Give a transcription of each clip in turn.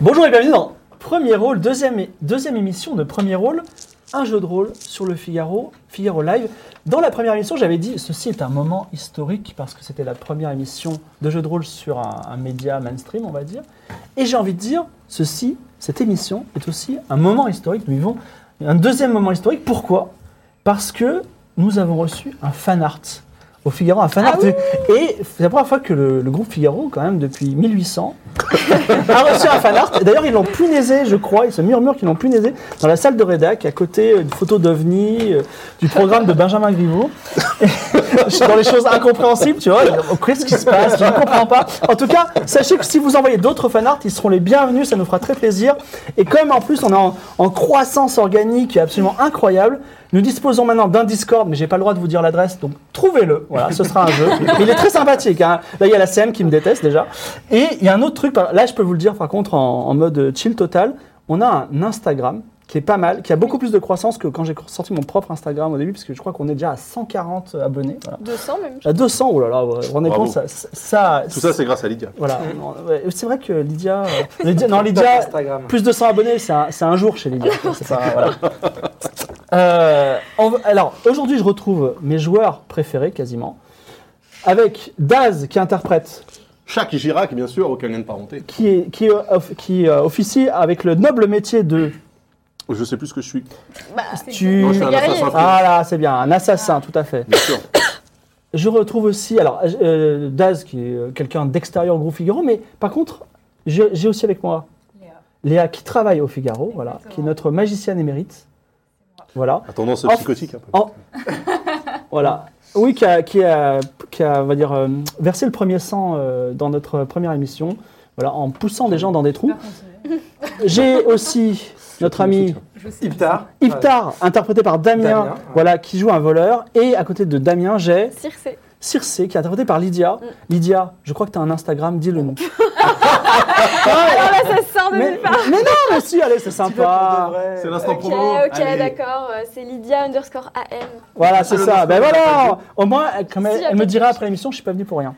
Bonjour et bienvenue dans Premier Rôle, deuxième, é- deuxième émission de Premier Rôle, un jeu de rôle sur le Figaro, Figaro Live. Dans la première émission, j'avais dit ceci est un moment historique parce que c'était la première émission de jeu de rôle sur un, un média mainstream, on va dire. Et j'ai envie de dire ceci, cette émission est aussi un moment historique. Nous vivons un deuxième moment historique. Pourquoi Parce que nous avons reçu un fan art au Figaro, un fan art. et c'est la première fois que le- le groupe Figaro, quand même, depuis 1800, a reçu un fan art. Et D'ailleurs, ils l'ont punaisé, je crois. Il se murmure qu'ils l'ont punaisé dans la salle de rédac, à côté euh, une photo d'OVNI, euh, du programme de Benjamin Griveaux. Et dans les choses incompréhensibles, tu vois. ils disent, Oh, Qu'est-ce qui se passe Je ne comprends pas. En tout cas, sachez que si vous envoyez d'autres fan art, ils seront les bienvenus. Ça nous fera très plaisir. Et comme en plus, on est en, en croissance organique absolument incroyable. Nous disposons maintenant d'un Discord, mais j'ai pas le droit de vous dire l'adresse, donc trouvez-le. Voilà, ce sera un jeu. Mais il est très sympathique. hein. Là, il y a la CM qui me déteste déjà. Et il y a un autre truc, par- là je peux vous le dire par contre en, en mode chill total, on a un Instagram qui est pas mal, qui a beaucoup plus de croissance que quand j'ai sorti mon propre Instagram au début, parce que je crois qu'on est déjà à 140 abonnés. voilà. 200 même. À 200, oh là là, vous vous rendez Bravo. compte, ça... ça- Tout ça, c'est grâce à Lydia. Voilà, non, ouais, c'est vrai que Lydia... euh, Lydia- non, Lydia, Instagram. plus de 100 abonnés, c'est un, c'est un jour chez Lydia. quoi, c'est pas- voilà. Euh, on va- alors, aujourd'hui, je retrouve mes joueurs préférés, quasiment, avec Daz, qui interprète Chaque Girac, bien sûr, aucun lien de parenté. qui, est- qui, euh, off- qui euh, officie avec le noble métier de Je sais plus ce que je suis. Bah, tu. Non, je suis un guerrier. assassin. Ah là, c'est bien, un assassin, tout à fait. Bien sûr. Je retrouve aussi, alors, euh, Daz, qui est euh, quelqu'un d'extérieur gros Figaro, mais par contre, je- j'ai aussi avec moi Léa, qui travaille au Figaro, voilà, qui est notre magicienne émérite. Voilà. À tendance Off. psychotique un peu. Oh. Voilà. Oui, qui a, qui a- qui a, on va dire, euh, versé le premier sang euh, dans notre première émission, voilà, en poussant des gens dans des trous. J'ai aussi notre ami Iptar. Iftar, interprété par Damien, Damien, ouais. voilà, qui joue un voleur. Et à côté de Damien, j'ai Circe. Circe, qui est interprété par Lydia. Mm. Lydia, je crois que tu as un Instagram, dis le nom. Alors là, ça sort de mais, nulle part. mais non, mais si, allez, c'est Tu veux qu'on sympa. devrait- C'est l'instant Ok, promo. ok, Allez. d'accord. euh, C'est Lydia underscore AM. Voilà, c'est C'est le ça. nom, Ben on l'a pas voilà Au moins, elle, comme Si, elle, y a elle me quelque dira chose. après l'émission, je suis pas venu pour rien.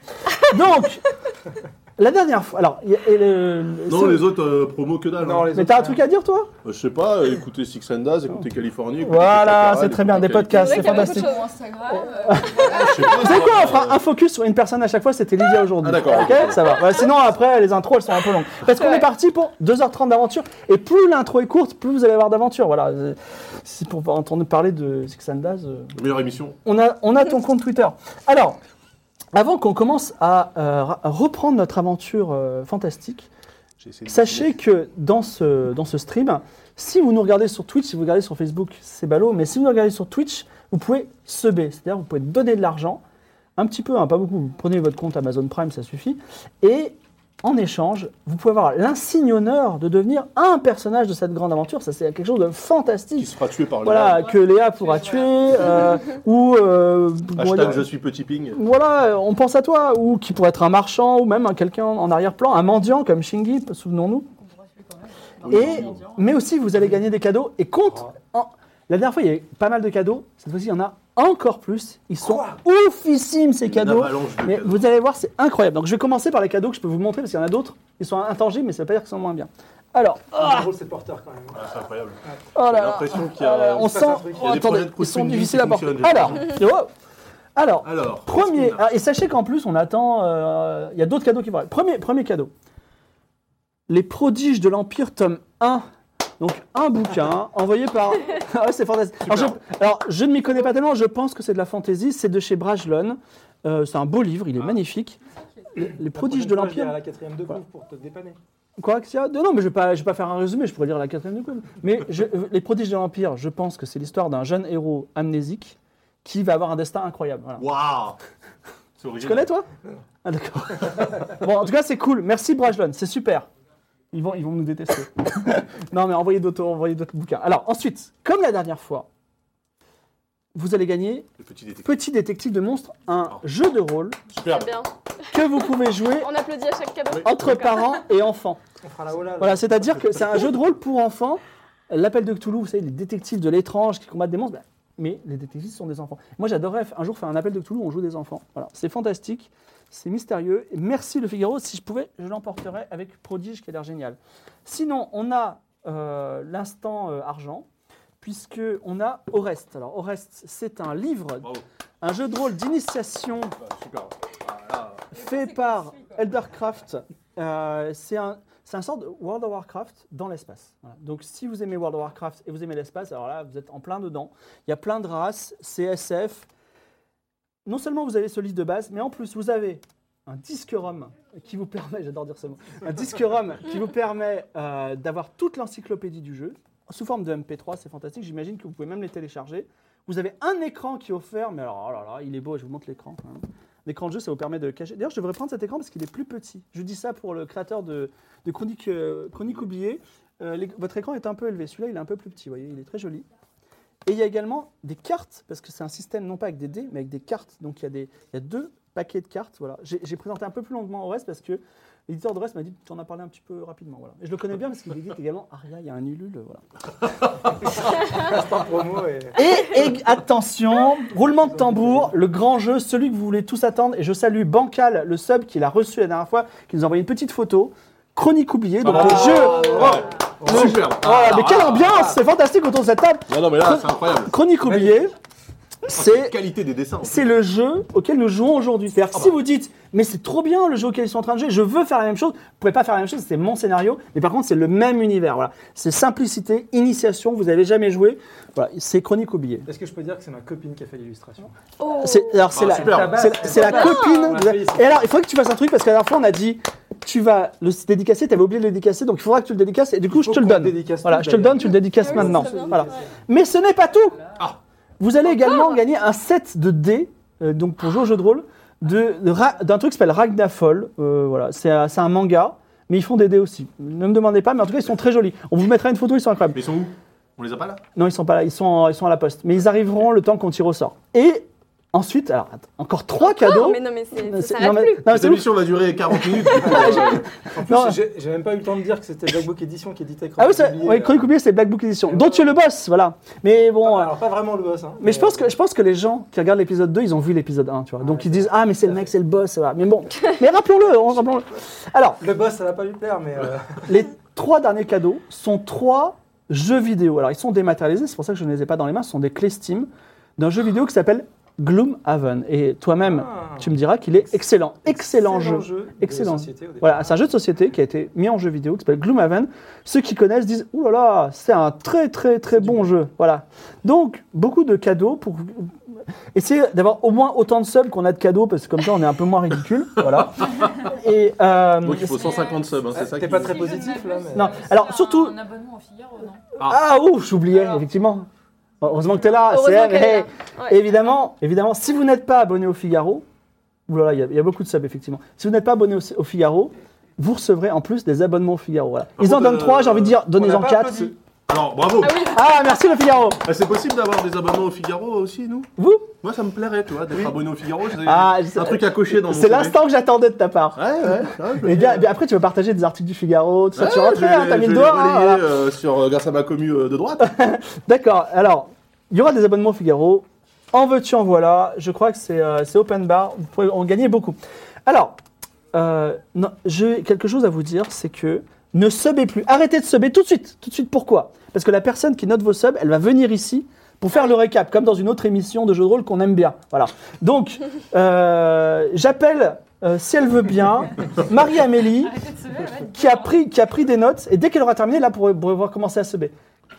Donc, la dernière fois. Alors, y a- et le- le- Non, c'est- les autres euh, promos que dalle. Non, hein. les Mais autres, t'as un non. truc à dire, toi Euh, Je sais pas, euh, écoutez Six and Daz, écoutez Californie. écoutez Voilà, Coca-Cola, c'est très bien, écoutez des podcasts, c'est C'est vrai qu'il y a beaucoup de fantastique. choses. euh, Californie. Je sais pas, C'est quoi On euh, fera un focus sur une personne à chaque fois, c'était Lydia aujourd'hui. Ah, d'accord. Ok, ça va. Voilà, sinon, après, les intros, elles sont un peu longues. Parce qu'on Ouais. est parti pour 2h30 d'aventure. Et plus l'intro est courte, plus vous allez avoir d'aventure. Voilà. C'est pour entendre parler de Six and Daz, euh, Meilleure émission. on a, on a ton compte Twitter. Alors, avant qu'on commence à euh, ra- reprendre notre aventure euh, fantastique, J'ai essayé de- Sachez que dans ce, dans ce stream, si vous nous regardez sur Twitch, si vous regardez sur Facebook, c'est ballot, mais si vous nous regardez sur Twitch, vous pouvez seber, c'est-à-dire vous pouvez donner de l'argent, un petit peu, hein, pas beaucoup, vous prenez votre compte Amazon Prime, ça suffit, et en échange, vous pouvez avoir l'insigne honneur de devenir un personnage de cette grande aventure, ça c'est quelque chose de Qui fantastique. se fera tuer par le. Voilà, que Léa pourra tuer, euh, ou... euh, comment Hashtag dire- je suis petit ping. voilà, on pense à toi, ou qui pourrait être un marchand, ou même un quelqu'un en arrière-plan, un mendiant comme Shingi, souvenons-nous. Ah Et, mais aussi, vous allez gagner des cadeaux. Et compte, en- la dernière fois, il y avait pas mal de cadeaux. Cette fois-ci, il y en a encore plus. Ils sont oufissimes, ces Il y a une cadeaux. avalanche de Mais cadeaux. vous allez voir, c'est incroyable. Donc, je vais commencer par les cadeaux que je peux vous montrer, parce qu'il y en a d'autres. Ils sont intangibles, mais ça ne veut pas dire qu'ils sont moins bien. Alors, En gros, c'est porteur quand même. Ah, C'est incroyable. oh là J'ai là, l'impression qu'il y oh là là, a. euh, on se sent... passe un Il y truc. a oh, des attendez, projets de ils sont crowdfunding qui difficiles à porter. fonctionnent, j'ai Alors, wow. alors, Alors. Premier, qu'est-ce qu'on a ah, et sachez qu'en plus, on attend. euh, Il y a d'autres cadeaux qui vont arriver. Premier, premier cadeau Les prodiges de l'Empire, tome 1. Donc, un bouquin envoyé par. Ah ouais, c'est fantastique. Alors je, Super. alors, je ne m'y connais pas tellement, je pense que c'est de la fantaisie. C'est de chez Brajlon. Euh, c'est un beau livre, il est magnifique. Les, les prodiges de Je vais à l'Empire. Ah. la quatrième de couve pour te dépanner. Quoi qu'il y a Non, non, mais je ne vais, pas- je vais pas faire un résumé, je pourrais lire la quatrième de couple. Mais je- euh, Les prodiges de l'Empire, je pense que c'est l'histoire d'un jeune héros amnésique qui va avoir un destin incroyable. Voilà. Waouh C'est Tu original. connais toi Ah d'accord. bon, en tout cas, c'est cool. Merci Brajlon, c'est super. Ils vont, ils vont nous détester. non, mais envoyez d'autres, envoyez d'autres bouquins. Alors ensuite, comme la dernière fois, vous allez gagner Le petit détective. Petit détective de monstres, un jeu de rôle Superbe. C'est bien. que vous pouvez jouer On applaudit à chaque cadeau. entre parents et enfants. On fera la hola. là. Voilà, c'est-à-dire que c'est un jeu de rôle pour enfants. L'appel de Cthulhu, vous savez, les détectives de l'étrange qui combattent des monstres, bah, mais les détectives sont des enfants. Moi, j'adorerais f- un jour faire un appel de Cthulhu, où on joue des enfants. Voilà, c'est fantastique. C'est mystérieux. Et merci Le Figaro. Si je pouvais, je l'emporterais avec Prodige qui a l'air génial. Sinon, on a euh, l'instant euh, argent, puisque on a Oreste. Alors Oreste, c'est un livre, Bravo. un jeu de rôle d'initiation Bah, super. Voilà. fait par Eldercraft. Euh, c'est un, c'est un sort de World of Warcraft dans l'espace. Voilà. Donc si vous aimez World of Warcraft et vous aimez l'espace, alors là, vous êtes en plein dedans. Il y a plein de races, CSF. Non seulement vous avez ce livre de base, mais en plus vous avez un disque ROM qui vous permet, j'adore dire ce mot, un disque ROM qui vous permet euh, d'avoir toute l'encyclopédie du jeu sous forme de MP3, c'est fantastique. J'imagine que vous pouvez même les télécharger. Vous avez un écran qui est offert, mais alors, oh là là, il est beau, je vous montre l'écran. hein. L'écran de jeu, ça vous permet de cacher. D'ailleurs, je devrais prendre cet écran parce qu'il est plus petit. Je dis ça pour le créateur de, de Chronique, euh, Chronique oubliée. Euh, les- votre écran est un peu élevé. Celui-là, il est un peu plus petit. Vous voyez, il est très joli. Et il y a également des cartes, parce que c'est un système non pas avec des dés, mais avec des cartes. Donc il y a, des, il y a deux paquets de cartes. Voilà. J'ai j'ai présenté un peu plus longuement Orest parce que l'éditeur d'Orest m'a dit Tu en as parlé un petit peu rapidement. Voilà. Et je le connais bien parce qu'il édite également Aria, il y a un Ulule. Voilà. Pas promo et. Et, et- attention, roulement de tambour, le grand jeu, celui que vous voulez tous attendre. Et je salue Bancal, le sub qui l'a reçu la dernière fois, qui nous a envoyé une petite photo. Chronique oubliée, donc le jeu. Ouais. Super. Voilà, Ah, mais quelle ambiance, c'est fantastique autour de cette table. Non, non, mais là, c'est incroyable. Oh, Chronique oubliée, C'est c'est qualité des dessins. c'est le jeu auquel nous jouons aujourd'hui. C'est-à-dire, que si vous dites, mais c'est trop bien le jeu auquel ils sont en train de jouer, je veux faire la même chose, vous pouvez pas faire la même chose, c'est mon scénario, mais par contre, c'est le même univers. Voilà. C'est simplicité, initiation, vous avez jamais joué. Voilà, c'est chronique oubliée. Est-ce que je peux dire que c'est ma copine qui a fait l'illustration Oh. C'est, alors, Ah, c'est Ah, la, super. c'est- c'est la Ah, copine. on de la- l'a fait ici. Et alors, il faudrait que tu fasses un truc parce qu'à la dernière fois, on a dit tu vas le dédicacer, t'avais oublié de le dédicacer, donc il faudra que tu le dédicaces et du coup, je te le donne. Voilà, je te le donne, tu le Ah oui, dédicaces c'est maintenant. très bien. Voilà. Ouais. Mais ce n'est pas tout. Ah. Vous allez également gagner un set de dés, euh, donc pour jouer au jeu de rôle, de- de ra- d'un truc qui s'appelle Ragnafol. Euh, voilà, c'est un c'est un manga, mais ils font des dés aussi. Ne me demandez pas, mais en tout cas, ils sont très jolis. On vous mettra une photo, ils sont incroyables. Mais ils sont où On les a pas là Non, ils sont pas là, ils sont, en- ils sont à la poste. Mais ils arriveront le temps qu'on tire au sort. Et ensuite, alors, attends, encore trois Non, cadeaux. mais non, mais c'est- Non, ça non, s'arrête mais- plus. non, mais Cette Ah, c'est ouf. émission va durer 40 minutes. du coup, euh, En Non. plus, j'ai- j'ai même pas eu le temps de dire que c'était Black Book Edition qui éditait Ah oui, ça, Chronique ouais, Oubliée, Chronique oubliée, c'est Black Book Edition. Et Dont voilà. tu es le boss, voilà. Mais euh, bon. euh, Alors, pas vraiment le boss. Hein, mais je pense, que, je pense que les gens qui regardent l'épisode 2, ils ont vu l'épisode 1, tu vois. Donc Ouais, ils disent Ah, mais c'est le mec, c'est le boss, voilà. Mais bon, mais rappelons-le, on- rappelons-le. Alors, Le boss, ça va pas lui plaire, mais. euh, les trois derniers cadeaux sont trois jeux vidéo. Alors, ils sont dématérialisés, c'est pour ça que je ne les ai pas dans les mains. Ce sont des clés Steam d'un jeu vidéo qui s'appelle Gloomhaven. Et toi-même, ah, tu me diras qu'il est excellent, excellent, jeu. de Excellent. société, au départ. Voilà, c'est un jeu de société qui a été mis en jeu vidéo qui s'appelle Gloomhaven. Ceux qui connaissent disent Ouh là là, c'est un très très très bon jeu. Voilà. Donc, beaucoup de cadeaux pour essayer d'avoir au moins autant de subs qu'on a de cadeaux parce que comme ça on est un peu moins ridicule. voilà. Et euh, Donc il faut 150 subs, hein, c'est ça T'es qui- pas très Si je ne positif, là, m'abuse, mais- Non, euh, alors, c'est surtout- Un abonnement au Figaro, non Ah ouf, j'oubliais, Alors. effectivement. Heureusement que tu es là. Heureusement CM, qu'elle est hey. là. Ouais. Évidemment, évidemment, si vous n'êtes pas abonné au Figaro, oulala, il y a- il y, a beaucoup de subs, effectivement. Si vous n'êtes pas abonné au, au Figaro, vous recevrez en plus des abonnements au Figaro. Voilà. Ils en contre, donnent euh, trois, j'ai envie de dire, donnez-en pas quatre. applaudi. Alors bravo. Ah oui, Ah, merci le Figaro. Ah, c'est possible d'avoir des abonnements au Figaro aussi, nous Vous Moi, ça me plairait, toi, d'être abonné au Figaro. C'est Ah, c'est- un truc à cocher dans mon C'est CV. l'instant que j'attendais de ta part. Ouais, ouais. ouais, je- Mais bien, bien après, tu vas partager des articles du Figaro, tout ça, Ah Ouais, tu rentres, je vais- hein, t'as je mis le vais doigt. les hein, relayer, voilà. euh, sur, euh, grâce à ma commu euh, de droite. D'accord, alors, il y aura des abonnements au Figaro. En veux-tu, en voilà. Je crois que c'est euh, c'est open bar. Vous pouvez en gagner beaucoup. Alors, euh, non, j'ai quelque chose à vous dire, c'est que ne subez plus. Arrêtez de subber tout de suite. Tout de suite, pourquoi Parce que la personne qui note vos subs, elle va venir ici pour faire le récap, comme dans une autre émission de jeu de rôle qu'on aime bien. Voilà. Donc, euh, j'appelle, euh, si elle veut bien, Marie-Amélie Arrêtez de se lever, ouais. qui a pris, qui a pris des notes, et dès qu'elle aura terminé, là, pour, pour avoir commencé à se baie,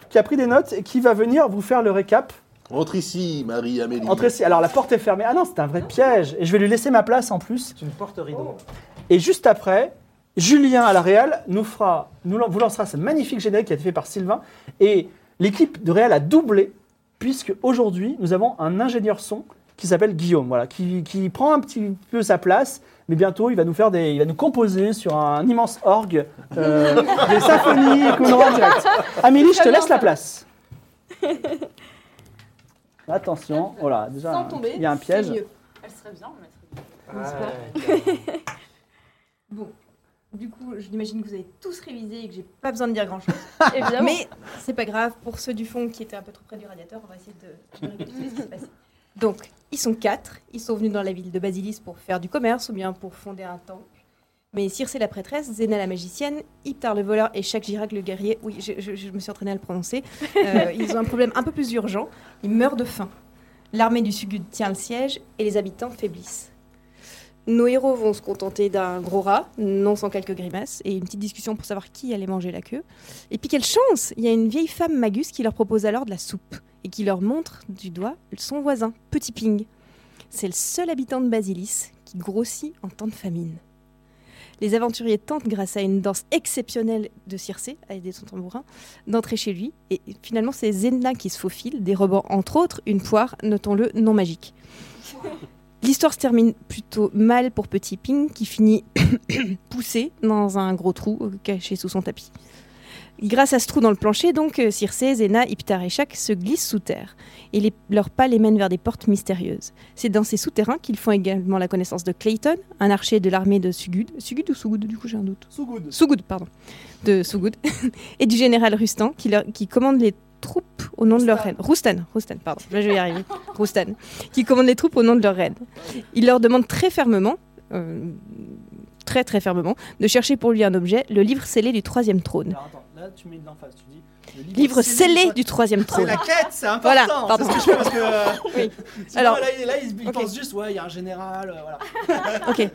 qui a pris des notes et qui va venir vous faire le récap. Entre ici, Marie-Amélie. Entrez ici. Alors, la porte est fermée. Ah non, c'est un vrai piège. Et je vais lui laisser ma place en plus. C'est une porte rideau. Oh, Et juste après, Julien à la Real nous fera, nous lan- vous lancera ce magnifique générique qui a été fait par Sylvain. Et l'équipe de Real a doublé, puisque aujourd'hui, nous avons un ingénieur son qui s'appelle Guillaume, voilà, qui, qui prend un petit peu sa place. Mais bientôt, il va nous faire des, il va nous composer sur un immense orgue, euh, des symphonies qu'on aura en direct. Amélie, je te Très bien, laisse la place. Attention, voilà, déjà, Sans tomber. il y a un c'est piège. mieux. Elle serait bien, on la serait bien. Bon, du coup, je l'imagine que vous avez tous révisé et que j'ai pas besoin de dire grand-chose. évidemment. Mais c'est pas grave, pour ceux du fond qui étaient un peu trop près du radiateur, on va essayer de, de récapituler ce qui s'est passé. Donc, ils sont quatre. Ils sont venus dans la ville de Basilis pour faire du commerce ou bien pour fonder un temple. Mais Circé la prêtresse, Zéna la magicienne, Iptar le voleur et Chagirac le guerrier, oui, je, je- je me suis entraînée à le prononcer, euh, ils ont un problème un peu plus urgent. Ils meurent de faim. L'armée du Sugud tient le siège et les habitants faiblissent. Nos héros vont se contenter d'un gros rat, non sans quelques grimaces, et une petite discussion pour savoir qui allait manger la queue. Et puis quelle chance Il y a une vieille femme magus qui leur propose alors de la soupe et qui leur montre du doigt son voisin, Petit Ping. C'est le seul habitant de Basilis qui grossit en temps de famine. Les aventuriers tentent, grâce à une danse exceptionnelle de Circé, à aider son tambourin, d'entrer chez lui. Et finalement, c'est Zenna qui se faufile, dérobant entre autres une poire, notons-le, non magique. L'histoire se termine plutôt mal pour Petit Ping, qui finit poussé dans un gros trou euh, caché sous son tapis. Grâce à ce trou dans le plancher, donc, euh, Circé, Zéna, Iptar et Shak se glissent sous terre et les- leurs pas les mènent vers des portes mystérieuses. C'est dans ces souterrains qu'ils font également la connaissance de Clayton, un archer de l'armée de Sugud. Sugud ou Sugud, du coup, j'ai un doute. Sougoud. Sougoud, pardon, de Sougoud, et du général Rustan qui, leur- qui commande les troupes au nom de leur reine. Roustan, Roustan, pardon, là je vais y arriver. Roustan, qui commande les troupes au nom de leur reine. Il leur demande très fermement, euh, très très fermement, de chercher pour lui un objet, le livre scellé du troisième trône. Alors Bah, attends, là tu mets une emphase, tu dis. le Livre scellé du troisième C'est trône. la quête, c'est important. Voilà, C'est pardon. ce que je fais parce que. euh, Oui. sinon, Alors- là, il, là, il- il Ok. pense juste, ouais, il y a un général, euh, voilà. Ok.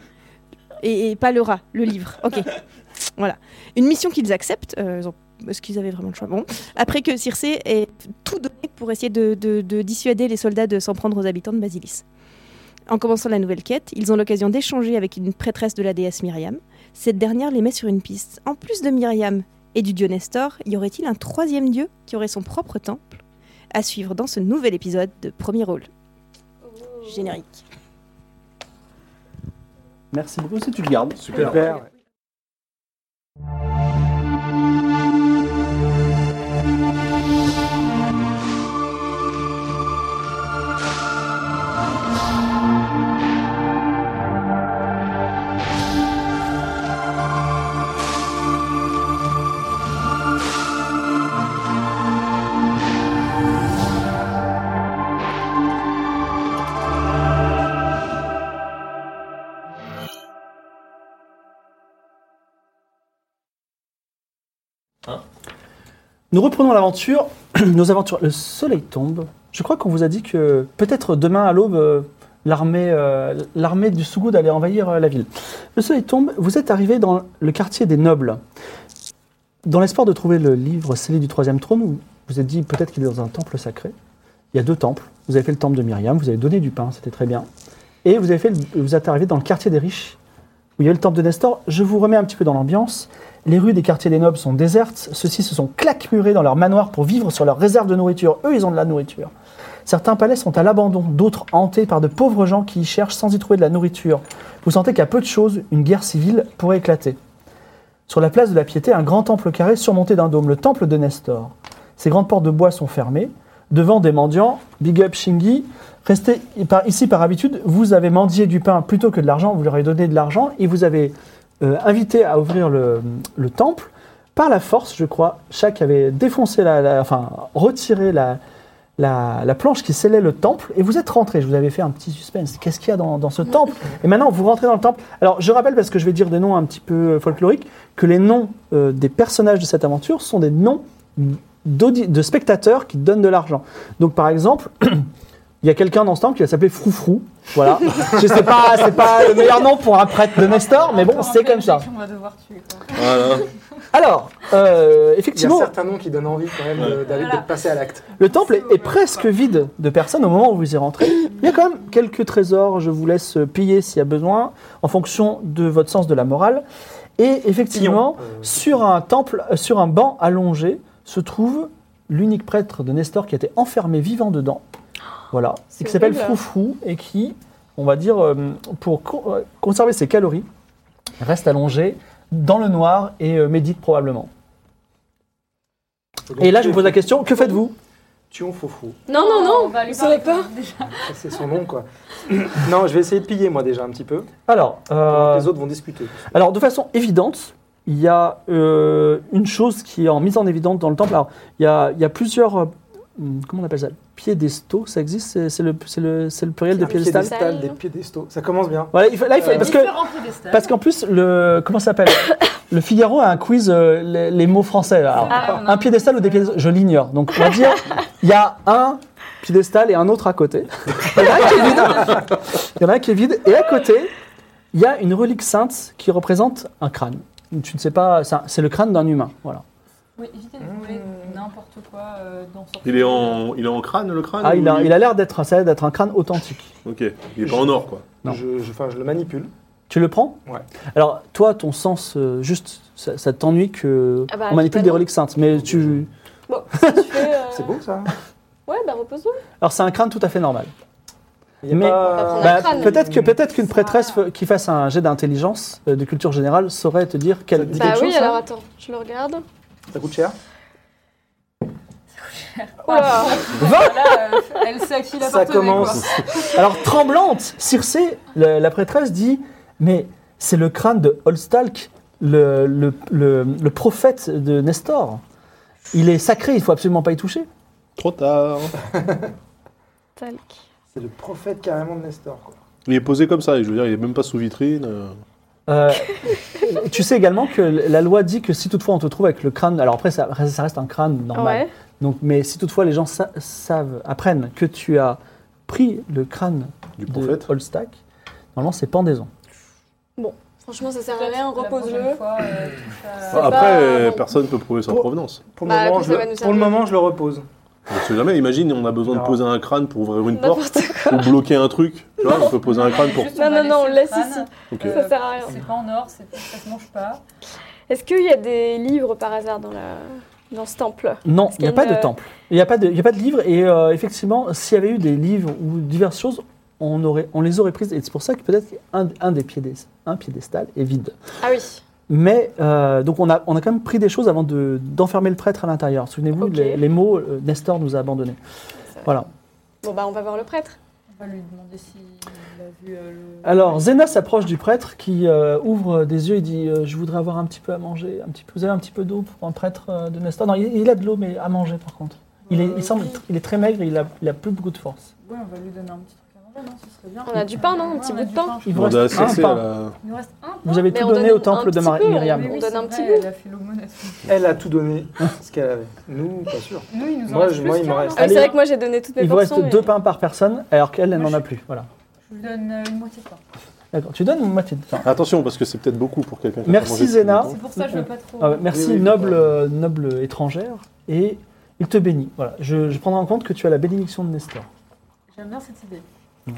Et, et pas le rat, le livre. Ok. Voilà. Une mission qu'ils acceptent. euh, ils ont- Est-ce qu'ils avaient vraiment le choix Bon. Après que Circé ait tout donné pour essayer de, de- de dissuader les soldats de s'en prendre aux habitants de Basilis. En commençant la nouvelle quête, ils ont l'occasion d'échanger avec une prêtresse de la déesse Myriam. Cette dernière les met sur une piste. En plus de Myriam et du dieu Nestor, y aurait-il un troisième dieu qui aurait son propre temple À suivre dans ce nouvel épisode de Premier Rôle. Générique. Merci beaucoup si tu le gardes. Super. Nous reprenons l'aventure. Nos aventures. Le soleil tombe. Je crois qu'on vous a dit que peut-être demain à l'aube, euh, l'armée, euh, l'armée du Sougoud allait envahir euh, la ville. Le soleil tombe. Vous êtes arrivé dans le quartier des nobles. Dans l'espoir de trouver le livre scellé du troisième trône, vous vous êtes dit peut-être qu'il est dans un temple sacré. Il y a deux temples. Vous avez fait le temple de Myriam. Vous avez donné du pain. C'était très bien. Et vous avez fait. le- vous êtes arrivé dans le quartier des riches. où il y a eu le temple de Nestor. Je vous remets un petit peu dans l'ambiance. Les rues des quartiers des nobles sont désertes. Ceux-ci se sont claquemurés dans leur manoir pour vivre sur leurs réserves de nourriture. Eux, ils ont de la nourriture. Certains palais sont à l'abandon, d'autres hantés par de pauvres gens qui y cherchent sans y trouver de la nourriture. Vous sentez qu'à peu de choses, une guerre civile pourrait éclater. Sur la place de la Piété, un grand temple carré surmonté d'un dôme, le temple de Nestor. Ses grandes portes de bois sont fermées. Devant des mendiants, Big Up Shingi, restés par- ici par habitude, vous avez mendié du pain plutôt que de l'argent, vous leur avez donné de l'argent et vous avez euh, invité à ouvrir le, le temple. Par la force, je crois, Shaq avait défoncé, la, la- enfin, retiré la, la, la planche qui scellait le temple et vous êtes rentré. Je vous avais fait un petit suspense. Qu'est-ce qu'il y a dans, dans ce temple Et maintenant, vous rentrez dans le temple. Alors, je rappelle, parce que je vais dire des noms un petit peu euh, folkloriques, que les noms euh, des personnages de cette aventure sont des noms d'audi- de spectateurs qui donnent de l'argent. Donc, par exemple, il y a quelqu'un dans ce temple qui va s'appeler Froufrou. Voilà. je sais pas, c'est pas le meilleur nom pour un prêtre de Nestor, mais bon, Encore un c'est PNJ comme ça. qu'on va devoir tuer, quoi. Voilà. Alors, euh, Il y a effectivement, certains noms qui donnent envie quand même de- d'aller Voilà. de passer à l'acte. le temple est, est presque vide de personnes au moment où vous y rentrez. Il y a quand même quelques trésors, je vous laisse piller s'il y a besoin, en fonction de votre sens de la morale. Et effectivement, sur un temple, euh, sur un banc allongé, se trouve l'unique prêtre de Nestor qui était enfermé vivant dedans. Voilà, Oh, C'est et qui s'appelle horrible. Froufrou et qui, on va dire, euh, pour co- euh, conserver ses calories, reste allongé dans le noir et euh, médite probablement. Et là, je vous pose la question que faites-vous Tuons Fofou. Non, non, On non va lui Vous savez parler. pas Ça, C'est son nom, quoi. non, je vais essayer de piller, moi, déjà, un petit peu. Alors, euh, Les autres vont discuter. alors, de façon évidente, il y a euh, une chose qui est en mise en évidence dans le temple. Alors, il y a, il y a plusieurs euh, hum, comment on appelle ça Piédestaux, ça existe C'est- C'est le, c'est le, c'est le pluriel de Des piédestal piédestals, des piédestaux. Ça commence bien. Voilà, il faut- là, il faut- Euh, parce que Différents piédestals. parce qu'en plus le comment ça s'appelle Le Figaro a un quiz euh, les, les mots français. là. Alors, Ah. un piédestal ou des piédestals Je l'ignore. Donc on va dire il y a un piédestal et un autre à côté. Il y en a un qui est vide. Il y en a un qui est vide et à côté il y a une relique sainte qui représente un crâne. Tu ne sais pas, c'est un- c'est le crâne d'un humain. Voilà. Oui, évitez de voler Mmh. n'importe quoi euh, dans ce Il est en, il est en crâne, le crâne Ah, ou il a il a l'air d'être ça a l'air d'être un crâne authentique. Ok, il est pas en or, quoi. Non. Je, je- enfin, je le manipule. Tu le prends Ouais. Alors, toi, ton sens, euh, juste, ça, ça t'ennuie que Ah bah, on manipule des totalement. reliques saintes, mais tu... Bon, si tu fais. euh, C'est beau ça. hein. Ouais, bah repose-toi. Alors, c'est un crâne tout à fait normal. Il y a Mais- On pas- a Bah, un crâne. peut-être que peut-être qu'une Ça- prêtresse fe- qui fasse un jet d'intelligence, euh, de culture générale, saurait te dire Ça quelle... te dit Bah quelque oui, chose, alors hein. ça attends, je le regarde. Ça coûte cher. Oula Voilà, euh, elle sait à qui il Ça appartenait, commence. quoi. hein Alors, tremblante, Circé, la, la prêtresse dit, mais c'est le crâne de Holstalk, le, le- le- le prophète de Nestor. Il est sacré, il faut absolument pas y toucher. Trop tard. Talc. C'est le prophète carrément de Nestor. Quoi. Il est posé comme ça, et je veux dire, il est même pas sous vitrine. euh. Euh, tu sais également que la loi dit que si toutefois on te trouve avec le crâne, alors après ça, ça reste un crâne normal, Ouais. donc, mais si toutefois les gens sa- savent, apprennent que tu as pris le crâne Du de prophète. Holstack, normalement c'est pendaison. Franchement, ça sert à rien, La repose-le. prochaine fois, euh, touche à- c'est Après, pas- euh, bon. personne ne peut prouver sa Pour- provenance. Pour, Bah, le moment, après, je ça va le, nous pour le servir. moment, je le repose. On sait jamais, imagine, on a besoin de Non. poser un crâne pour ouvrir une porte N'importe ou bloquer un truc. Tu vois, on peut poser un crâne pour. Juste, Non, on va non, non, on laisse laisser le ici. crâne. Ok. Euh, Ça sert à rien. C'est pas en or, c'est- ça se mange pas. Est-ce qu'il y a des livres par hasard dans, la... dans ce temple Non, Est-ce il n'y a qu'il y a pas de une- euh, temple, il n'y a, pas de- il n'y a pas de livre, et euh, effectivement, s'il y avait eu des livres ou diverses choses, on, aurait, on les aurait prises, et c'est pour ça que peut-être un, un des piédestals, un piédestal est vide. Ah oui. Mais euh, donc on a, on a quand même pris des choses avant de- d'enfermer le prêtre à l'intérieur. Souvenez-vous, Ok. les, les mots, euh, Nestor nous a abandonnés. C'est vrai. Voilà. Bon, bah, on va voir le prêtre. On va lui demander s'il a vu euh, le. Alors Zéna s'approche du prêtre qui euh, ouvre des yeux et dit euh, Je voudrais avoir un petit peu à manger, un petit peu, vous avez un petit peu d'eau pour un prêtre euh, de Nestor ?» Non, il, il a de l'eau, mais à manger par contre. Il, est, il semble, oui. il est très maigre, et il a, il a plus beaucoup de force. Oui, on va lui donner un petit truc à manger, non Ce serait bien. On a du pain, non Un Ouais, petit on a bout de du pain. je Il vous On reste a un assessé, pain. là. crois. Il nous reste un pain. Vous avez Mais tout on donné donne au temple un de petit Mar- peu, Myriam. oui. on c'est donne un vrai, petit bout. Elle a fait l'aumône à tout. Elle a tout donné ce qu'elle avait. Nous, pas sûr. Nous, il nous en Moi, reste je- plus moi, il me qu'un, reste- Ah oui, non c'est Allez. vrai que moi, j'ai donné toutes mes Il vous portions. reste deux mais- pains par personne, alors qu'elle, elle Moi, n'en a je- plus. Voilà. Je lui donne euh, une moitié de pain. D'accord. Tu donnes une moitié de pain. Attention, parce que c'est peut-être beaucoup pour quelqu'un qui a Merci, pas mangé depuis Zéna. longtemps. C'est pour ça que je veux pas trop. Ah ouais, merci, Oui, oui, noble, faut pas- euh, noble étrangère. Et il te bénit. Voilà. Je, je prendrai en compte que tu as la bénédiction de Nestor. J'aime bien cette idée.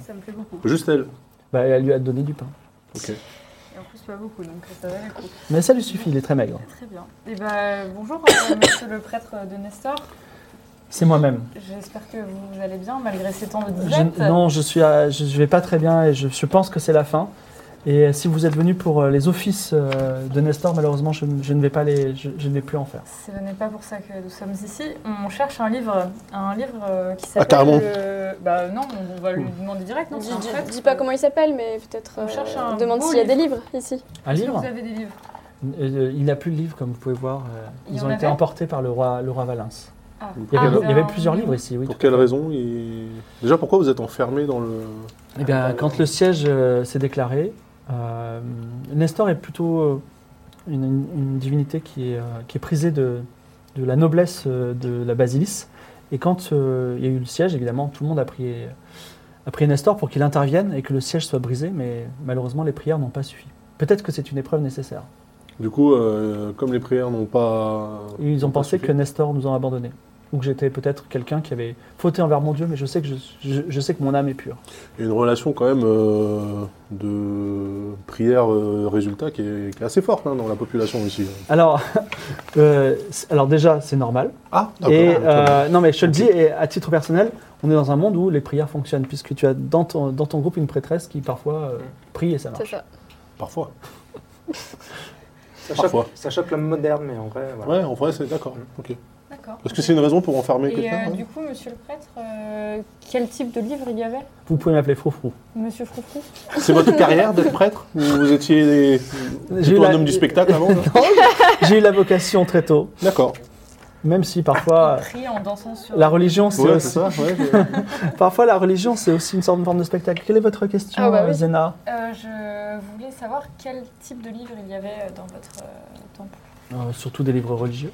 Ça me plaît beaucoup. Juste elle. Bah, elle lui a donné du pain. Ok. Et en plus, pas beaucoup, donc ça valait le coup. Mais ça lui suffit, il est très maigre. Très bien. Et ben, bonjour, euh, monsieur le prêtre de Nestor. C'est moi-même. J'espère que vous allez bien malgré ces temps de disette. Je- non, je suis, à- je, je vais pas très bien et je, je pense que c'est la fin. Et euh, si vous êtes venu pour euh, les offices euh, de Nestor, malheureusement, je, je ne vais pas les, je, je ne vais plus en faire. Ce n'est pas pour ça que nous sommes ici. On cherche un livre, un livre euh, qui s'appelle. carrément. euh, Bah non, on- on va lui demander direct. Non, Dis, c'est un dis- prêtre. dis pas comment il s'appelle, mais peut-être. euh, On cherche un demande beau s'il y a des livres ici. Un Est-ce que livre Vous avez des livres. Euh, Il n'a plus de livre, comme vous pouvez voir. euh, Il ils y ont en été avait emportés par le roi, le roi Valens. Ah. Il y avait, Ah, il y avait un- plusieurs livres ici, oui. Pour tout à quelle fait. raison il- Déjà, pourquoi vous êtes enfermé dans le. Eh bien, quand le siège euh, s'est déclaré, euh, Nestor est plutôt euh, une, une- une divinité qui est, euh, qui est prisée de, de la noblesse euh, de la basilice. Et quand euh, il y a eu le siège, évidemment, tout le monde a prié, a prié Nestor pour qu'il intervienne et que le siège soit brisé, mais malheureusement, les prières n'ont pas suffi. Peut-être que c'est une épreuve nécessaire. Du coup, euh, comme les prières n'ont pas. Ils ont n'ont pas pensé suffi. que Nestor nous a abandonnés. Ou que j'étais peut-être quelqu'un qui avait fauté envers mon Dieu, mais je sais que, je, je- je sais que mon âme est pure. Il y a une relation quand même euh, de prière-résultat qui, est- qui est assez forte hein, dans la population ici. Alors, euh, c'est- alors déjà, c'est normal. Ah, Et euh, non, mais je te le dis, et à titre personnel, on est dans un monde où les prières fonctionnent, puisque tu as dans ton, dans ton groupe une prêtresse qui parfois euh, prie et ça C'est marche. ça. Parfois. Ça Parfois. choque, ça choque l'homme moderne, mais en vrai, voilà. Ouais, en vrai, c'est d'accord. Ok. D'accord. Est-ce que c'est une raison pour enfermer Et euh, quelqu'un hein ouais du coup, monsieur le prêtre, euh, quel type de livre il y avait Vous pouvez m'appeler Froufrou. Monsieur Froufrou C'est votre carrière d'être prêtre Ou vous étiez des- eu plutôt un la- homme du spectacle avant là J'ai eu la vocation très tôt. D'accord. Même si parfois, Pris en dansant sur. Ah. la religion, c'est Ouais, c'est aussi... ça, ouais. je- Parfois, la religion, c'est aussi une sorte de forme de spectacle. Quelle est votre question, Ah bah oui. euh, Zena Euh, je voulais savoir quel type de livre il y avait dans votre euh, temple. Surtout des livres religieux.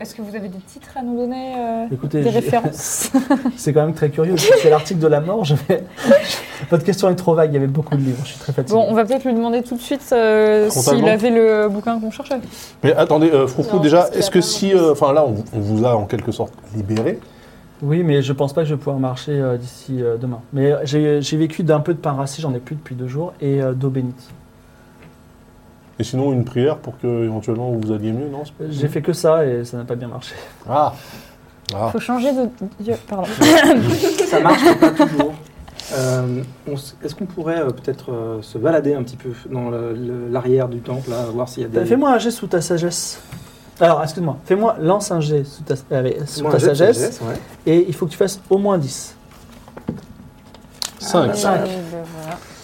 Est-ce que vous avez des titres à nous donner euh, Écoutez, Des j'ai- références. c'est quand même très curieux. C'est l'article de la mort. Je vais... Votre question est trop vague. Il y avait beaucoup de livres. Je suis très fatigué. Bon, on va peut-être lui demander tout de suite euh, Frontalement. s'il avait le bouquin qu'on cherchait. Mais attendez, euh, Froufrou, Non, déjà, parce qu'il y a est-ce que pas si. grand chose. euh, Enfin, là, on, vous- on vous a en quelque sorte libéré. Oui, mais je pense pas que je vais pouvoir marcher euh, d'ici euh, demain. Mais j'ai j'ai vécu d'un peu de pain rassis. J'en ai plus depuis deux jours et euh, d'eau bénite. Et sinon, une prière pour que éventuellement vous alliez mieux, non c'est- Mm. J'ai fait que ça et ça n'a pas bien marché. Ah Ah Faut changer de dieu. Pardon. Ça marche mais pas toujours. Euh, on s- Est-ce qu'on pourrait euh, peut-être euh, se balader un petit peu dans le- le- l'arrière du temple, là, voir s'il y a Bah, des. Fais-moi un jet sous ta sagesse. Alors, excuse-moi. Fais-moi, lance un jet sous ta, euh, avec- sous Moi, ta un jet de sagesse, ouais. et il faut que tu fasses au moins 10. Ah, 5. Cinq. Et, euh,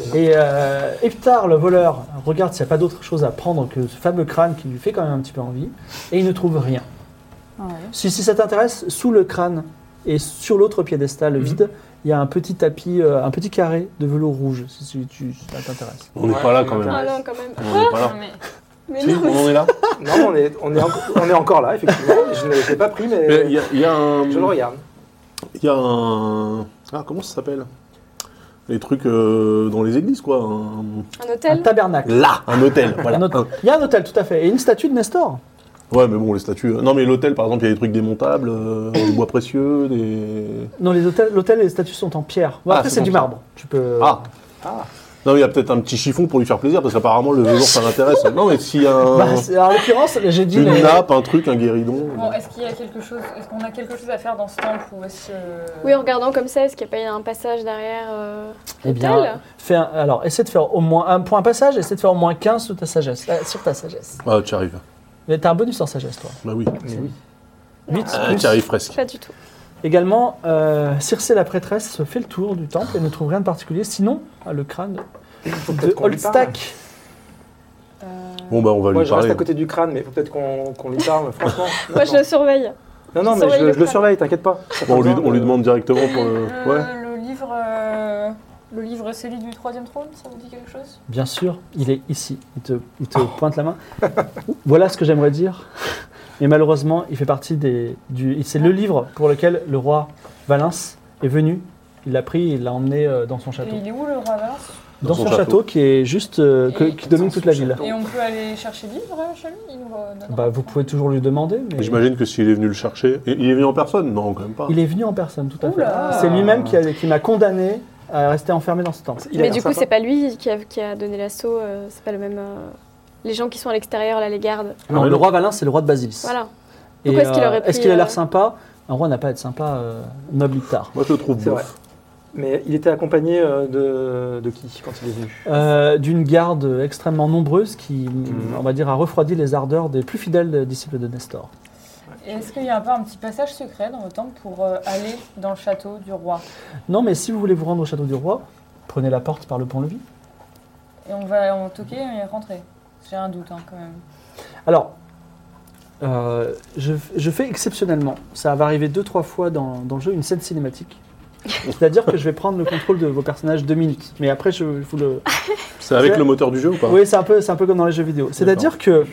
voilà. Et euh, Eptar, le voleur, regarde s'il n'y a pas d'autre chose à prendre que ce fameux crâne qui lui fait quand même un petit peu envie, et il ne trouve rien. Ah Si, si ça t'intéresse, sous le crâne et sur l'autre piédestal Mhm. vide, il y a un petit tapis, euh, un petit carré de velours rouge, si, si tu- si ça t'intéresse. On n'est Ouais, pas là ça quand même. m'intéresse. Ah non, quand même. On n'est pas là. mais- Mais Si, non, mais on en est là. Non, on est, on, est en- on est encore là, effectivement. Je ne l'ai pas pris, mais Mais Il y, a- il y a un. Euh, je le regarde. Il y a un. Ah, comment ça s'appelle Les trucs euh, dans les églises, quoi. Un- un Un hôtel tabernacle. Là Un hôtel, voilà. Un hôtel. Il y a un hôtel, tout à fait. Et une statue de Nestor. Un- Ouais, mais bon, les statues. euh, Non, mais l'hôtel, par exemple, il y a des trucs démontables, euh, des bois précieux, des. Non, les hôtels, l'hôtel et les statues sont en pierre. Bon, Ah, après, c'est c'est bon, du ça. marbre. Tu peux. Ah Ah. Non, mais il y a peut-être un petit chiffon pour lui faire plaisir, parce qu'apparemment, le velours, ça l'intéresse. Non, mais s'il y a un- Bah, c'est- en l'occurrence, j'ai dit. une les- nappe, un truc, un guéridon. Bon, est-ce qu'il y a quelque chose Est-ce qu'on a quelque chose à faire dans ce temple ou est-ce que- Oui, en regardant comme ça, est-ce qu'il n'y a pas un passage derrière euh, Eh bien, l'hôtel fais un- alors, essaie de faire au moins un point passage, essaie de faire au moins 15 sous ta sagesse. euh, sur ta sagesse. Ah, tu arrives. Mais t'as un bonus en sagesse, toi. Bah oui. Non, 8 Ah, tu arrives presque. Pas du tout. Également, euh, Circé la prêtresse se fait le tour du temple et ne trouve rien de particulier, sinon ah, le crâne de peut-être qu'on lui parle. Oldstack. Euh, Bon, bah, on va Moi, lui je reste parler. à côté du crâne, mais faut peut-être qu'on qu'on lui parle, franchement. Moi, je le surveille. Non, non, je mais surveille je, le je le crâne. surveille, t'inquiète pas. Bon, on, lui, hein, on euh. lui demande directement pour le. Le, Ouais. le livre, euh, le livre scellé du troisième trône, ça vous dit quelque chose Bien sûr, il est ici. Il te, il te pointe la main. voilà ce que j'aimerais dire. Mais malheureusement, il fait partie des. Du, c'est le livre pour lequel le roi Valens est venu. Il l'a pris, il l'a emmené euh, dans son château. Et il est où le Ravens Dans, son, château. qui est juste. euh, que- Et- qui domine dans toute son la ville. Et on peut aller chercher le livre euh, chez lui Il nous euh, donnera Bah, un vous point. pouvez toujours lui demander, mais. J'imagine que s'il est venu le chercher. et- Il est venu en personne Non, quand même pas. Il est venu en personne, tout à fait. Oula C'est lui-même qui, a- qui m'a condamné à rester enfermé dans ce temple. Il a Mais l'air du coup, sympa. c'est pas lui qui a, qui a donné l'assaut. euh, c'est pas le même. euh, Les gens qui sont à l'extérieur, là, les gardes. Non, le roi Valin, c'est le roi de Basilis. Voilà. Et, Pourquoi est-ce qu'il aurait Est-ce pris, qu'il a euh, l'air sympa Un roi n'a pas à être sympa, euh, noble Ictar. Moi, je le trouve C'est vrai. bof. Mais il était accompagné euh, de, de qui quand il est venu Euh, D'une garde extrêmement nombreuse qui, Mhm. on va dire, a refroidi les ardeurs des plus fidèles disciples de Nestor. Et Est-ce qu'il y a un peu un petit passage secret dans le temple pour euh, aller dans le château du roi Non, mais si vous voulez vous rendre au château du roi, prenez la porte par le pont-levis. Et on va en toquer et rentrer. J'ai un doute hein, quand même. Alors, euh, je, je fais exceptionnellement, ça va arriver deux, trois fois dans, dans le jeu, une scène cinématique. C'est-à-dire que je vais prendre le contrôle de vos personnages deux minutes. Mais après, je vous le. C'est avec C'est- le moteur du jeu ou pas Oui, c'est un, peu- c'est un peu comme dans les jeux vidéo. C'est-à-dire que.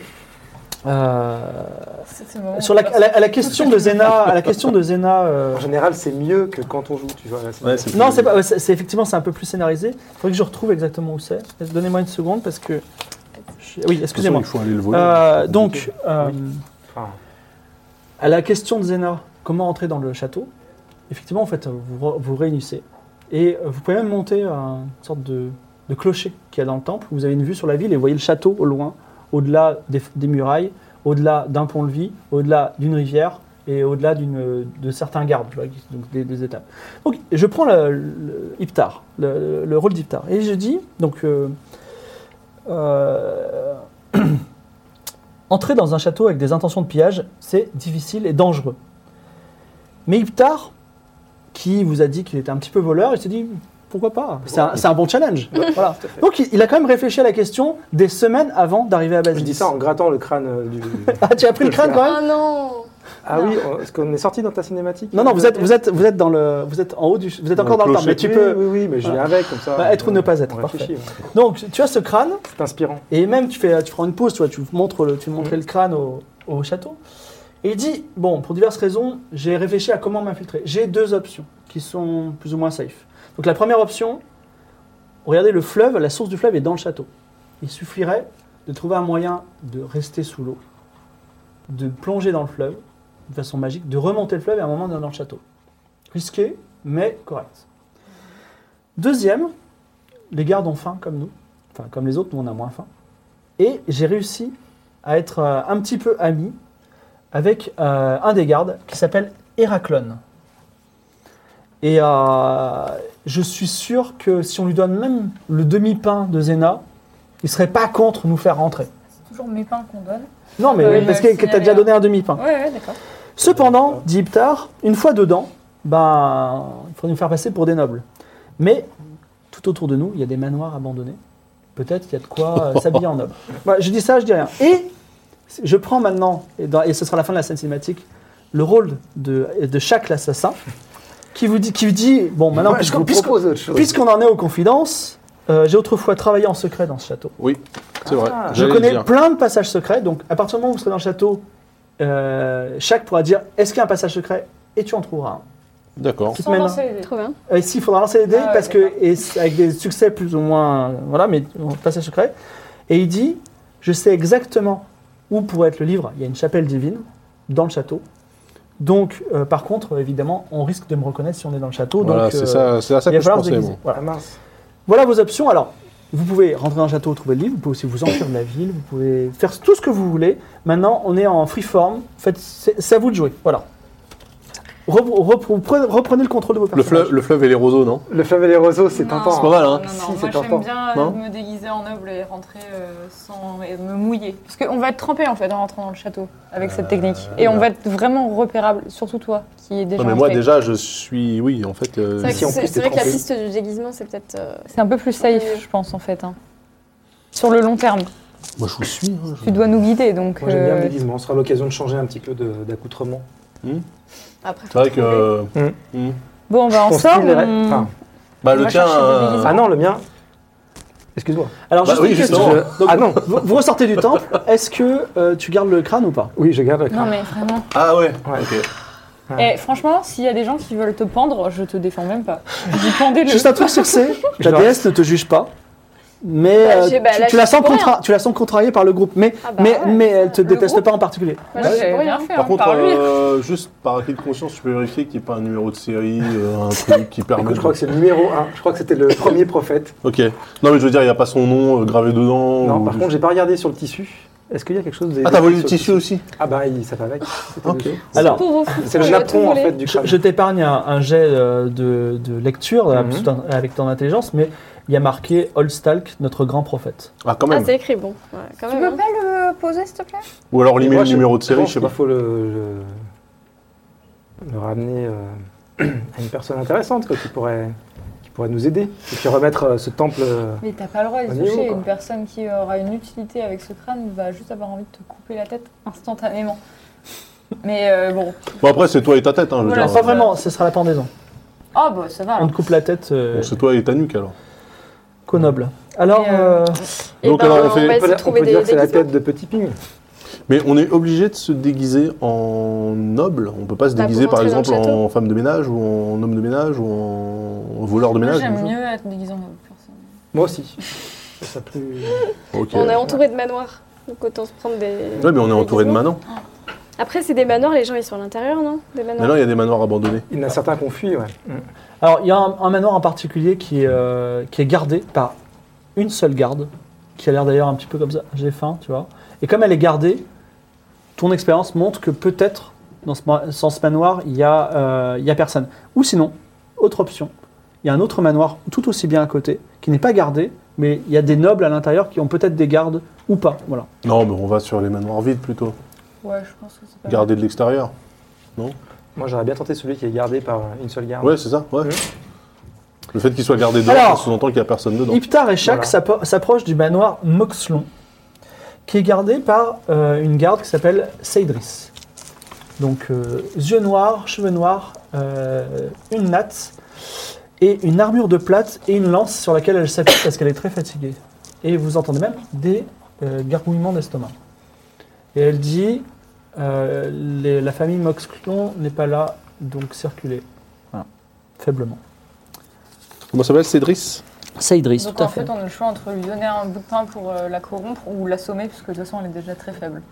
euh, C'est c'est le moment. sur la, à, la, à la question de Zena. À la question de Zena euh, En général, c'est mieux que quand on joue, tu vois. là, c'est- Ouais, c'est- Non, c'est pas. ouais, c'est- c'est- effectivement, c'est un peu plus scénarisé. Il faudrait que je retrouve exactement où c'est. Donnez-moi une seconde parce que. je- Oui, De toute façon, excusez-moi. Il faut aller le voler. Euh, donc, euh, Enfin, à la question de Zena, comment entrer dans le château Effectivement, en fait, vous re- vous réunissez et euh, vous pouvez même monter à une sorte de, de clocher qu'il y a dans le temple. Vous avez une vue sur la ville et vous voyez le château au loin, au-delà des, des murailles, au-delà d'un pont-levis, au-delà d'une rivière et au-delà d'une- de certains gardes, tu vois, qui- donc des, des étapes. Donc, je prends le, le- Iptar, le, le rôle d'Iptar, et je dis donc. euh, euh, Entrer dans un château avec des intentions de pillage, c'est difficile et dangereux. Mais Iptar, qui vous a dit qu'il était un petit peu voleur, il s'est dit pourquoi pas C'est un, c'est un bon challenge. voilà. Donc il, il a quand même réfléchi à la question des semaines avant d'arriver à Basile. je dis ça en grattant le crâne euh, du. Ah, tu as pris le crâne quand même Ah non Ah Non. oui, on- est-ce qu'on est sorti dans ta cinématique Non, non, vous êtes, vous êtes, vous êtes dans le, vous êtes en haut du, vous êtes encore dans le temps, mais tu peux. Oui, oui, mais je viens avec, comme ça. Bah, être ou ne pas être, on parfait. réfléchit, ouais. Donc, tu as ce crâne C'est inspirant. et même tu fais, tu prends une pause, tu vois, tu montres le, tu montrais le crâne au, au château. Et il dit, bon, pour diverses raisons, j'ai réfléchi à comment m'infiltrer. J'ai deux options qui sont plus ou moins safe. Donc la première option, regardez le fleuve, la source du fleuve est dans le château. Il suffirait de trouver un moyen de rester sous l'eau, de plonger dans le fleuve de façon magique, de remonter le fleuve et à un moment d'être dans le château. Risqué, mais correct. Deuxième, les gardes ont faim comme nous, enfin comme les autres, nous on a moins faim. Et j'ai réussi à être euh, un petit peu ami avec euh, un des gardes qui s'appelle Héraclone. Et euh, je suis sûr que si on lui donne même le demi-pain de Zéna, il serait pas contre nous faire rentrer. C'est toujours mes pains qu'on donne. Non, mais Ah bah oui, parce bah, que c'est t'as déjà rien. donné un demi-pain. Ouais, ouais, d'accord. Cependant, dit Iptar, une fois dedans, ben, il faudrait nous faire passer pour des nobles. Mais tout autour de nous, il y a des manoirs abandonnés. Peut-être qu'il y a de quoi euh, s'habiller en noble. Bah, je dis ça, je dis rien. Et je prends maintenant, et, dans- et ce sera la fin de la scène cinématique, le rôle de, de chaque assassin qui vous dit, qui vous dit bon, maintenant, Moi, je puisqu'on vous puisqu'on- propose autre chose. puisqu'on en est aux confidences, euh, j'ai autrefois travaillé en secret dans ce château. Oui, c'est vrai. Ah. Je J'allais connais le dire. plein de passages secrets, donc à partir du moment où vous serez dans le château, euh, chaque pourra dire est-ce qu'il y a un passage secret et tu en trouveras D'accord. Qui te Sans mène- lancer les dés. Trop bien. un. Ici, il faudra lancer les dés Ah ouais, parce que, d'accord. et c'est avec des succès plus ou moins, euh, voilà, mais euh, passage secret. Et il dit je sais exactement où pourrait être le livre. Il y a une chapelle divine dans le château. Donc, euh, par contre, évidemment, on risque de me reconnaître si on est dans le château. Voilà, donc, c'est euh, ça, c'est à ça il va que je falloir vous pensais. déguiser. moi. Voilà. Ah mince. Voilà vos options. Alors, vous pouvez rentrer dans le château, trouver le livre, vous pouvez aussi vous enfuir de la ville, vous pouvez faire tout ce que vous voulez. Maintenant, on est en freeform. Faites, c'est c'est à vous de jouer. Voilà. Re- repre- Reprenez, reprenez le contrôle de vos Le personnages. fleuve, le fleuve et les roseaux, non Le fleuve et les roseaux, c'est Non, tentant. C'est pas mal, hein. Non, non, Si, non, c'est moi tentant. j'aime bien euh, Non me déguiser en noble et rentrer euh, sans et me mouiller. Parce qu'on va être trempé en fait en rentrant dans le château avec Euh, cette technique. Et on va être vraiment repérable, surtout toi qui est déjà. Non, mais moi rentré. déjà, je suis. Oui, en fait. euh, C'est vrai, si que en c'est- plus c'est t'es vrai que la trempé. piste du déguisement, c'est peut-être. euh, C'est un peu plus safe, je pense en fait. hein. Sur le long terme, Moi, je vous suis. hein, je- tu dois nous guider donc. Moi j'aime bien le euh, déguisement, ce sera l'occasion de changer un petit peu de- d'accoutrement. Après, faut C'est vrai que. trouver. euh, Hum. hum. Bon, bah on Ton sort. style est- on- enfin, Bah, On le va tien. chercher des euh, déguisements. Ah non, le mien Excuse-moi. Alors, Bah juste oui, une question. justement. Donc, Ah non vous, vous ressortez du temple. Est-ce que euh, tu gardes le crâne ou pas Oui, je garde la Non crème. mais vraiment. Ah ouais. Ouais. Ok. Eh, franchement, s'il y a des gens qui veulent te pendre, je te défends même pas. Je dis pendez-le. Juste un truc sur C. La Genre- déesse ne te juge pas. Mais Bah, euh, j'ai- bah, tu, là, tu la je suis sens pour contra- tu la sens contrariée par le groupe, mais, Ah bah mais, ouais, mais elle te le déteste groupe. pas en particulier. Moi, j'ai Ouais. rien fait, Par hein, contre, par lui. euh, juste par acquis de conscience, je peux vérifier qu'il n'y ait pas un numéro de série, euh, un truc qui permet. Écoute, je crois que c'est le numéro 1. Je crois que c'était le premier prophète. Ok. Non, mais je veux dire, il n'y a pas son nom euh, gravé dedans. Non, ou- par contre, j'ai pas regardé sur le tissu. Est-ce qu'il y a quelque chose vous avez Ah, t'as dessus volé sur le tissu aussi Ah bah, il- ça va avec. C'était Ok. dessus. Alors, Pauvre fou, C'est le je vais tout napron en voler. fait du Je, crâne. je t'épargne un, un jet euh, de, de lecture euh, Mhm. tout en- avec ton intelligence, mais il y a marqué Holstalk, notre grand prophète. Ah, quand Ah, même. c'est écrit, bon. Ouais, quand Tu même. peux hein. pas le poser s'il te plaît Ou alors Et limiter moi, le numéro de série, pense je sais pas. qu'il faut le, le- le ramener euh, à une personne intéressante quoi, qui, pourrait, qui pourrait nous aider. Et puis remettre euh, ce temple. euh, Mais t'as pas le droit de Au les niveau, toucher. quoi. Une personne qui aura une utilité avec ce crâne va juste avoir envie de te couper la tête instantanément. Mais euh, bon. Bon, après, c'est toi et ta tête, hein, je veux Voilà, dire. Pas vraiment, ce sera la pendaison. Ah bah ça va. On te coupe la tête euh, Bon, c'est toi et ta nuque alors. qu'au noble. Alors, Et, euh, euh, Et Donc, ben, alors, on on, fait- va on peut, essayer de on trouver peut des dire que c'est la déguisements. tête de Petit Ping. Mais on est obligé de se déguiser en noble. On peut pas se Bah, pour déguiser par rentrer dans exemple le château. en femme de ménage ou en homme de ménage ou en voleur de Moi ménage. j'aime ou- mieux être déguisé en personne. Moi aussi. Ça plus... Ok. On est euh, entouré de manoirs. Donc autant se prendre des. Ouais, mais on est entouré de déguisements. manants. Après, c'est des manoirs, les gens ils sont à l'intérieur, non Des manoirs. Maintenant, il y a des manoirs abandonnés. Il y en a certains qu'on fuit, ouais. alors, il y a un, un manoir en particulier qui est, euh, qui est gardé par une seule garde, qui a l'air d'ailleurs un petit peu comme ça. J'ai faim, tu vois. Et comme elle est gardée, ton expérience montre que peut-être, dans ce, ma- sans ce manoir, il n'y a, euh, il y a personne. Ou sinon, autre option, il y a un autre manoir tout aussi bien à côté, qui n'est pas gardé, mais il y a des nobles à l'intérieur qui ont peut-être des gardes ou pas. Voilà. Non, mais on va sur les manoirs vides plutôt. Ouais, je pense que c'est pas. Garder de l'extérieur. Moi, j'aurais bien tenté celui qui est gardé par une seule garde. Ouais, c'est ça. Ouais. Mhm. Le fait qu'il soit gardé dehors, Alors- ça sous-entend qu'il n'y a personne dedans. Iptar et Shak Voilà. s'appo- s'approchent du manoir Moxlon, qui est gardé par euh, une garde qui s'appelle Seydris. Donc euh, yeux noirs, cheveux noirs, euh, une natte et une armure de plate et une lance sur laquelle elle s'appuie parce qu'elle est très fatiguée. Et vous entendez même des euh, gargouillements d'estomac. Et elle dit euh, les- La famille Moxclon n'est pas là, donc circulez. Voilà. Faiblement. Comment s'appelle Cédric C'est Idriss, Donc tout à en fait. fait, on a le choix entre lui donner un bout de pain pour euh, la corrompre ou l'assommer, puisque de toute façon, elle est déjà très faible.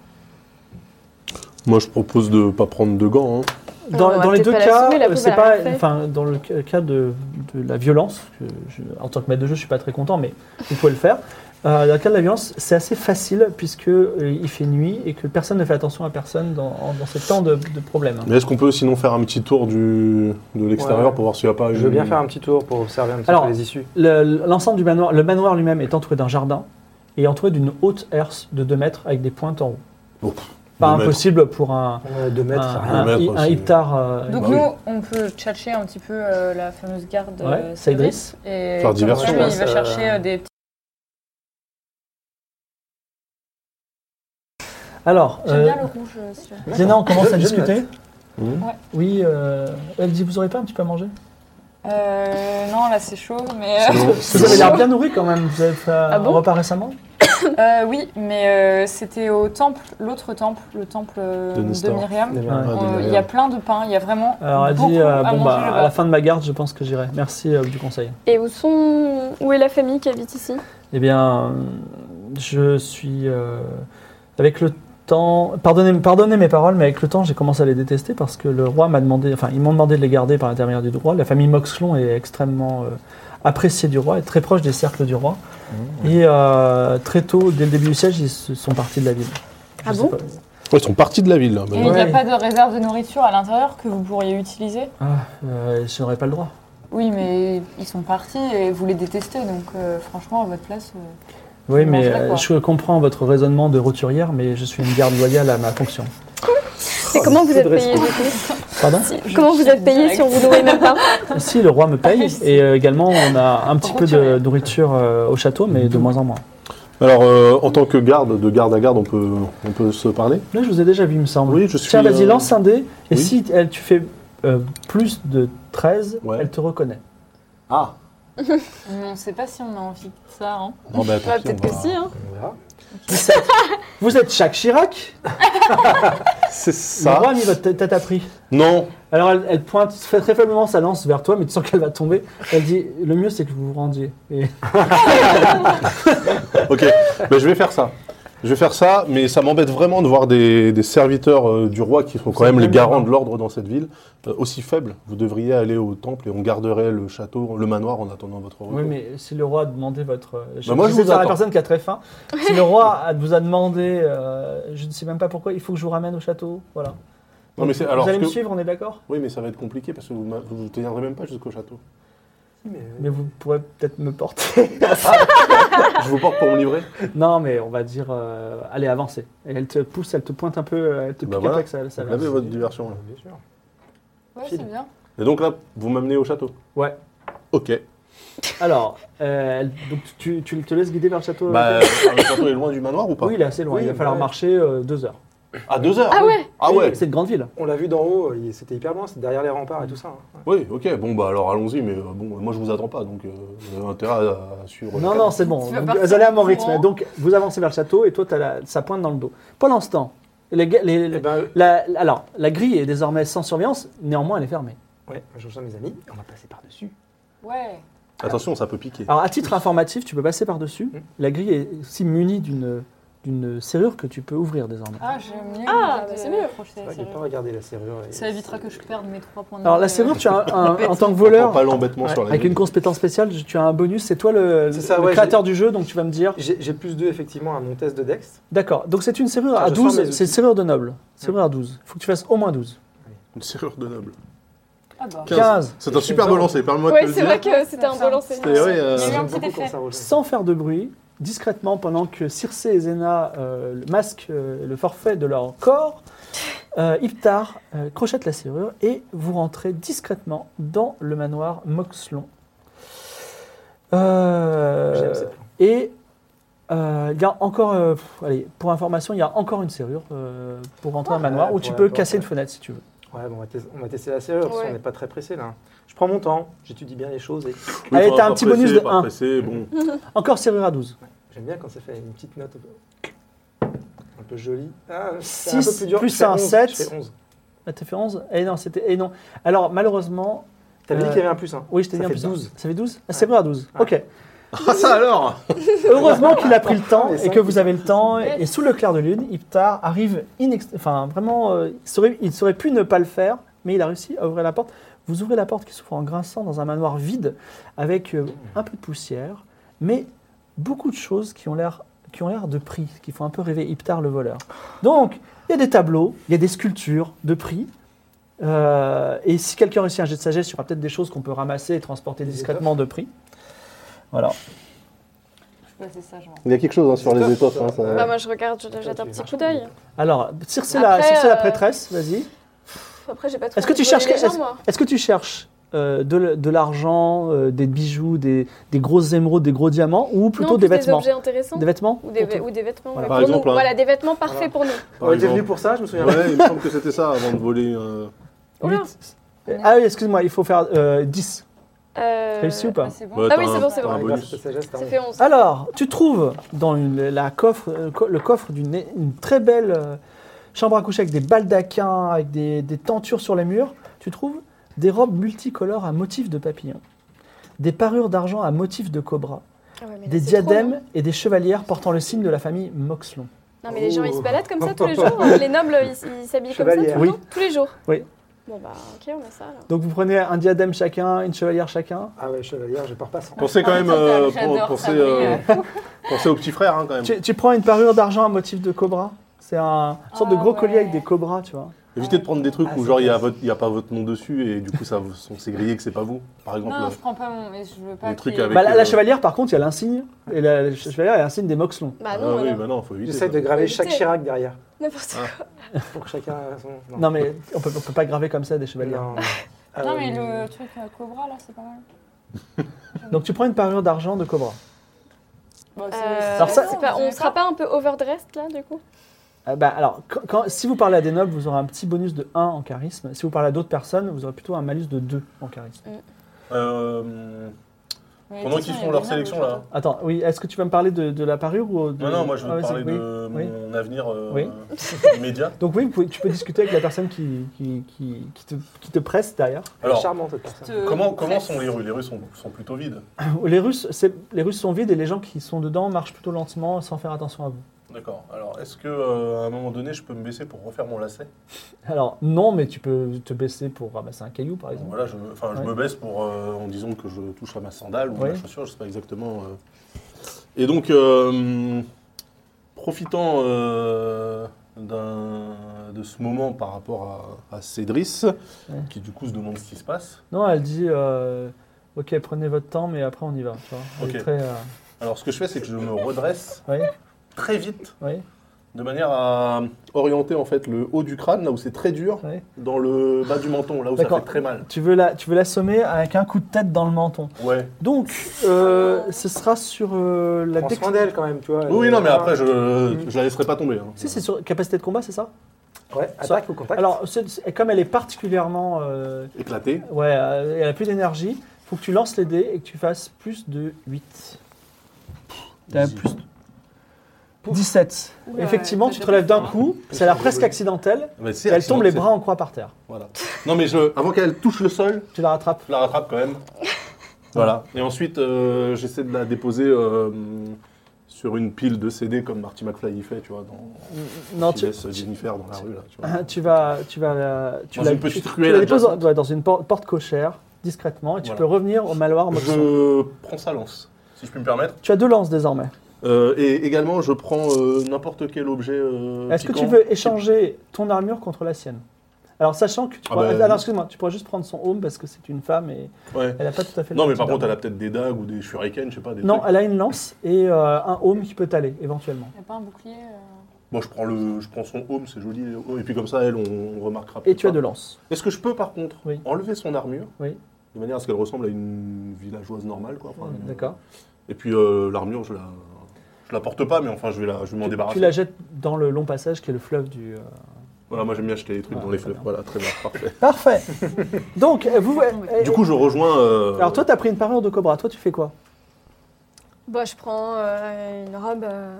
Moi, je propose de pas prendre de gants. hein. Dans, Euh, On va dans les peut-être deux pas la cas, sauver, la pauvre, c'est elle a pas, rien fait. enfin, dans le ca- cas de, de la violence, que je- en tant que maître de jeu, je suis pas très content, mais vous pouvez le faire. Euh, dans le cas de la violence, c'est assez facile puisque euh, il fait nuit et que personne ne fait attention à personne dans, en- dans ces temps de, de problème. Mais est-ce qu'on peut sinon faire un petit tour du, de l'extérieur Ouais. pour voir s'il n'y a pas Je une... veux bien faire un petit tour pour observer un petit Alors, peu les issues. Le- L'ensemble du manoir, le manoir lui-même est entouré d'un jardin et entouré d'une haute herse de 2 mètres avec des pointes en haut. Oh, Pas deux mètres. impossible pour un, Euh, Deux un, mètres, ça un, rien. mètres, un c'est- hiptar. euh, Donc Bah nous, oui. on peut tchatcher un petit peu euh, la fameuse garde. Ouais, euh, Saïdris. Et Faire diversion, comme lui, là, il va ça- chercher euh, des petits... Alors, J'aime euh, bien le rouge, euh, celui-là. Zéna, on commence à Je- je discuter. Mhm. Ouais. Oui, euh, elle dit vous aurez pas un petit peu à manger Euh, non, là, c'est chaud, mais... euh, C'est bon, Vous c'est avez bon. l'air bien nourri quand même. Vous avez fait euh, Ah bon un repas récemment Euh, oui, mais euh, c'était au temple, l'autre temple, le temple euh, De de, Nestor. Myriam. Des Euh, mètres. Ouais. Ah, Il derrière. y a plein de pain, il y a vraiment. Alors elle beaucoup dit euh, à bon manger bah là-bas. à la fin de ma garde, je pense que j'irai. Merci euh, du conseil. Et où sont où est la famille qui habite ici Eh bien, euh, je suis euh, avec le temps. Pardonnez, pardonnez mes paroles, mais avec le temps, j'ai commencé à les détester parce que le roi m'a demandé. Enfin, ils m'ont demandé de les garder par l'intermédiaire du roi. La famille Moxlon est extrêmement euh, appréciée du roi, est très proche des cercles du roi. Et euh, très tôt, dès le début du siège, ils se sont partis de la ville. Ah sais bon pas. Ouais, ils sont partis de la ville. là. Bah, Et il n'y a Ouais. pas de réserve de nourriture à l'intérieur que vous pourriez utiliser Ah, euh, je n'aurais pas le droit. Oui, mais ils sont partis et vous les détestez, donc euh, franchement, à votre place. euh, Oui, Vous mais mangerez euh, quoi je comprends votre raisonnement de roturière, mais je suis une garde loyale à ma fonction. C'est comment vous êtes payé Pardon Comment vous êtes payé direct. si on vous nourrit même pas Si, le roi me paye, et euh, également on a un petit peu de Roturière. nourriture euh, au château, mais de moins en moins. Alors, euh, en tant que garde, de garde à garde, on peut, on peut se parler Là, je vous ai déjà vu, il me semble. Oui, je suis, Tiens, vas-y, euh, lance un dé, et oui. si elle, tu fais euh, plus de 13, Ouais. elle te reconnaît. Ah On ne sait pas si on a envie de ça. Hein. Non, bah, tant Bah, pis, Peut-être on que va- si. Hein. On verra. Vous êtes Jacques Chirac C'est Le ça roi a mis votre tête tête à prix. Non Alors, elle, elle pointe très, très faiblement sa lance vers toi, mais tu sens qu'elle va tomber. Elle dit Le mieux, c'est que vous vous rendiez. Et Ok, bah, je vais faire ça. Je vais faire ça, mais ça m'embête vraiment de voir des, des serviteurs euh, du roi qui sont quand même les garants de l'ordre dans cette ville, euh, aussi faibles. Vous devriez aller au temple et on garderait le château, le manoir en attendant votre retour. Oui, mais si le roi a demandé votre. Je, Bah, moi, je je vais vous faire la attends. personne qui a très faim. Si le roi a- vous a demandé, euh, je ne sais même pas pourquoi, il faut que je vous ramène au château. Voilà. Non, mais c'est- vous alors, allez me parce que- suivre, on est d'accord Oui, mais ça va être compliqué parce que vous ne vous tiendrez même pas jusqu'au château. euh, Mais vous pourrez peut-être me porter. Je vous porte pour me livrer non, mais on va dire, euh, allez, avancez. Et elle te pousse, elle te pointe un peu, euh, elle te Bah pique voilà. avec sa, sa Vous lance. avez votre diversion. là. Bien sûr. Ouais, File. c'est bien. Et donc là, vous m'amenez au château Ouais. Ok. Alors, euh, elle- donc tu, tu te laisses guider vers le château Bah, euh, le château est loin du manoir ou pas Oui, il est assez loin. Oui, il va falloir ouais. marcher euh, deux heures. À deux heures Ah ouais Ah Oui, ouais C'est une grande ville. On l'a vu d'en haut, il- c'était hyper loin, c'était derrière les remparts et tout ça. hein. Oui, ok, bon bah alors allons-y, mais euh, bon, moi je vous attends pas, donc euh, vous avez intérêt à, à suivre. le Non, cadre. non, c'est bon. Tu vas Donc, partir vous allez à mon rythme. courant. Donc, vous avancez vers le château et toi, t'as la- ça pointe dans le dos. Pour l'instant, les, ga- les- Eh ben, la, alors, la grille est désormais sans surveillance, néanmoins, elle est fermée. ouais, je rejoins mes amis, on va passer par-dessus. Ouais. Attention, ça peut piquer. Alors, à titre informatif, tu peux passer par-dessus. Hmm. La grille est aussi munie d'une d'une serrure que tu peux ouvrir désormais. Ah, j'aime mieux. Ah, bah, l'idée de c'est mieux. approcher la Ouais, j'ai pas serrure. regardé la serrure. et- Ça évitera que je perde mes trois points de Alors, la euh, serrure, tu as un- un- en tant que On prend voleur, pas l'embêtement sur la avec une grille. compétence spéciale, tu as un bonus. C'est toi le, C'est ça, le ouais, créateur du jeu, donc tu vas me dire. J'ai j'ai plus 2 effectivement à mon test de Dex. D'accord, donc c'est une serrure Ah, à je sors mes 12, outils. c'est une serrure de noble. Serrure à 12. Il faut que tu fasses au moins 12. Une serrure de noble. Ah bah. 15. C'est un super beau lancer, permets-moi de Ouais, te le c'est dire. vrai que c'était un C'est peu ça. lancé. C'était- ouais, euh, Il y a eu un J'aime petit beaucoup quand effet. ça roule. sans faire de bruit, discrètement, pendant que Circe et Zéna euh, le masquent euh, le forfait de leur corps, euh, Iptar euh, crochette la serrure et vous rentrez discrètement dans le manoir Moxlon. Euh, J'aime ces plans. et Euh, Il y a encore, euh, pff, allez, pour information, il y a encore une serrure euh, pour rentrer dans le manoir Ouais, où pour tu la peux porte, casser ouais. une fenêtre si tu veux. Ouais, bon, on va, tes- on va tester la serrure, parce Ouais. qu'on n'est pas très pressé là. Je prends mon temps, j'étudie bien les choses et Oui, Allez, pas- t'as un pas petit bonus pressé, de pas 1. pressé, bon. Encore serrure à 12. j'aime bien quand ça fait une petite note un peu, un peu jolie. Ah, c'est Six, plus je fais un, 11, sept. je fais 11. La t'as fait 11 Eh non, c'était. Eh non. Alors, malheureusement. T'avais Euh, dit qu'il y avait un plus hein 1. Oui, je t'ai Ça dit un fait plus un. 12. Ça fait 12 La serrure à 12. Ok. Ah, ça alors Heureusement qu'il a pris le temps Les et cinq que vous avez le temps. Et sous le clair de lune, Iptar arrive inex- Enfin, vraiment, euh, il, saurait, il saurait pu ne pas le faire, mais il a réussi à ouvrir la porte. Vous ouvrez la porte qui s'ouvre en grinçant dans un manoir vide, avec euh, un peu de poussière, mais beaucoup de choses qui ont l'air qui ont l'air de prix, qui font un peu rêver Iptar le voleur. Donc, il y a des tableaux, il y a des sculptures de prix. euh, et si quelqu'un réussit un jet de sagesse, il y aura peut-être des choses qu'on peut ramasser et transporter Des discrètement de prix. Voilà. C'est ça, genre. Il y a quelque chose hein, sur les étoffes. hein, Ouais. Bah, ça... moi, je regarde, je jette un petit coup d'œil. Alors, Circe la, Après, Circe la euh, prêtresse, vas-y. Pff, Après, j'ai pas trop. Est-ce que tu envie de voler cherches les gens, est-ce- moi. Est-ce que tu cherches euh, de, l- de l'argent, euh, des bijoux, des, des grosses émeraudes, des gros diamants ou plutôt Non, des plus vêtements Des objets intéressants. Des vêtements Ou des, Pour toi. ou des vêtements. Voilà. ouais, Par pour exemple, nous. un- Voilà, des vêtements parfaits pour nous. par On était exemple. venu pour ça, je me souviens. Ouais, il me semble que c'était ça avant de voler. euh, Oula. Huit. Euh, Ah oui, excuse-moi, il faut faire euh, 10. Euh, Réussi ou pas Ah, Ah, c'est bon. bah, Ah t'as oui, c'est un- bon, c'est bon. t'as un Ouais, grâce à hein. bonus. cette sagesse, t'as Ça raison. fait 11. Alors, tu trouves dans une- la coffre, euh, co- le coffre d'une une très belle euh, chambre à coucher avec des baldaquins, avec des, des tentures sur les murs, tu trouves des robes multicolores à motif de papillon, des parures d'argent à motif de cobra, Ah ouais, mais là, des c'est trop, diadèmes non et des chevalières portant le signe de la famille Moxlon. Non, mais les gens, ils se Oh. baladent comme ça tous les jours. hein. Les nobles, ils ils s'habillent comme ça tout le Chevalière. Oui. temps, tous les jours. Oui. Bon, bah, ok, on a ça. alors. Donc vous prenez un diadème chacun, une chevalière chacun. Ah ouais, chevalier, je pars pas sans. Pensez quand Ah, même. euh, pour- Pensez euh, pensez au petit frère hein, quand même. Tu, tu prends une parure d'argent à motif de cobra. C'est un une sorte de Ah gros collier ouais. avec des cobras, tu vois. Évitez de prendre des trucs Ah, où c'est genre il n'y a, classe. votre- il y a pas votre nom dessus et du coup ça vous- on s'est grillé que c'est pas vous. Par exemple, Non, euh, je prends pas mon. Mais je veux pas. Les trucs qu'il y ait- avec- Bah, la, la euh, chevalière, par contre, il y a l'insigne. Et la, la chevalière, il y a l'insigne des Moxlons. Bah, ah non, oui, alors. bah non, faut éviter. J'essaie ça. de graver Faut chaque éviter. Chirac derrière, N'importe quoi. pour que chacun a son. Non, mais on peut, on peut pas graver comme ça des chevalières. Non, Non, mais Euh, le truc euh, Cobra, là, c'est pas mal. Donc tu prends une parure d'argent de cobra. Bon, Ah. c'est- Euh, Alors ça- c'est pas- on sera pas un peu overdressed là du coup Ah bah, alors, quand- quand- si vous parlez à des nobles, vous aurez un petit bonus de 1 en charisme. Si vous parlez à d'autres personnes, vous aurez plutôt un malus de 2 en charisme. Euh, Mais Pendant de toute qu'ils font façon, il y a hein. leur des sélection nobles, là. Attends, oui, est-ce que tu vas me parler de, de la parure ou de... Non, non, moi je veux Ah, te vas-y, parler oui, de oui. mon avenir euh, Oui. immédiat. Donc oui, vous pouvez- tu peux discuter avec la personne qui, qui, qui, qui te, qui te presse derrière. Elle est Alors, charmante cette personne. te- comment, comment presse. sont les rues Les rues sont, sont plutôt vides. Les Russes, c'est- les Russes sont vides et les gens qui sont dedans marchent plutôt lentement sans faire attention à vous. D'accord. Alors, est-ce que euh, à un moment donné, je peux me baisser pour refaire mon lacet Alors non, mais tu peux te baisser pour ramasser un caillou par Donc, exemple. Voilà, je, me- enfin, je Ouais. me baisse pour euh, en disant que je touche à ma sandale ou à ma Ouais. chaussure, je sais pas exactement. euh. Et donc, euh, profitant euh, d'un- de ce moment par rapport à, à Cédric, Ouais. qui du coup se demande ce qui se passe. Non, elle dit euh, ok, prenez votre temps, mais après on y va. Tu vois. Elle est Ok. très, euh, Alors, ce que je fais, c'est que je me redresse oui, très vite oui, de manière à orienter en fait le haut du crâne, là où c'est très dur, oui. dans le bas du menton, là où ça D'accord. fait très mal. Tu veux la, tu veux l'assommer avec un coup de tête dans le menton. Ouais. Donc euh, ce sera sur euh, la Prends dex- soin d'elle quand même, tu vois. elle Oui, est- Mm. non, mais après, je, je la laisserai pas tomber. hein. Si c'est sur capacité de combat, c'est ça Ouais, attaque ou contact Alors c'est- c'est- comme elle est particulièrement euh, Éclaté. Ouais, euh, elle a plus d'énergie. Faut que tu lances les dés et que tu fasses plus de 8. T'as Easy. plus. 17. Oula, Effectivement, ouais, tu ça te relèves d'un dépend, coup, c'est la presque accidentelle, Ah bah, si, et elle tombe les accident, bras en croix par terre. c'est- Voilà. Non, mais je, avant qu'elle touche le sol, Tu la rattrapes. je la rattrape quand même. Voilà. Et ensuite, euh, j'essaie de la déposer euh, sur une pile de CD comme Marty McFly y fait, tu vois, dans, Non, qui tu, laisse Jennifer dans la rue, là, tu vois. Ah, tu vas, tu vas, la- tu Dans la, une petite tu- tu ruelle la déposes adjacente. ouais, dans une por- porte cochère discrètement et tu Voilà. peux revenir au maloir. Moxon. Je prends sa lance, si je puis me permettre. Tu as deux lances désormais. Euh, et également, je prends euh, n'importe quel objet. euh, Est-ce que piquant. tu veux échanger ton armure contre la sienne Alors sachant que tu Ah pourras- bah- alors, excuse-moi, tu pourras juste prendre son home parce que c'est une femme et Ouais. elle n'a pas tout à fait. Non, mais l'habitude par contre, d'avoir- elle a peut-être des dagues ou des shurikens, je sais pas. Des Non, trucs. elle a une lance et euh, un home qui peut t'aller éventuellement. Il y a pas un bouclier. euh, Moi, je prends, le, je prends son home, c'est joli. le home, Et puis, comme ça, elle, on, on remarquera Et peut-être tu as pas. deux lances. Est-ce que je peux, par contre, Oui. enlever son armure Oui. Mmh, De manière à Ah, euh, ce qu'elle ressemble à une villageoise normale, quoi. enfin, une- D'accord. Et puis, euh, l'armure, je la. Je la porte pas, mais enfin, je vais, la, je vais m'en Tu, débarrasser. tu la jettes dans le long passage qui est le fleuve du. euh, Voilà, moi j'aime bien acheter les trucs Ouais, dans les Ah, très fleuves. bien. Voilà, très bien, parfait. Parfait. Donc euh, vous. euh, Du coup, je rejoins. euh, alors toi, t'as pris une parure de cobra. Toi, tu fais quoi Bah, je prends euh, une robe euh,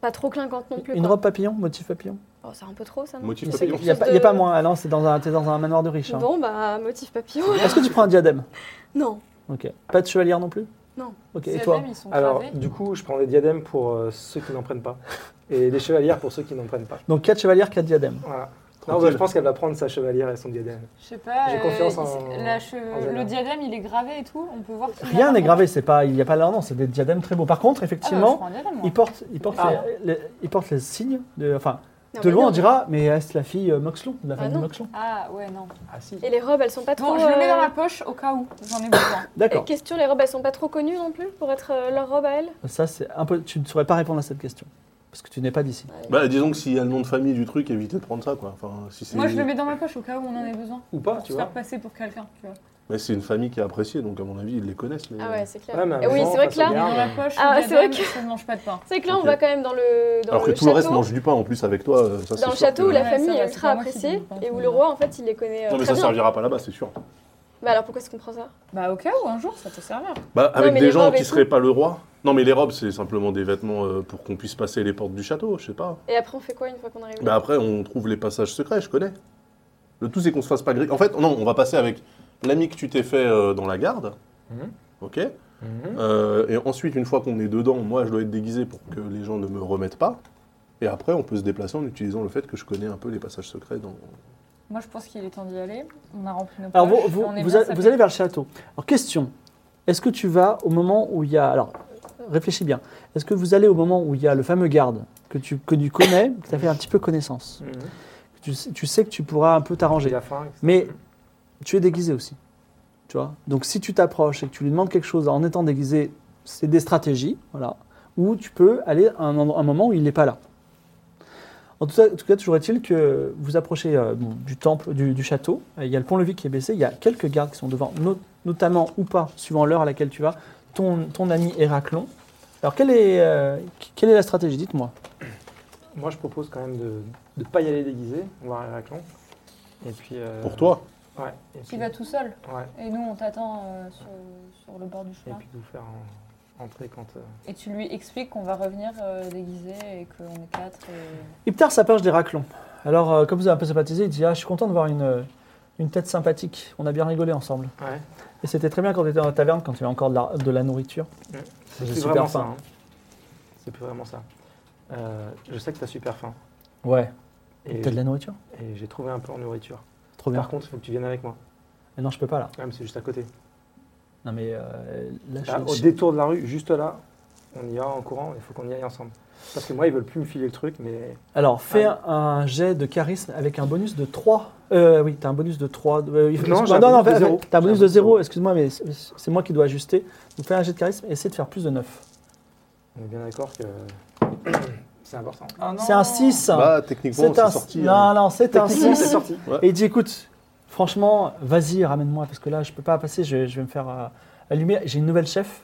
pas trop clinquante non plus. Une quoi. robe papillon, motif papillon. Oh, c'est un peu trop ça, non motif Il papillon. n'y a, pas- y a pas moins. Ah non, c'est dans un, t'es dans un manoir de riche. hein. Bon, bah, motif papillon. Est-ce que tu prends un diadème non. Ok. Pas de chevalier non plus Non. Ok. Ces Et toi dames, ils sont Alors, cravés. du coup, je prends des diadèmes pour euh, ceux qui n'en prennent pas. Et des chevalières pour ceux qui n'en prennent pas. Donc 4 chevaliers, 4 diadèmes. Voilà. Non, Tranquille. bah, je pense qu'elle va prendre sa chevalière et son diadème. Je sais pas. J'ai euh, confiance il- en- la cheve- en Zana. Le diadème, il est gravé et tout. On peut voir. s'il a Rien pas- n'est gravé. C'est pas. Il n'y a pas leur nom. C'est des diadèmes très beaux. Par contre, Ah, bah, je effectivement, prends un diadème, moi. ils portent, ils portent, Ah. les, les- ils portent les signes de. Enfin, Non, de mais loin, non. on dira, mais est-ce la fille euh, Moxlon, de la Ah famille non. Moxlon Ah ouais, non. Ah si. Et les robes, elles sont pas trop. Bon, je le mets dans euh, la poche au cas où. J'en ai besoin. euh, D'accord. Question, les robes, elles sont pas trop connues non plus pour être euh, leur robe à elles Ça, c'est un peu. Tu ne saurais pas répondre à cette question parce que tu n'es pas d'ici. Bah, disons que s'il y a le nom de famille du truc, évitez de prendre ça, quoi. Enfin, si c'est. Moi, je le mets dans ma poche au cas où on en ait besoin. Ou pas, Pour tu se faire vois. passer pour quelqu'un. Tu vois. Mais c'est une famille qui est appréciée, donc à mon avis, ils les connaissent. euh, les- Ah ouais, c'est clair. Ouais, mais Et oui, avant, c'est vrai face que au là, gars, Dans la euh, poche, Ah, le c'est vrai diadème, ça ne mange pas de pain. c'est que là, Ok. on va quand même dans le dans Alors que le tout le reste château. mange du pain en plus avec toi, euh, ça c'est dans le sûr château que- où la Ouais, famille ça va, est c'est ultra pas moi qui appréciée dis, et où c'est le moi. roi en fait il les connaît euh, Non, mais très ça bien. servira pas là-bas, c'est sûr. Bah alors pourquoi est-ce qu'on prend ça Bah, au cas où, un jour, ça peut servir. Bah, avec mais des les gens robes et qui tout. seraient pas le roi. Non, mais les robes, c'est simplement des vêtements euh, pour qu'on puisse passer les portes du château, je sais pas. Et après on fait quoi une fois qu'on arrive là Bah après, on trouve les passages secrets, je connais. Le tout, c'est qu'on se fasse pas griller. En fait, non, on va passer avec l'ami que tu t'es fait euh, dans la garde. Mhm. Ok Euh, Et ensuite, une fois qu'on est dedans, moi, je dois être déguisé pour que les gens ne me remettent pas. Et après, on peut se déplacer en utilisant le fait que je connais un peu les passages secrets dans... Euh, Moi, je pense qu'il est temps d'y aller. On a rempli nos poches. Alors, vous, vous, Ah, on est vous bien a- sapés. vous allez vers le château. Alors, question est-ce que tu vas au moment où il y a. Alors, réfléchis bien. Est-ce que vous allez au moment où il y a le fameux garde que tu, que tu connais, que tu as fait un petit peu connaissance Mhm. que tu, sais- tu sais que tu pourras un peu J'ai t'arranger. la faim. etc. Mais tu es déguisé aussi. Tu vois Donc, si tu t'approches et que tu lui demandes quelque chose en étant déguisé, c'est des stratégies. Voilà. Ou tu peux aller à un, endro- un moment où il n'est pas là. En tout, cas, en tout cas, toujours est-il que vous approchez euh, bon, du temple, du, du château. Euh, Il y a le pont-levis qui est baissé. Il y a quelques gardes qui sont devant, no- notamment ou pas, suivant l'heure à laquelle tu vas, ton, ton ami Héraclon. Alors, quelle est, euh, quelle est la stratégie Dites-moi. Moi, je propose quand même de ne pas y aller déguisé, voir Héraclon. Et puis. euh, Pour toi Ouais. Et puis, Qui va tout seul. ouais. Et nous, on t'attend euh, sur, sur le bord du Et chemin. puis de vous faire en- entrer quand. euh, Et, tu lui expliques qu'on va revenir euh, déguisé et qu'on est quatre. et- Iptar s'approche d'Héraclon. Alors, euh, comme vous avez un peu sympathisé, il dit Ah, je suis content de voir une, euh, une tête sympathique. On a bien rigolé ensemble. Ouais. Et c'était très bien quand tu étais dans la taverne, quand il y avait encore de la, de la nourriture. C'est J'ai plus super vraiment faim. ça. hein. C'est plus vraiment ça. Euh, je sais que t'as super faim. Ouais. Et, T'as de la nourriture et j'ai trouvé un peu en nourriture. Trop bien. Par contre, il faut que tu viennes avec moi. Mais eh non, je peux pas là. Ouais, mais c'est juste à côté. Non, mais euh, là, je Là, Ah, au je- détour de la rue, juste là, on y va en courant. Il faut qu'on y aille ensemble. Parce que moi, ils veulent plus me filer le truc, mais Alors, fais Ah. un jet de charisme avec un bonus de 3. Euh, oui, t'as un bonus de Euh, 3. Non, j'ai non, non, un bonus de fais- zéro. T'as un bonus J'ai un de bonus de 0, zéro. excuse-moi, mais c'est c'est moi qui dois ajuster. Donc, fais un jet de charisme et essaie de faire plus de 9. on est bien d'accord que c'est important. Ah C'est un 6. Bah, techniquement, C'est c'est un... sorti. Non, hein. non, c'est un Techniquement, 6. c'est sorti. Et il dit écoute, franchement, vas-y, ramène-moi parce que là, je peux pas passer, je, je vais me faire euh, allumer. J'ai une nouvelle chef.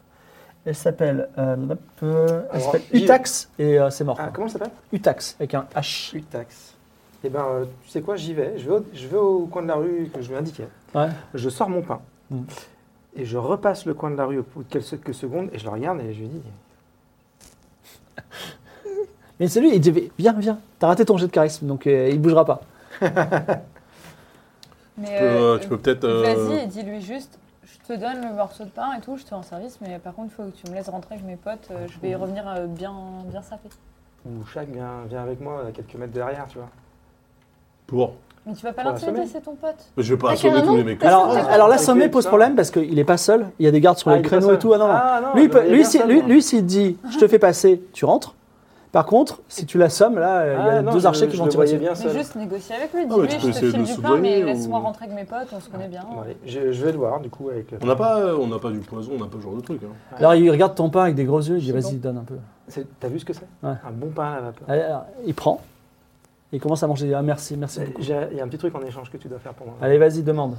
Elle s'appelle euh, hop, euh, elle Alors, s'appelle j'y vais. Utax et euh, c'est mort. Ah, quoi. comment ça s'appelle Utax avec un H. Utax. Eh ben, euh, tu sais quoi, j'y vais. Je vais, au, je vais au coin de la rue que je lui indiquais. Ouais. Je sors mon pain. Mm. Et je repasse le coin de la rue au bout de quelques secondes et je le regarde et je lui dis Mais c'est lui, il dit viens, viens, t'as raté ton jet de charisme donc euh, il bougera pas. Mais, Tu peux, euh, euh, tu peux peut-être... euh, Vas-y, et dis-lui juste, je te donne le morceau de pain et tout, je te rends service, mais par contre, il faut que tu me laisses rentrer avec mes potes, euh, je vais y revenir euh, bien, bien sapé. Ou chaque vient, vient avec moi à quelques mètres derrière, tu vois. Pour. Mais tu vas pas Pour la l'intimider, semaine. c'est ton pote. Je vais pas Ah, assommer tous carrément les mecs. Alors, ça, alors là, c'est Sommet cool, pose ça. problème parce qu'il est pas seul, il y a des gardes sur Ah, les il est créneaux pas et tout. Ah, non, non. Ah, non, lui, il bah, peut- il y a lui, si- personne, lui, hein. lui, s'il dit je te fais passer, tu rentres. Par contre, si tu l'assommes, là, euh, il y a Ah, non, deux je- archers qui je vont le tirer voyais dessus. bien Mais seul. juste négocier avec lui, Ah, mais dis-lui, tu peux je essayer te de file le du pain, mais soudoyer ou- laisse-moi rentrer avec mes potes, on se connaît bien. Bon, allez, je, je vais le voir, du coup, avec le. On n'a pas, euh, on n'a pas du poison, on n'a pas ce genre de truc. hein. Alors il regarde ton pain avec des gros yeux, il dit C'est vas-y, donne un peu. C'est- T'as vu ce que c'est Ouais. Ah, Un bon pain à la vapeur. Allez, alors, il prend. Il commence à manger. Ah, merci, merci beaucoup. J'ai- Il y a un petit truc en échange que tu dois faire pour moi. Allez, vas-y, demande.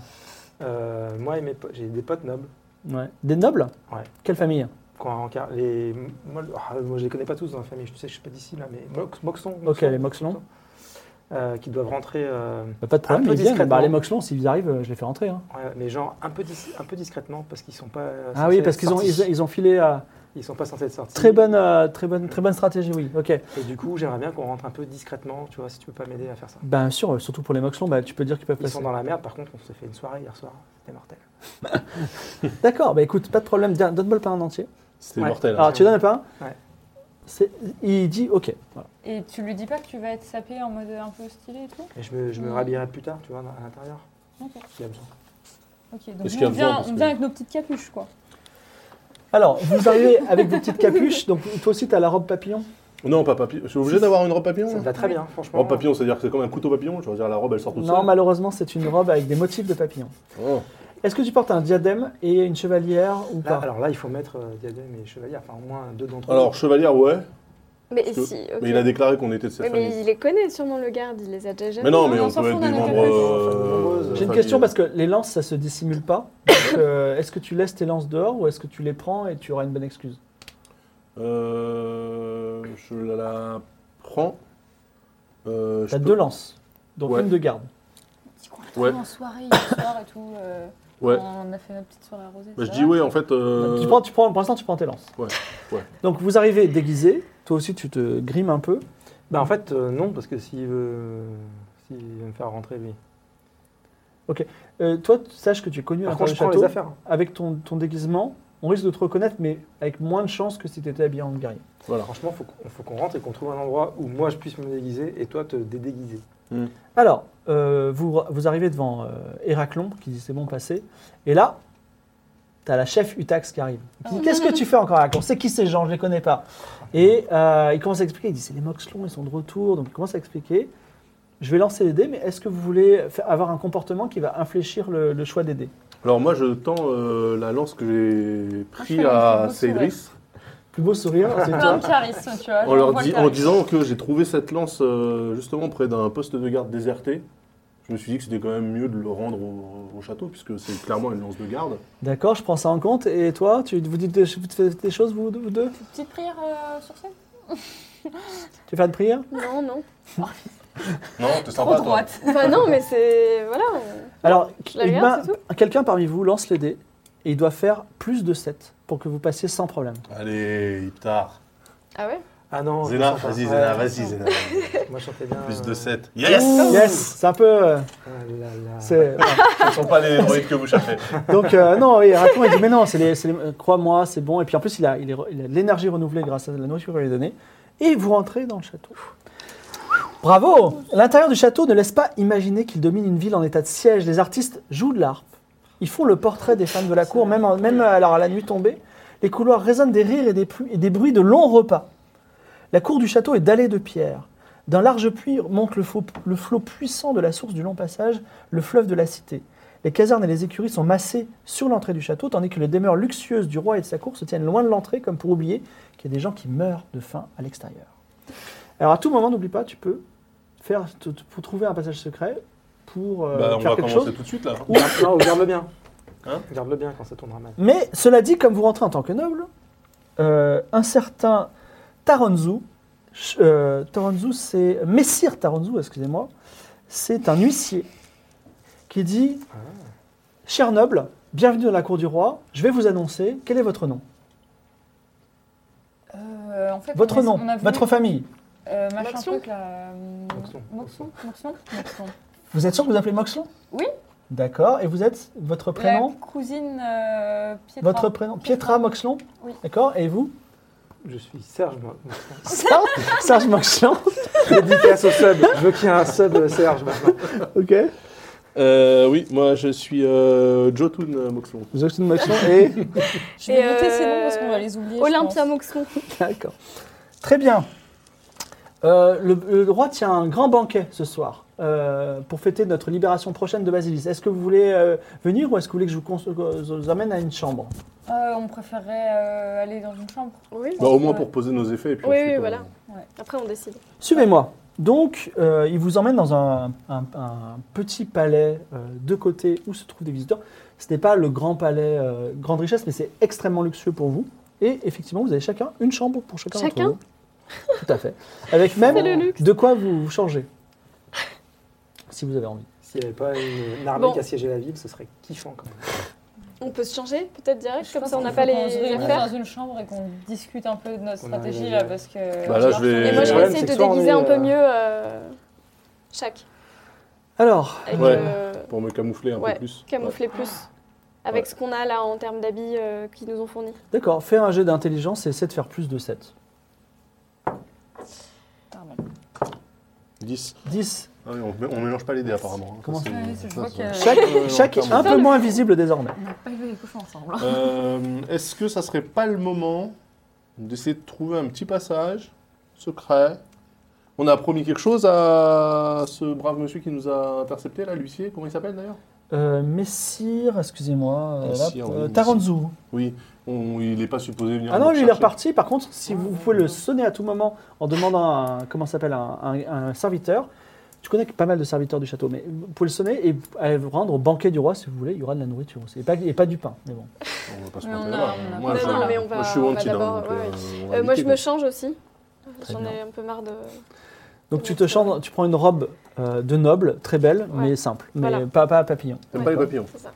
Euh, moi et mes potes, j'ai des potes nobles. Ouais. Des nobles Ouais. Quelle famille Quand, quand les, moi, ah, moi, je les connais pas tous dans la famille, je sais que je suis pas d'ici là, mais Mox- Moxon. Ok, les Moxlon. euh, qui doivent rentrer, euh, Bah, pas de problème, peu ils viennent. discrètement. Bah, les Moxlon, s'ils arrivent, euh, je les fais rentrer. hein. ouais, mais genre un peu, dis- un peu discrètement parce qu'ils sont pas. euh, Ah oui, censés parce être qu'ils ont, sortis. ils, ils ont filé euh, Ils sont pas censés être sortis. très, bonne, euh, très, bonne, très bonne stratégie, oui. Ok. Et du coup, j'aimerais bien qu'on rentre un peu discrètement, tu vois, si tu peux pas m'aider à faire ça. Ben sûr, euh, surtout pour les Moxlon, bah, tu peux dire qu'ils peuvent Ils passer. sont dans la merde, par contre, on s'est fait une soirée hier soir. C'était mortel. D'accord, bah écoute, pas de problème, Tiens, donne-moi le pain en entier. C'était Ouais. mortel. hein. Alors tu donnes le pain Ouais. C'est- Il dit ok. voilà. Et tu lui dis pas que tu vas être sapé en mode un peu stylé et tout Et je me, je me Mm. rhabillerai plus tard, tu vois, à l'intérieur. Ok. s'il y a besoin. Ok, donc Est-ce qu'il y nous, a besoin, on vient, parce on que- vient avec nos petites capuches, quoi. Alors, vous arrivez avec vos petites capuches, donc toi aussi tu as la robe papillon Non, pas papillon. Je suis obligé d'avoir une robe papillon Ça me là va très bien, franchement. Robe papillon, c'est-à-dire que c'est comme un couteau papillon. Je veux dire, la robe, elle sort toute Non, seule. malheureusement, c'est une robe avec des motifs de papillon. Oh. Est-ce que tu portes un diadème et une chevalière ou Là, pas alors là, il faut mettre euh, diadème et chevalier, enfin au moins deux d'entre eux. Alors, chevalière, ouais. Mais parce que- si, ok. Mais il a déclaré qu'on était de cette Oui, famille. mais il les connaît sûrement, le garde, il les a déjà Mais non, mais Non, on, on s'en peut être fout, des on a membres. la famille. euh, J'ai une famille. question parce que les lances, ça se dissimule pas. Donc, euh, est-ce que tu laisses tes lances dehors ou est-ce que tu les prends et tu auras une bonne excuse Euh, je la prends. Euh, je T'as peux- deux lances, donc Ouais. une de garde. Dis qu'on Ouais. ouais. en soirée hier soir et tout. euh, Ouais. On a fait notre petite soirée arrosée. Bah, je ça dis va. ouais, en fait. euh, Tu prends, tu prends, pour l'instant, tu prends tes lances. Ouais, ouais. Donc vous arrivez déguisé, toi aussi tu te grimes un peu. Bah en fait, euh, non, parce que s'il veut, s'il veut me faire rentrer, oui. Euh, toi, tu- sache que tu es connu à Par l'intérieur contre, du je prends les château. affaires. Avec ton, ton déguisement, on risque de te reconnaître, mais avec moins de chance que si tu étais habillé en guerrier. Voilà. Franchement, faut qu'on faut qu'on rentre et qu'on trouve un endroit où moi je puisse me déguiser et toi te dédéguiser. Alors, euh, vous, vous arrivez devant euh, Héraclon, qui dit c'est bon passé. Et là, tu as la chef Utax qui arrive. Qui dit, Qu'est-ce que tu fais encore, Héraclon C'est qui ces gens Je les connais pas. Et euh, il commence à expliquer. Il dit c'est les Moxlons, ils sont de retour. Donc il commence à expliquer. Je vais lancer les dés, mais est-ce que vous voulez fa- avoir un comportement qui va infléchir le, le choix des dés Alors moi, je tends euh, la lance que j'ai Ah, je pris fais à un beau sourire. Cédric Plus beau sourire, c'est Plein toi. de charisme, tu vois. en genre, on leur voit dis- le en charisme. disant que j'ai trouvé cette lance euh, justement près d'un poste de garde déserté. Je me suis dit que c'était quand même mieux de le rendre au, au château puisque c'est clairement une lance de garde. D'accord, je prends ça en compte. Et toi, tu vous dites des, vous faites des choses, vous, deux- vous deux Petite prière euh, sur scène Tu fais de prière Non, non. Non, t'es Trop droite. Enfin, non, mais c'est. Voilà. Alors, la une regarde, main- quelqu'un parmi vous lance les dés et il doit faire plus de 7 pour que vous passiez sans problème. Allez, Iptar. Ah ouais Ah non. je Zéna, chante, hein. vas-y, Ouais, Zéna, vas-y, Zéna. Moi je chantais bien. Plus euh, de 7. Yes Yes, c'est un peu. euh, Ah là là. c'est- Ce ne sont pas les droïdes que vous cherchez. Donc, euh, non, oui, Raton, il dit Mais non, c'est les, c'est les- euh, crois-moi, c'est bon. Et puis en plus, il a, il, est re- il a de l'énergie renouvelée grâce à la nourriture qu'on lui a donnée. Et vous rentrez dans le château. Bravo L'intérieur du château ne laisse pas imaginer qu'il domine une ville en état de siège. Les artistes jouent de l'harpe. Ils font le portrait des femmes de la cour, même, en- même alors à la nuit tombée. Les couloirs résonnent des rires et des, pluies- et des bruits de longs repas. La cour du château est dallée de pierres. D'un large puits monte le, faux- le flot puissant de la source du long passage, le fleuve de la cité. Les casernes et les écuries sont massées sur l'entrée du château, tandis que les demeures luxueuses du roi et de sa cour se tiennent loin de l'entrée, comme pour oublier qu'il y a des gens qui meurent de faim à l'extérieur. Alors à tout moment, n'oublie pas, tu peux faire te- te- pour trouver un passage secret pour euh, Bah, on faire va quelque commencer chose. tout de suite là. Garde- Non, garde-le bien. Hein Garde-le bien quand ça tournera mal. Mais cela dit, comme vous rentrez en tant que noble, euh, un certain Taranzu, ch- euh, Taranzu, c'est Messire Taranzu, excusez-moi, c'est un huissier qui dit Cher noble, bienvenue dans la cour du roi, je vais vous annoncer quel est votre nom, Euh, en fait, on votre a- nom, on a voulu- votre famille. Euh, machin Moxon. truc là. euh, Moxon. Moxon Moxon Moxon. Vous êtes sûr que vous appelez Moxlon Oui. D'accord, et vous êtes votre La prénom cousine euh, Pietra. Votre prénom Pietra Moxlon Oui. D'accord, et vous Je suis Serge. moi. Serge Moxlon. Dédicace au sub. Je veux qu'il y ait un sub euh, Serge maintenant. Ok. Euh, oui, moi je suis euh, Jotun euh, Moxlon. Jacques Moxlon et Je vais Et, noter ces noms euh, parce qu'on va les oublier. je Olympia pense. Moxon. D'accord. Très bien. Euh, le, le roi tient un grand banquet ce soir euh, pour fêter notre libération prochaine de Basilis. Est-ce que vous voulez euh, venir ou est-ce que vous voulez que je vous, cons- euh, je vous amène à une chambre Euh, on préférerait euh, aller dans une chambre. Oui. Bah, au moins pour poser nos effets. Et puis Oui, ensuite, oui, euh, voilà. Après, on décide. Suivez-moi. Donc, euh, il vous emmène dans un, un- un petit palais euh, de côté où se trouvent des visiteurs. Ce n'est pas le grand palais euh, grande richesse, mais c'est extrêmement luxueux pour vous. Et effectivement, vous avez chacun une chambre pour chacun, d'entre Chacun vous. Tout à fait. Avec même C'est le luxe. de quoi vous changer, si vous avez envie. S'il n'y avait pas une, une armée Bon. qui assiégeait la ville, ce serait kiffant quand même. On peut se changer peut-être direct, Je comme pense ça on qu'il n'a faut pas qu'on se les réunisse affaires. dans une chambre et qu'on discute un peu de notre On a stratégie les- là parce que. Bah là, je vais- Et moi je Le vais problème, essayer de c'est que soit on déguiser est, un peu euh, mieux euh, chaque. Alors, Avec Ouais. euh, Pour me camoufler un Ouais. peu plus. camoufler plus. Avec ce qu'on a là en termes d'habits euh, qu'ils nous ont fournis. d'accord, fais un jet d'intelligence et essaie de faire plus de 7. Pardon. 10. 10. Ah oui, on, mé- on mélange pas les dés apparemment. Comment ça, ça Ouais, je vois ça, qu'il y a- ça- Chaque, Euh, chaque est clairement. un peu moins visible désormais. On n'a pas joué les cochons ensemble. Euh, Est-ce que ça serait pas le moment d'essayer de trouver un petit passage secret On a promis quelque chose à ce brave monsieur qui nous a intercepté là, l'huissier. Comment il s'appelle d'ailleurs Euh, Messire, excusez-moi, euh, Messire, hop, oui, euh, Messire. Taranzu. Oui, on- il n'est pas supposé venir. Ah non, nous lui, il est chercher. reparti. Par contre, si vous, vous pouvez le sonner à tout moment en demandant à un, comment ça s'appelle, un, un- un serviteur, tu connais pas mal de serviteurs du château, mais vous pouvez le sonner et aller vous rendre au banquet du roi si vous voulez. Il y aura de la nourriture aussi. Et pas, et pas du pain, mais bon. On va pas se Mais on mentir, a- là. on a Moi, pas- je- Non, non, mais on va- moi, je suis on va anti, là, d'abord, donc, ouais, euh, ouais. on va Euh, moi éviter, je quoi. me change aussi. Très J'en bien. ai un peu marre de. Donc tu te changes, tu prends une robe euh, de noble, très belle, Ouais. mais simple, mais Voilà. pas, pas à papillon. T'aimes pas les papillons C'est ça.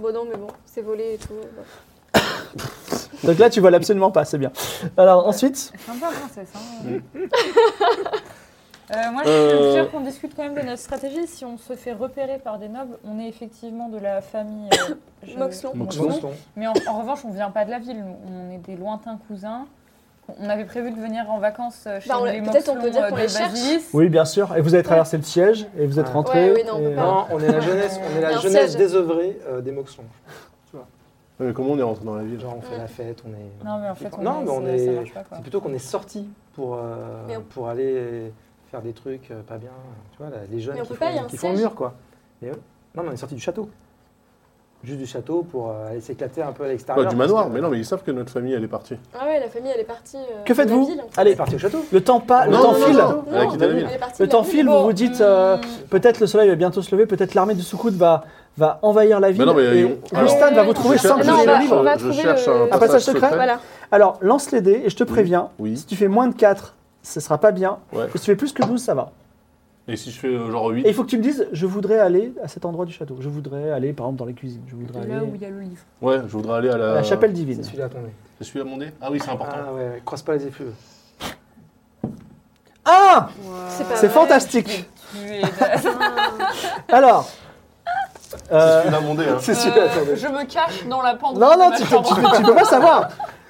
Bon non mais bon, c'est volé et tout. euh, bon. Donc là, tu vois absolument pas, c'est bien. Alors ensuite, Je suis un peu princesse. Hein. Euh, moi, je Mm. Euh. suis sûre qu'on discute quand même de notre stratégie. Si on se fait repérer par des nobles, on est effectivement de la famille euh, je- Moxlon. Moxlon. Moxlon. Mais en, en revanche, on vient pas de la ville. On est des lointains cousins. On avait prévu de venir en vacances euh, chez Bah, on l'a- les peut-être on Moxlon, peut dire euh, qu'on de les cherche. Basilis. oui, bien sûr. Et vous avez traversé le siège et vous êtes Ouais. rentré. Ouais, oui, non, on peut pas. Non, on est la jeunesse, on est Il y a la un jeunesse siège. désœuvrée euh, des Moxons. Ouais, mais Euh, Comment on est rentré dans la ville Genre on Mm. fait la fête, on est. Non, mais en fait, on Non, est- mais on c'est- ça marche est. pas, quoi. C'est plutôt qu'on est sorti pour euh, Mais on- pour aller faire des trucs euh, pas bien. Tu vois, là, les jeunes Mais on qui peut pas, il y a font un qui font le siège. mur quoi. Et eux- Non, mais on est sorti du château. Juste du château pour euh, aller s'éclater un peu à Pas l'extérieur. Du parce manoir, que- mais non, mais ils savent que notre famille, elle est partie. Ah ouais, la famille elle est partie. euh, Que de la faites-vous ville, en fait. Elle est Allez, partie au château. le temps pas, le Non, temps non, non, file. non, non. Elle a Non, quitté la ville. elle est partie Le de temps la file, ville. vous vous dites euh, peut-être le soleil va bientôt se lever, peut-être l'armée du Soukoud va, va envahir la ville. Bah non, mais et on- Gustan alors- va vous trouver Je sans cherche- que vous ayez on le va- livre. on va je trouver cherche le- un Un passage secret Voilà. Alors lance les dés et je te préviens, Oui. si tu fais moins de 4, ce sera pas bien. Ouais. Et si tu fais plus que 12, ça va. Et si je fais euh, genre Et 8 il faut que tu me dises, je voudrais aller à cet endroit du château. Je voudrais aller par exemple dans les cuisines. Je voudrais Là aller où il y a le livre. Ouais, je voudrais aller à à la. la chapelle C'est divine. celui-là ton nez. C'est celui à mon dé Ah oui, c'est important. Ah ouais, ouais, croise pas les effluves. Ah C'est pas C'est vrai. fantastique Tu es de- Alors. C'est euh, celui à mon dé, hein. C'est celui-là ton Euh, nez. je me cache dans la Oh, pente. Non, de non, ma tu, tu- chambre. tu- tu peux pas savoir.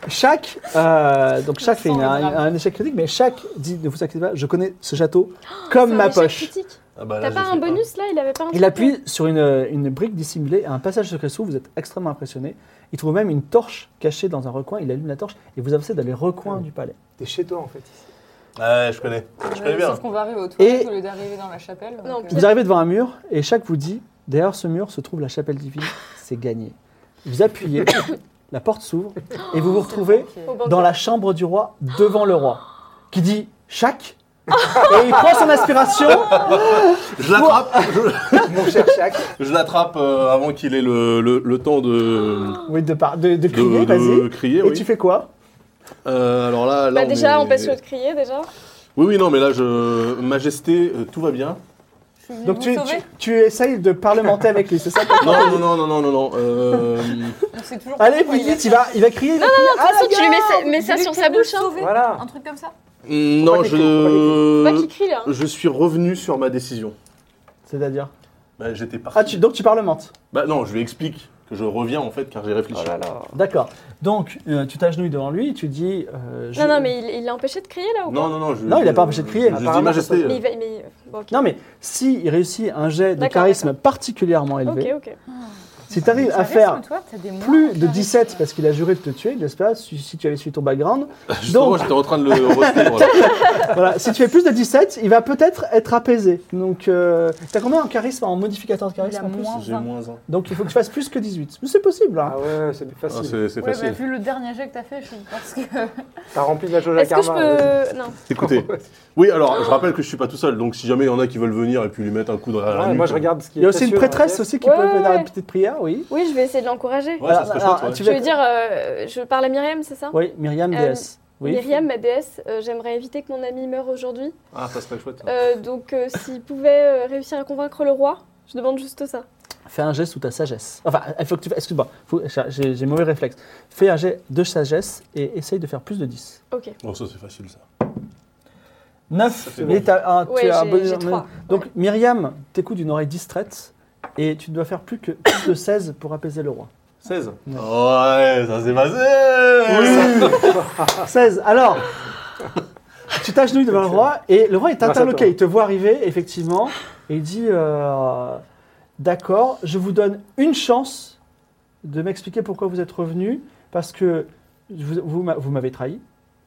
Chaque, euh, donc chaque Je fait sens une- le un, drame. un échec critique, mais chaque dit ne vous inquiétez pas, je connais ce château comme Oh, C'est un ma échec poche. critique. Ah bah là, T'as je pas sais un bonus là Il avait pas un Il truc, appuie sur une, une brique dissimulée à un passage secret sous, vous êtes extrêmement impressionné. Il trouve même une torche cachée dans un recoin, il allume la torche et vous avancez dans les recoins Ah oui. du palais. T'es chez toi en fait. Ouais, je connais. Je connais Euh, bien. Sauf qu'on va arriver au toilettes Et- au lieu d'arriver dans la chapelle. Non, donc, euh, pire. Vous arrivez devant un mur et chaque vous dit derrière ce mur se trouve la chapelle divine, c'est gagné. Vous appuyez, la porte s'ouvre et vous vous retrouvez euh, au banquet. dans la chambre du roi, devant le roi, qui dit chaque. Et il prend son aspiration. Je l'attrape, Mon cher Shaq, je, je l'attrape euh, avant qu'il ait le, le- le temps de, Oui, de, par- de, de de- crier, de vas-y. crier. Et oui. tu fais quoi Euh, alors là, Bah, là on déjà, est- on passe sur le crier déjà. Euh, Oui, oui, non, mais là, je... Majesté, euh, tout va bien. je suis venue Donc vous tu, sauver. tu, tu essayes de parlementer avec lui, c'est ça Non, non, non, non, non, non, non. euh, On sait toujours Allez, pourquoi plus il a- vite, il va, il va crier. il va crier, Ah, la Tu lui mets ça, mets Vous ça voulez sur que sa nous bouche. Hein. sauver voilà. Un truc comme ça non, cliquer, faut Pas qu'il je... crie là. hein. Je suis revenu sur ma décision. gueule C'est-à-dire Bah, j'étais parti. Ah, tu, donc tu parlementes. Bah non, je lui explique que je reviens, en fait, car j'ai réfléchi. D'accord. Donc euh, tu t'agenouilles devant lui, tu dis. euh, je- Non, non, mais il- il l'a empêché de crier là ou Non, quoi non, non. Je, Non, il a pas je- empêché de crier. Je dis Apparemment, majesté. Mais il euh, va. mais- bon, ok. Non, mais si il réussit un jet de D'accord, charisme particulièrement Ok, élevé, ok. si tu arrives Tu à savais, faire comme toi, t'as des plus moyens de faire 17 ça. parce qu'il a juré de te tuer, n'est-ce pas si, si tu avais suivi ton background. Justement, Donc- j'étais en train de le roster. voilà. voilà, si tu fais plus de 17, il va peut-être être apaisé. Donc euh, t'as combien en charisme, en modificateur de Il a charisme en plus moins J'ai 20. moins un. Donc il faut que tu fasses plus que 18. Mais c'est possible, hein. Ah ouais, c'est Ah, facile. c'est c'est Ouais, bah, facile. vu le dernier jet que t'as fait, je pense que. T'as rempli la jauge à Est-ce que karma. euh, je peux. Non. Écoutez, oui, alors je rappelle que je suis pas tout seul, donc si jamais il y en a qui veulent venir et puis lui mettre un coup dans la Ouais, nuque, moi je euh, regarde ce qui Il y a est hein. aussi une précieux dans la prêtresse pièce. aussi qui Ouais, peut ouais, venir à la ouais. petite prière. Claire, oui. Oui, je vais essayer de l'encourager. Ouais, ça serait Alors, chouette, ouais. tu Je vas- veux dire, euh, je parle à Myriam, c'est ça Oui, Myriam Euh, DS. Oui. Myriam, ma déesse, euh, j'aimerais éviter que mon ami meure aujourd'hui. Ah, ça serait chouette. ça. Euh, donc, euh, s'il pouvait euh, réussir à convaincre le roi, je demande juste ça. Fais un jet sous ta sagesse. Enfin, il faut que tu. fasses- Excuse-moi, faut- j'ai j'ai mauvais réflexe. Fais un jet de sagesse et essaye de faire plus de 10. Ok. Bon, ça c'est facile ça. 9, fait mais bon. t'as un- Ah, tu Ouais, as un j'ai- bon- j'ai trois. Donc Myriam t'écoute d'une oreille distraite et tu ne dois faire plus que plus de 16 pour apaiser le roi. 16 Ouais, ça s'est passé Oui 16 Alors, tu t'agenouilles devant le roi et le roi est Grâce à interloqué. toi. Il te voit arriver, effectivement, et il dit euh, D'accord, je vous donne une chance de m'expliquer pourquoi vous êtes revenu, parce que vous, vous m'a- vous m'avez trahi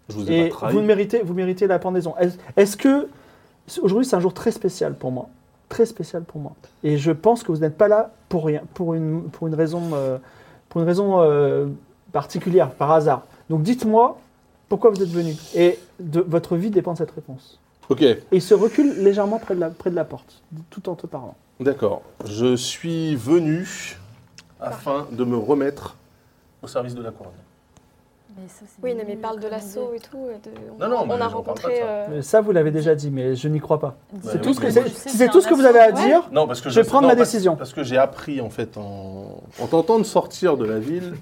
Je vous ai et pas trahi. vous méritez, vous méritez la pendaison. Est-ce est-ce que aujourd'hui c'est un jour très spécial pour moi, très spécial pour moi. Et je pense que vous n'êtes pas là pour rien, pour une pour une raison euh, pour une raison euh, particulière, par hasard. Donc dites-moi pourquoi vous êtes venu et de votre vie dépend de cette réponse. Ok, Et il se recule légèrement près de la près de la porte, tout en te parlant. d'accord. Je suis venu afin de me remettre au service de la couronne. Oui, non, mais parle de l'assaut et tout. et de- on, Non, non, mais on a j'en parle pas de rencontré. ça. euh, Euh, Ça vous l'avez déjà dit, mais je n'y crois pas. Bah, C'est oui, tout ce que mais c'est- moi, si c'est tout ce que vous avez à dire. Non, parce que Je vais prendre non, ma parce- décision. Parce que j'ai appris en fait en, en tentant de sortir de la ville,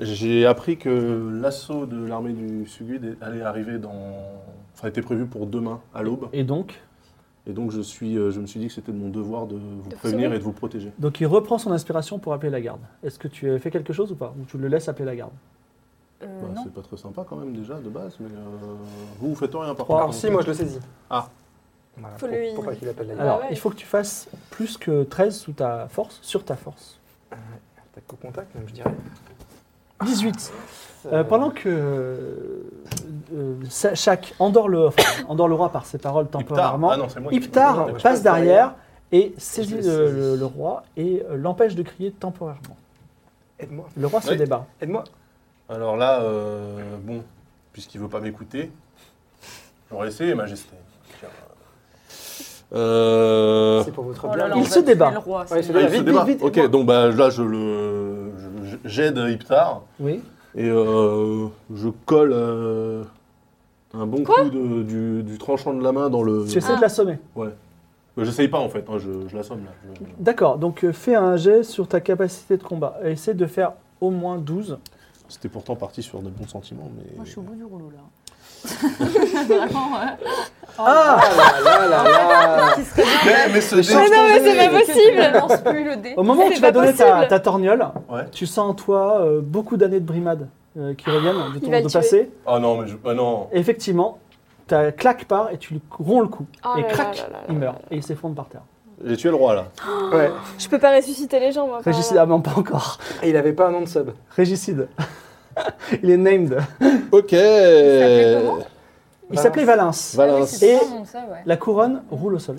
j'ai appris que l'assaut de l'armée du Sugud allait arriver dans, enfin était prévu pour demain à l'aube. Et donc, Et donc je suis, euh, je me suis dit que c'était de mon devoir de vous De vous prévenir sauver. et de vous protéger. donc il reprend son inspiration pour appeler la garde. Est-ce que tu euh, fais quelque chose ou pas Ou tu le laisses appeler la garde Euh, Euh, Bah, c'est pas très sympa quand même déjà de base, mais euh, vous vous faites rien par Trois. contre. Alors si, moi je le saisis. Ah. Voilà, Faut pour, lui- pour pas qu'il appelle la Ah Alors, ouais. il faut que tu fasses plus que 13 sous ta force, sur ta force. Tac au contact, même, je dirais. 18. Euh, Euh, pendant que euh, Sa- Shaq endort le, enfin, endort le roi par ses paroles Iptar, temporairement, Ah non, c'est moi qui- Iptar Ouais, ouais, je passe passe derrière et saisit Je le, vais essayer. le- le roi et euh, l'empêche de crier temporairement. Aide-moi, Le roi se Oui. débat. aide-moi. Alors là, euh, bon, puisqu'il veut pas m'écouter, j'aurais essayé, Majesté. Euh... C'est pour votre Oh bien. là là, Il on se va tuer débat. le roi, Ouais, c'est- il se Ah, débat. il se vite, débat. vite, vite. ok, donc bah, là, je le, je- je- j'aide Iptar Oui. et euh, je colle euh, un bon coup de- du, du tranchant de la main dans le. Tu essaies de l'assommer. Mais J'essaye pas en fait, hein, je, je l'assomme là. Je- D'accord, donc euh, fais un jet sur ta capacité de combat. Essaie de faire au moins 12. C'était pourtant parti sur de bons sentiments, mais. Moi, je suis au bout du rouleau, là. Vraiment, euh, ouais. Ah Ah là là là là mais, mais ce Mais dé- non, mais c'est pas possible. Je lance plus le dé. Au moment où C'est tu vas pas donner ta, possible. ta torgnole, Ouais. tu sens en toi euh, beaucoup d'années de brimade euh, qui reviennent de Ah, il va ton le de tuer. passé. Oh non, mais je. ah non Et effectivement, ta claque part et tu lui ronds le cou. Oh et là là crac, là là là il meurt là et il s'effondre par terre. J'ai tué le roi là. Ouais. Je peux pas ressusciter les gens, moi. par Régicide, hasard. ah non, pas encore. Et il avait pas un nom de sub. Régicide. il est named. Ok s'appelait Il comment s'appelait Valence. Ah oui, Valence. c'est Et- pas bon, ça, ouais. La couronne roule au sol.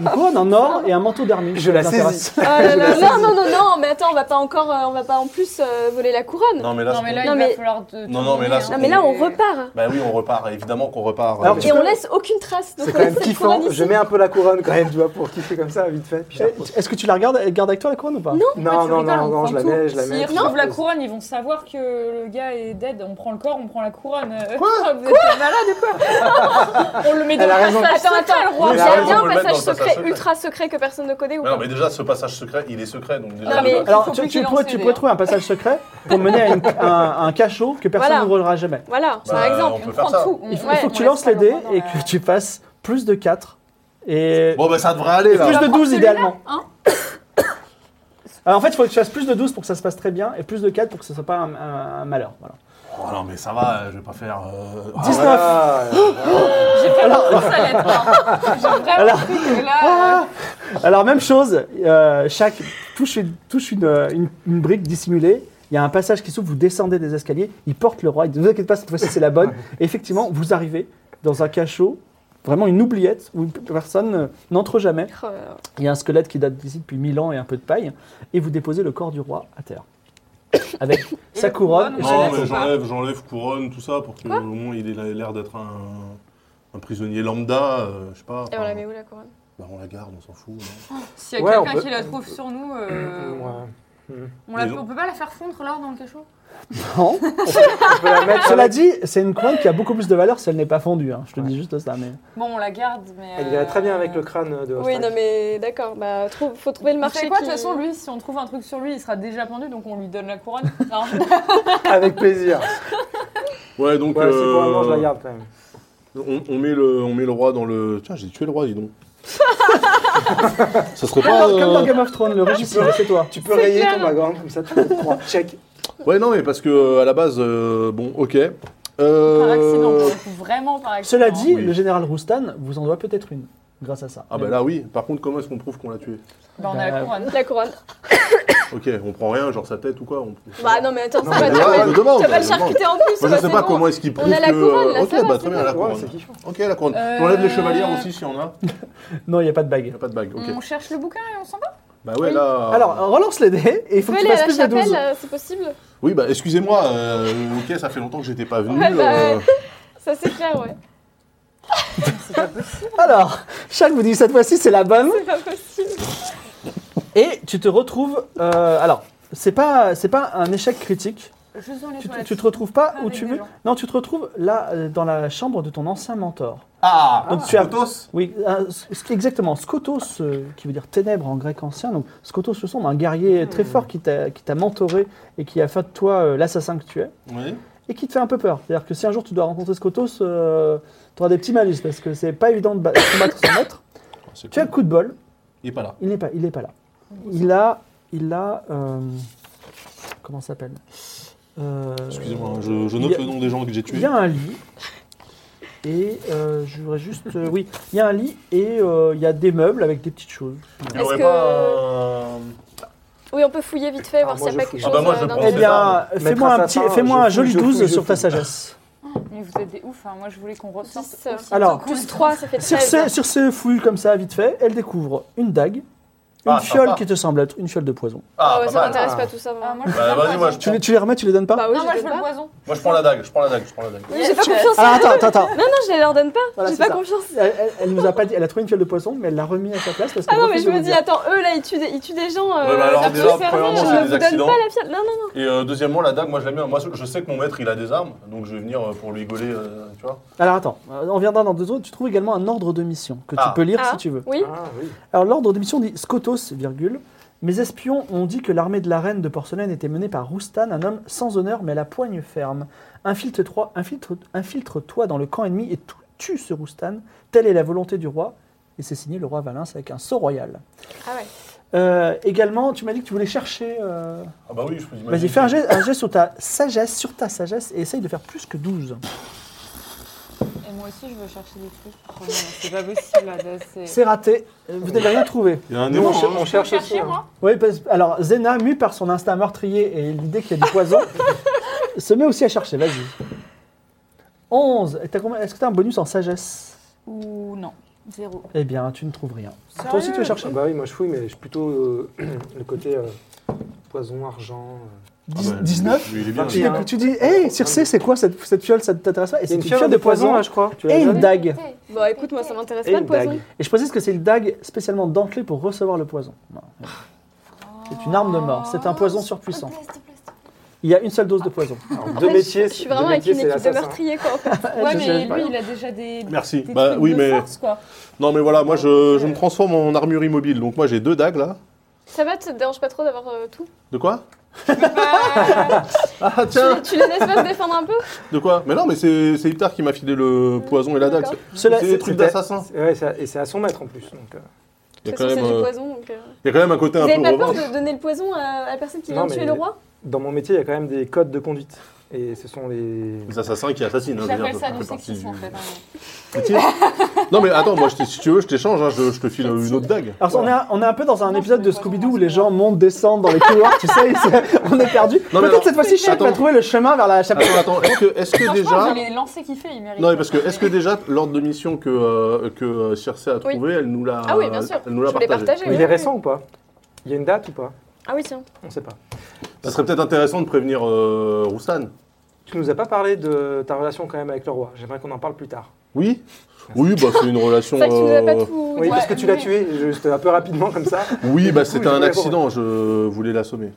Une couronne en or et un manteau d'armure. Je la Ça vous intéresse saisis. Oh là là, non, non, non, non, mais attends, on va pas encore, euh, on va pas en plus euh, voler la couronne. Non mais là, Non, c'est mais bon. là, Non, il mais- va falloir. te- te Non, non, mais là, nourrir. c'est- Non, mais là, on repart. Bah oui, on repart, évidemment qu'on repart. Alors, euh, tu Et on peux- laisse aucune trace. Donc C'est on quand même laisse cette kiffant. couronne Je ici. mets un peu la couronne quand même, tu vois, pour kiffer comme ça, vite fait. Puis je la repose. Est-ce que tu la regardes Elle garde avec toi la couronne ou pas Euh, Ouais, Non, tu non, rigoles, on non, non, je prend la tout. mets, je la S'ils mets. puis je retrouvent la repose. couronne, ils vont savoir que le gars est dead. On prend le corps, on prend la couronne. Quoi Vous êtes pas malade ou quoi On le met dans Elle le a raison. passage Attends, secret, attends, le roi. il y Oui, a raison, bien faut un le mettre passage dans le secret, passage secret. ultra secret que personne ne connaît ou Mais non, pas mais déjà, ce passage secret, il est secret, donc déjà. Non, mais- euh, Alors, faut tu, plus tu qu'il en pourrais, sait, tu pourrais d'ailleurs. trouver un passage secret pour mener à une- un, un cachot que personne Voilà. n'ouvrira jamais. Voilà, bah, par exemple. On peut On faire prend ça. Il tout. faut, On- il faut ouais, que tu on lances les laisse pas dés roi dans et la- que tu passes plus de 4 et Bon, bah ça devrait aller là. plus de Alors, 12 celui-là, idéalement. hein Alors en fait, il faut que tu fasses plus de 12 pour que ça se passe très bien et plus de 4 pour que ce soit pas un, un- un malheur. Voilà. Oh non, mais ça va, euh, je vais pas faire. euh, ah, 19 Ah, J'ai pas compris ça lettre. hein. J'ai vraiment Alors- cru que là. euh, Alors même chose, euh, chaque touche, une, touche une, euh, une- une brique dissimulée. Il y a un passage qui s'ouvre, vous descendez des escaliers, il porte le roi, il dit, ne vous inquiétez pas, cette fois-ci c'est la bonne. Et effectivement, vous arrivez dans un cachot, vraiment une oubliette où personne euh, n'entre jamais. Il y a un squelette qui date d'ici depuis 1000 ans et un peu de paille. Et vous déposez le corps du roi à terre. Avec sa la couronne. couronne, et on son la Non, aile. mais laisse ou pas j'enlève, j'enlève couronne, tout ça, pour que au moins il ait l'air d'être un, un prisonnier lambda, euh, je sais pas. Et on enfin, la met où la couronne bah, on la garde, on s'en fout. non S'il y a Ouais, on quelqu'un peut- qui la trouve sur nous. euh, ouais. On, la- Mais non. on peut pas la faire fondre l'or dans le cachot Non. Je peux la mettre Cela dit, c'est une coin qui a beaucoup plus de valeur si elle n'est pas fondue. hein. Je te dis juste ça. Mais... Bon, on la garde, mais. Elle euh, irait très bien avec le crâne de Oui, Ostrak. non, mais d'accord. Bah, trou- faut trouver le Vous marché. savez quoi, de qui- toute façon, lui, si on trouve un truc sur lui, il sera déjà pendu, donc on lui donne la couronne. Non. Avec plaisir. Ouais, donc. Ouais, c'est pour euh, un moment, je la garde quand même. On, on met le, on met le roi dans le. Tiens, j'ai tué le roi, dis donc. ça serait pas. Alors, comme euh, dans Game of Thrones, le régisseur, c'est toi. Tu peux rayer ton background comme ça, tu peux prendre. Check. Ouais, non, mais parce que euh, à la base, euh, bon, ok. Euh, Par accident, pour le coup, vraiment par accident. Cela dit, Oui. le général Roustan vous en doit peut-être une, grâce à ça. Ah, bah là, oui. Par contre, comment est-ce qu'on prouve qu'on l'a tué Bah, on a la couronne. La couronne. Ok, on prend rien, genre sa tête ou quoi on... Bah, non, mais attends, Non, c'est pas mais Ouais, ouais, normal. je demande, Tu vas pas le je demande. charcuter en plus. Moi, je bah, sais c'est pas bon. comment est-ce qu'ils On a prouvent la que. couronne, là, ok, ça va, bah c'est très bien, la Ouais, couronne. c'est kiffant. Ok, la couronne. Euh, On enlève les chevaliers aussi, si on a. Non, il n'y a pas de Y bague. a pas de bague, ok. mm. On cherche le bouquin et on s'en va. Bah ouais, là. euh, Alors, relance les dés et il faut Tu peux que tu aller à fasses la plus de 12. chapelle, euh, c'est possible Oui, bah excusez-moi, euh, ok, ça fait longtemps que j'étais pas venu. Ouais, bah euh, ouais. Ça, c'est clair, ouais. Alors, Charles vous dit cette fois-ci, c'est la bonne. C'est pas possible. Et tu te retrouves. euh, alors, c'est pas, c'est pas un échec critique. Je suis dans les Tu, te- toilettes. tu te retrouves pas Pas où avec tu des veux. gens. Non, tu te retrouves là, euh, dans la chambre de ton ancien mentor. Ah Donc tu as- Photos Oui, un- ce- exactement. Skotos, euh, qui veut dire ténèbres en grec ancien. Donc, Skotos, ce sont un guerrier Hmm. très fort qui t'a qui t'a mentoré et qui a fait de toi euh, l'assassin que tu es. Oui. Et qui te fait un peu peur. C'est-à-dire que si un jour tu dois rencontrer Skotos, euh, tu auras des petits malus parce que c'est pas évident de ba- combattre son maître. C'est Tu as cool. le coup de bol. Il est pas là. Il n'est pas, il est pas là. Il a, il a, euh, comment ça s'appelle Euh, Excusez-moi, hein, je, je il y note a- le nom des gens que j'ai Il tués. y a un lit. Et euh, je voudrais juste, euh, oui, il y a un lit et euh, il y a des meubles avec des petites choses. Il Oh, y Est-ce aurait que- pas un- Oui, on peut fouiller vite fait, Ah, voir s'il moi, n'y a pas je quelque chose fouille. Ah, bah, moi, je euh, dans prends. Eh le- bien, Maître fais-moi un petit, assassin, fais-moi un je joli fouille, je 12 fouille, je sur ta fouille. sagesse. Mais vous êtes des ouf, hein. moi je voulais qu'on ressorte. Dix, euh, aussi Alors, tôt qu'on- Plus 3, ça fait Sur 13. ce, sur ce fouille comme ça vite fait, elle découvre une dague, une Ah, fiole sympa. qui te semble être une fiole de poison. Ah, ouais, pas ça mal. m'intéresse Ah. pas tout ça. moi. Ah, moi, je veux Bah, le vas-y, moi, poison. je- Ah Tu les, tu les remets, tu les donnes pas Bah oui, Non, moi je je veux le donne pas. poison. Moi, je prends la dague, je prends la dague, je prends la dague. Oui, J'ai pas confiance. Alors Ah, attends, attends, attends. Non, non, je les leur donne pas. Voilà, J'ai c'est pas ça. confiance. Elle, elle- elle nous a pas dit, elle a trouvé une fiole de poisson, mais elle l'a remis à sa place parce Ah qu'elle non, mais refuse je de me vous dis, dire. attends, eux là, ils tuent des, ils tuent des gens. Ouais, bah, alors, leur déjà, truc fermé, premièrement, je c'est ne des vous donne accidents. pas la fiole. Non, non, non. Et euh, deuxièmement, la dague, moi, je la mets. Moi, je sais que mon maître, il a des armes, donc je vais venir euh, pour lui gauler, euh, tu vois. Alors attends, euh, on viendra dans deux autres. Tu trouves également un ordre de mission que Ah. tu peux lire Ah. si tu veux. Oui, Ah oui. Alors l'ordre de mission dit Scotos, virgule. Mes espions ont dit que l'armée de la reine de porcelaine était menée par Roustan, un homme sans honneur mais à la poigne ferme. Infiltre-toi infiltre, infiltre-toi dans le camp ennemi et tu- tue ce Roustan. Telle est la volonté du roi. Et c'est signé le roi Valens avec un sceau royal. ah ouais. Euh, également, tu m'as dit que tu voulais chercher. euh, Ah, bah oui, je peux imaginer. Vas-y, fais un geste, un geste sur ta sagesse, sur ta sagesse, et essaye de faire plus que 12. Et moi aussi, je veux chercher des trucs. Oh, non, c'est pas possible là. là, C'est. C'est raté, Euh, vous n'avez rien trouvé. Il y a un Nous, démon. on, cher- on Je veux cherche aussi. chercher, hein. moi Oui, parce- alors Zena, mue par son instinct meurtrier et l'idée qu'il y a du poison, se met aussi à chercher, vas-y. 11, Et t'as combien- est-ce que tu as un bonus en sagesse Ou non Zéro. Eh bien, tu ne trouves rien. Toi aussi, tu veux chercher Ah bah oui, moi je fouille, mais je suis plutôt euh, le côté euh, poison, argent. euh. Dix- Ah bah, 19 lui, il est bien, tu, lui. tu dis, hé, Circé, c'est quoi cette, cette fiole Ça ne t'intéresse pas Et Il y a c'est une fiole de poison là, je crois. Tu l'as et déjà une dit dague. Bon, Bah, écoute, moi, ça m'intéresse Et pas une le poison. dague. Et je précise que c'est une dague spécialement dentelée pour recevoir le poison. Non. C'est une arme de mort, c'est un poison surpuissant. Il y a une seule dose de poison. Alors, En deux fait, métiers. Je suis deux vraiment avec métiers, une c'est équipe de l'assassin. meurtriers, quoi, en fait. Ouais, Je mais sais. lui, il a déjà des. Merci. des Bah trucs oui, de mais. force, quoi. Non, mais voilà, moi, je, je me transforme en armure immobile. Donc, moi, j'ai deux dagues, là. Ça va, ça te dérange pas trop d'avoir euh, tout De quoi Bah, Ah, tu, les- tu les laisses pas se défendre un peu De quoi Mais non, mais c'est c'est Iptar qui m'a filé le poison et la dague. D'accord. Cela, C'est c'est- des trucs d'assassin. C'est- ouais, c'est à- et c'est à son maître en plus. Donc, euh, Il y, Parce a que quand c'est même, du euh, poison, donc... euh. il y a quand même un côté Vous un avez peu pas peur revanche. de donner le poison à à la personne qui vient Non, de mais- tuer le roi dans mon métier, il y a quand même des codes de conduite. Et ce sont les. Les assassins qui assassinent. hein, je veux J'appelle dire, ça fait du partie sexisme en fait. hein. non, mais attends, moi, je t'ai- si tu veux, je t'échange, hein, je, je te file une autre dague. Alors, on, est un, on est un peu dans un Non, épisode je de voulais pas Scooby-Doo dire, où les c'est gens montent, descendent dans les couloirs, tu sais, et c'est- on est perdu. mais Peut-être alors- cette fois-ci, Chuck va Attends. trouver le chemin vers la chapelle. Attends, attends, est-ce que, est que Franchement, déjà. je vais les lancer kiffer, il mérite. Non, mais parce que est-ce que déjà l'ordre de mission que, euh, que euh, Circe a trouvé, elle nous l'a Ah oui, bien sûr. elle nous l'a Je voulais partagé. partager. Mais il oui. est récent ou pas Il y a une date ou pas Ah oui, tiens. On sait pas. Ça serait peut-être intéressant de prévenir euh, Roustan. Tu nous as pas parlé de ta relation quand même avec le roi. J'aimerais qu'on en parle plus tard. Oui Oui, bah c'est une relation. C'est vrai que tu nous as pas euh, tout... Oui, dit. parce Ouais, que tu l'as oui. tué juste un peu rapidement comme ça. Oui, bah coup, c'était je un voulais accident, je voulais l'assommer.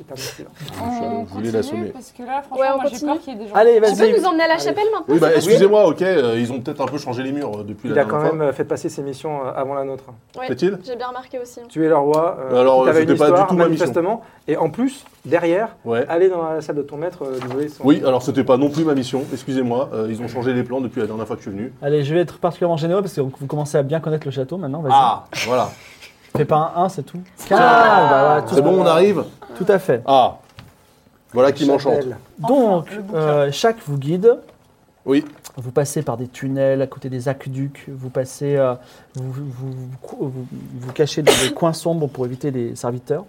Et pas facile. On voulais l'assommer. continue parce que là, Ouais, on franchement, moi, j'ai continue. peur qu'il y ait des gens. Allez, Tu peux vas-y. nous emmener à la chapelle maintenant Oui, bah, c'est excusez-moi, ok, euh, ils ont peut-être un peu changé les murs euh, depuis Il la a quand dernière fois. même euh, fait passer ses missions euh, avant la nôtre. Ouais, Fait-il J'ai bien remarqué aussi. Tuer le roi, euh, Bah Alors, qui t'avait c'était une pas du histoire, tout ma mission. manifestement. Et en plus, derrière, Ouais. aller dans la salle de ton maître, euh, lui voler son- Oui, alors c'était pas non plus ma mission, excusez-moi, euh, ils ont changé les plans depuis la dernière fois que je suis venu. Allez, je vais être particulièrement généreux parce que vous commencez à bien connaître le château maintenant. Vas-y. Ah, voilà. Fais pas un 1, c'est tout. Ah. Calme, voilà, tout, C'est bon, on arrive tout à fait. Ah, voilà qui m'enchante. Chapelle. Donc, le bouquin. euh, chaque vous guide. Oui. Vous passez par des tunnels, à côté des aqueducs, vous passez, euh, vous, vous, vous- vous- vous cachez dans des coins sombres pour éviter les serviteurs.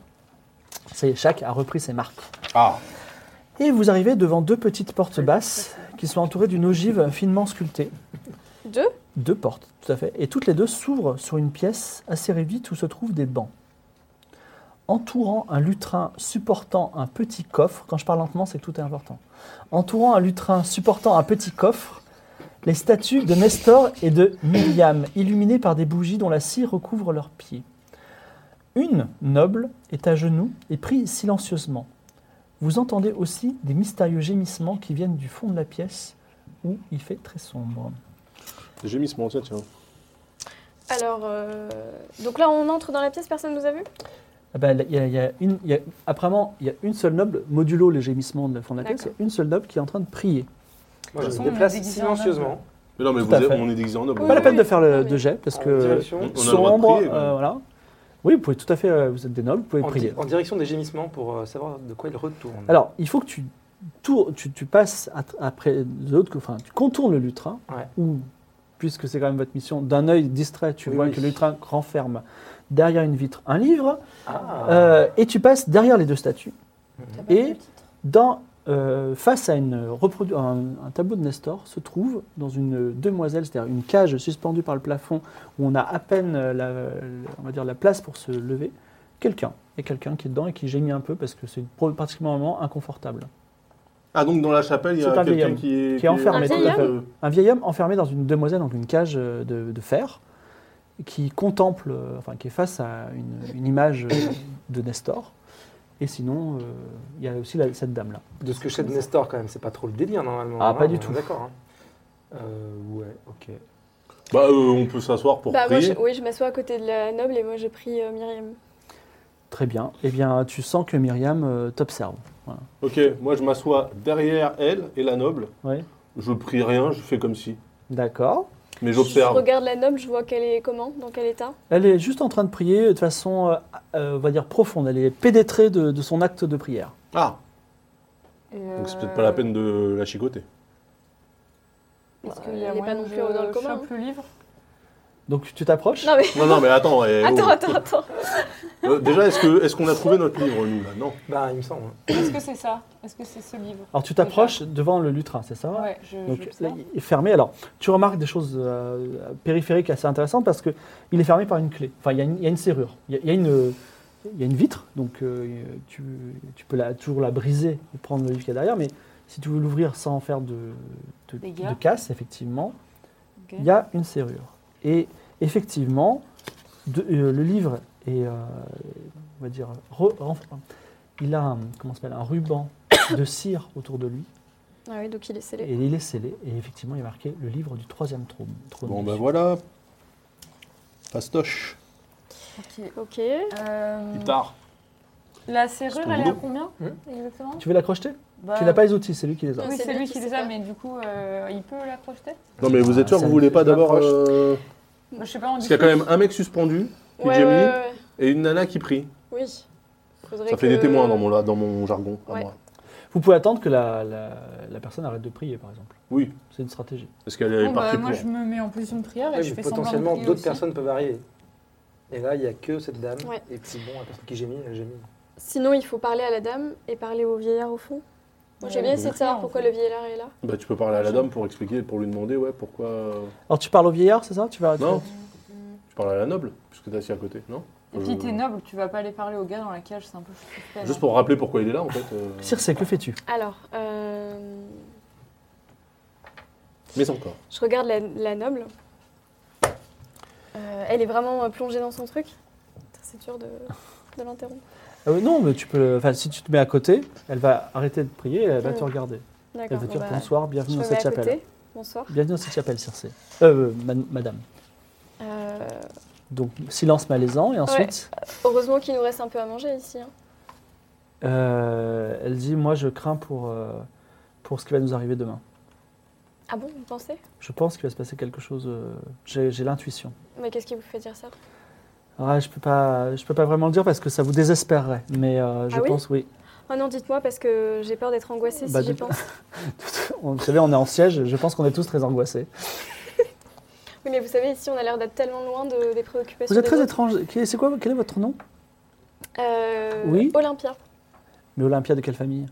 Ça y est, chaque a repris ses marques. Ah, Et vous arrivez devant deux petites portes basses qui sont entourées d'une ogive finement sculptée. Deux Deux portes, tout à fait. Et toutes les deux s'ouvrent sur une pièce assez réduite où se trouvent des bancs. Entourant un lutrin supportant un petit coffre, quand je parle lentement, c'est que tout est important. Entourant un lutrin supportant un petit coffre, les statues de Nestor et de Myriam, illuminées par des bougies dont la cire recouvre leurs pieds. Une noble est à genoux et prie silencieusement. Vous entendez aussi des mystérieux gémissements qui viennent du fond de la pièce où il fait très sombre. j'ai mis ce mentier, tiens. Alors, euh, donc là, on entre dans la pièce, personne nous a vus Ah ben, il y a- il y a une- il y a- apparemment, il y a une seule noble, modulo les gémissements de la fond de la pièce, il y a une seule noble qui est en train de prier. Moi, je toute me façon, on est déplace déguisé en silencieusement. Mais non, mais Tout vous à êtes- fait. on est déguisé en noble. Oui, pas la oui, peine de oui. faire le Non, mais- de jet, parce En que direction- On a le droit de sombre, prier, quand même. euh, voilà. Oui, vous pouvez tout à fait, euh, vous êtes des nobles, vous pouvez en, prier. en direction des gémissements pour euh, savoir de quoi il retourne. Alors, il faut que tu, tour- tu, tu passes à tr- après les autres, que- enfin, tu contournes le lutrin, Ouais. ou, puisque c'est quand même votre mission, d'un œil distrait, tu Oui, vois oui. que le lutrin renferme derrière une vitre un livre, Ah. euh, et tu passes derrière les deux statues, T'as pas Et- vu le titre dans, euh, face à une reprodu- un, un tableau de Nestor, se trouve dans une demoiselle, c'est-à-dire une cage suspendue par le plafond, où on a à peine euh, la, le- on va dire, la place pour se lever, quelqu'un. Il y a quelqu'un qui est dedans et qui gémit un peu parce que c'est pro- particulièrement inconfortable. Ah, donc dans la chapelle, il y C'est un a vieil quelqu'un homme qui est... qui est enfermé, tout à fait. Euh, Un vieil homme enfermé dans une demoiselle, donc une cage euh, de, de fer, qui contemple, euh, enfin qui est face à une, une image euh, de Nestor. Et sinon, euh, il y a aussi la- cette dame-là. De ce que je sais de Nestor, quand même, c'est pas trop le délire normalement. Ah, hein, pas du on est tout. D'accord. hein. Euh, ouais, ok. Bah, euh, on peut s'asseoir pour Bah, moi, je- prier. oui, je m'assois à côté de la noble et moi, je prie euh, Myriam. Très bien. Eh bien, tu sens que Myriam euh, t'observe. Ok, moi je m'assois derrière elle et la noble. Oui. Je prie rien, je fais comme si. D'accord. Mais Je j'observe. regarde la noble, je vois qu'elle est comment, dans quel état. Elle est juste en train de prier de façon, euh, euh, on va dire, profonde. Elle est pénétrée de, de son acte de prière. Ah, Et, donc c'est euh, peut-être pas la peine de la chicoter. Parce Bah, qu'il il n'est est pas non plus dans le commun, hein. plus livre. Donc tu t'approches Non, mais Non, non, mais attends. eh, oh. attends, attends, attends. Euh, déjà, est-ce que- est-ce qu'on a trouvé notre livre, nous, là Non. Bah, il me semble. hein. Est-ce que c'est ça Est-ce que c'est ce livre Alors tu t'approches devant le lutrin, c'est Ah. ça Ouais, Euh, je. Donc j'observe. là, il est fermé. Alors, tu remarques des choses euh, périphériques assez intéressantes parce que il est fermé par une clé. Enfin, il y a une, il y a une serrure. Il y a, il y a une, il y a une vitre, donc euh, tu, tu peux la, toujours la briser et prendre le livre qu'il y a derrière. Mais si tu veux l'ouvrir sans faire de, de, Dégâts. de casse, effectivement, Ok. il y a une serrure. Et effectivement, de- euh, le livre est, euh, on va dire, re- enfin, il a un, comment ça s'appelle, un ruban de cire autour de lui. Ah oui, donc il est scellé. Et il est scellé, et effectivement, il est marqué le livre du troisième trône. trône. Bon, bah voilà. Pastoche. Ok. Ok. Euh, Guitare. La serrure, ton elle est à boulot. combien Hein Hum. exactement Tu veux l'accrocheter Bah, Tu n'as pas les outils, c'est lui qui les a. Non, Oui, C'est c'est lui lui qui qui sait les a, faire. mais du coup, euh, il peut la projeter Bah, Non, mais vous êtes Ah, sûr que vous voulez pas d'abord. euh, Ah, Je sais pas, on Parce dit. qu'il y a quand même un mec suspendu Et Ouais, ouais, Jamie ouais, ouais. et une nana qui prie. Oui. Faudrait Ça fait que- des témoins dans mon, là- dans mon jargon. à Ouais. moi. Vous pouvez attendre que la, la- la personne arrête de prier, par exemple. Oui. C'est une stratégie. Parce qu'elle est Bon, bah, partie moi, pour. je me mets en position de prière et Ouais, je mais fais potentiellement, semblant de prier d'autres aussi. personnes peuvent arriver. Et là, il n'y a que cette dame. Ouais. Et puis, bon, la personne qui gémit, elle gémit. Sinon, il faut parler à la dame et parler au vieillard au fond. Moi, j'ai Ouais, bien oui. essayé de savoir Oui. pourquoi le vieillard est là. Bah, tu peux parler à la dame pour expliquer, pour lui demander, ouais, pourquoi. euh, Alors, tu parles au vieillard, c'est ça Tu vas Non Tu parles à la noble, puisque t'es assis à côté, non Et puis, Euh, t'es noble, tu vas pas aller parler au gars dans la cage, c'est un peu suspect. Juste hein. pour rappeler pourquoi il est là, en fait. euh, Circe, que fais-tu Alors, euh, Mais encore. je regarde la, la noble. Euh, elle est vraiment euh, plongée dans son truc. Putain, C'est dur de. de l'interrompre. Euh, non, mais tu peux. le- Enfin, si tu te mets à côté, elle va arrêter de prier et elle va Mm. te regarder. Elle D'accord. va te dire bah, bonsoir, bienvenue je dans me cette mets à chapelle. côté. Bonsoir. Bienvenue dans cette chapelle, Circé. Euh, man- madame. Euh, Donc, silence malaisant, et ensuite, heureusement qu'il nous reste un peu à manger ici. hein. euh, elle dit Moi, je crains pour, euh, pour ce qui va nous arriver demain. Ah bon, vous pensez Je pense qu'il va se passer quelque chose. euh, J'ai j'ai l'intuition. Mais qu'est-ce qui vous fait dire ça Ah, je peux pas, je peux pas vraiment le dire parce que ça vous désespérerait. Mais euh, je Ah oui pense, oui. Ah non, dites-moi parce que j'ai peur d'être angoissée Bah, si j'y de- pense. On- Vous savez, on est en siège. Je pense qu'on est tous très angoissés. Oui, mais vous savez, ici, on a l'air d'être tellement loin de- des préoccupations. Vous êtes des très autres. étrange. Qui- C'est quoi Quel est votre nom Euh, Oui. Olympia. Mais Olympia de quelle famille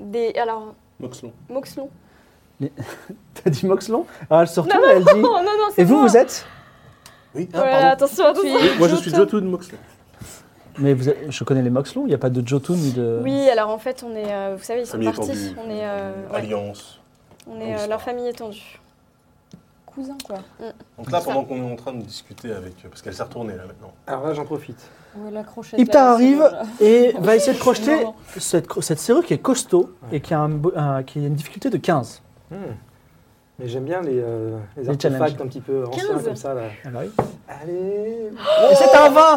Des, alors, Moxlon. Moxlon. T'as dit Moxlon Alors elle se retourne Non, et elle dit. Oh non, non, c'est Et vous, moi. vous êtes Ah, Oui, ah, Oh là là, attention, attention. Moi, je suis Jotun Moxlon. Mais vous êtes- je connais les Moxlon. Il n'y a pas de Jotun ni de. Oui, alors en fait, on est, euh, vous savez, ils sont Famille partis. étendue. On est, euh, ouais, Alliance. on est euh, leur famille étendue. Cousin, quoi. Donc là, pendant qu'on est en train de discuter avec. Parce qu'elle s'est retournée là maintenant. Alors là, j'en profite. Où est la crochette Iptar là, arrive c'est bon, là. et va essayer de crocheter Non. cette, cro- cette serrure qui est costaud et qui a, un bo- un- qui a une difficulté de 15. Mais j'aime bien les, euh, les Les artefacts challenges. un petit peu anciens 15. comme ça. Là. Ah bah oui. Allez Et c'est un 20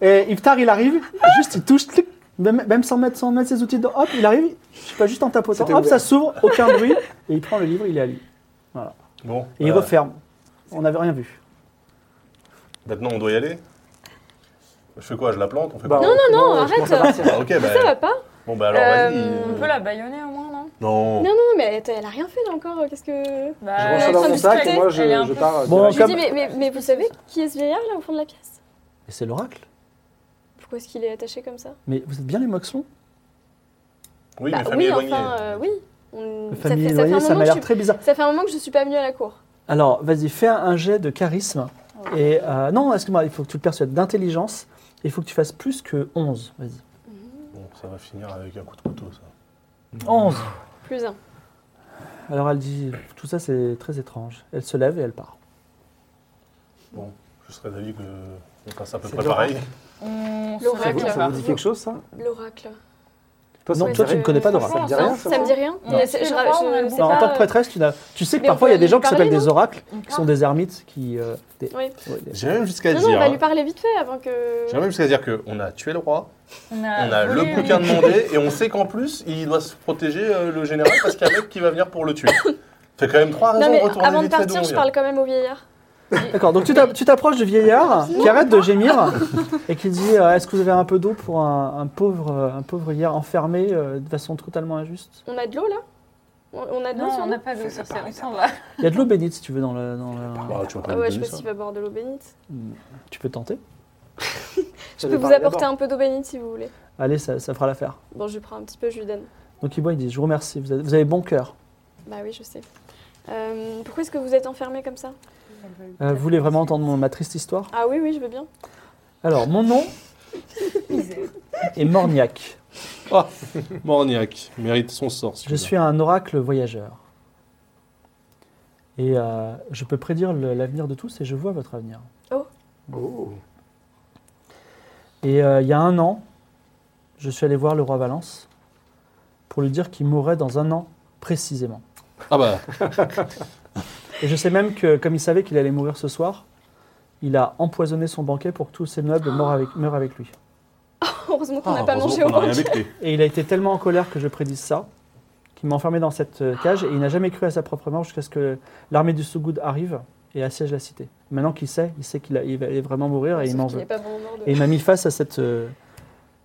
Et Iftar, il arrive, juste il touche, clic, même, même sans, mettre, sans mettre ses outils dedans, hop, il arrive, je sais pas, juste en tapotant, C'était hop, ouvert. ça s'ouvre, aucun bruit, et il prend le livre, il est à lui. Bon. Et il euh, referme. On n'avait rien vu. Maintenant, on doit y aller. Je fais quoi Je la plante On fait Bah, quoi non, non, je commence à arrête. partir. Ah, ok, bah, Ça va pas bon, bah alors Euh, On peut la baïonner au moins, non vas-y. Non. Non, non, mais elle, est- elle a rien fait là encore. euh, Qu'est-ce que Bah, Je elle range est ça en train dans de mon sac et discuter, moi, je, elle est un je peu- pars. euh, Bon, direct. Je lui Comme- dis, mais, mais, mais vous savez qui est ce vieillard là au fond de la pièce Et c'est l'oracle. Pourquoi est-ce qu'il est attaché comme ça Mais vous êtes bien les Moxlons Oui, Bah mais famille oui, éloignée. enfin, euh, oui. On- Le Ça fait- Famille ça fait éloignée, un ça moment m'a que je l'air suis- très bizarre. ça fait un moment que je suis pas venue à la cour. Alors, vas-y, fais un jet de charisme. Et euh, non, excuse-moi, il faut que tu le persuades d'intelligence. et Il faut que tu fasses plus que 11. Vas-y. Bon, ça va finir avec un coup de couteau, ça. 11 Plus un. Alors elle dit Tout ça, c'est très étrange. Elle se lève et elle part. Je serais d'avis qu'on passe à peu C'est près Laura. pareil. Laura, On se Ça vous- réveille, Claire. ça là. vous dit quelque chose, ça L'oracle. Toi, ça non, toi, vous dit tu ne rien connais pas d'oracle. Ça me dit rien, ça Ça me dit rien On a Mais tué c'est- le je- roi, je- on a je le sais bon. Alors, en pas, tant que prêtresse, tu n'as- tu sais que euh, Mais on parfois, il y peut a des lui gens qui parler, s'appellent des non Ah. oracles, On qui sont des ermites, qui... euh, des- Oui. ouais, des- J'ai même jusqu'à Non, non, on dire. va hein, lui parler vite fait avant que. J'ai même jusqu'à dire qu'on a tué le roi, On Ah, on a le volé bouquin demandé, et on sait qu'en plus, il doit se protéger euh, le général parce qu'il y a un mec qui va venir pour le tuer. Fait quand même trois Non, raisons mais de retourner avant de vite fait d'où partir, on je vient. parle quand même au vieillard. D'accord, donc tu t'a- tu t'approches du vieillard qui arrête de gémir et qui dit euh, Est-ce que vous avez un peu d'eau pour un, un pauvre euh, un pauvre hier enfermé euh, de façon totalement injuste On a de l'eau là On- On a de l'eau Non, sur on nous n'a pas de sorcière, on s'en va. Il y a de l'eau bénite si tu veux dans le. dans le- Bah, tu vas pas Ah lui Ouais, je donner sais pas ça. s'il va boire de l'eau bénite. Tu peux tenter. Je peux vous apporter un peu d'eau bénite si vous voulez. Allez, ça, ça fera l'affaire. Bon, je prends un petit peu, je lui donne. Donc il boit, il dit Je vous remercie, vous avez, vous avez bon cœur. Bah oui, je sais. Euh, pourquoi est-ce que vous êtes enfermé comme ça Euh, vous voulez vraiment entendre mon- ma triste histoire Ah oui, oui, je veux bien. Alors, mon nom est Morniac. Morniac mérite son sort. Je suis un oracle voyageur. Et euh, je peux prédire le- l'avenir de tous et je vois votre avenir. Oh, Et euh, il y a un an, je suis allé voir le roi Valence pour lui dire qu'il mourrait dans un an précisément. Ah bah, Et je sais même que, comme il savait qu'il allait mourir ce soir, il a empoisonné son banquet pour que tous ses nobles meurent avec, meurent avec lui. Heureusement Ah, qu'on n'a pas mangé au banquet. Et il a été tellement en colère que je prédise ça, qu'il m'a enfermé dans cette euh, cage et il n'a jamais cru à sa propre mort jusqu'à ce que l'armée du Sougoud arrive et assiège la cité. Maintenant qu'il sait, il sait qu'il a- il va il va vraiment mourir et il Sauf m'en qu'il veut. est pas vraiment mort de- Et il m'a mis face à cette, euh,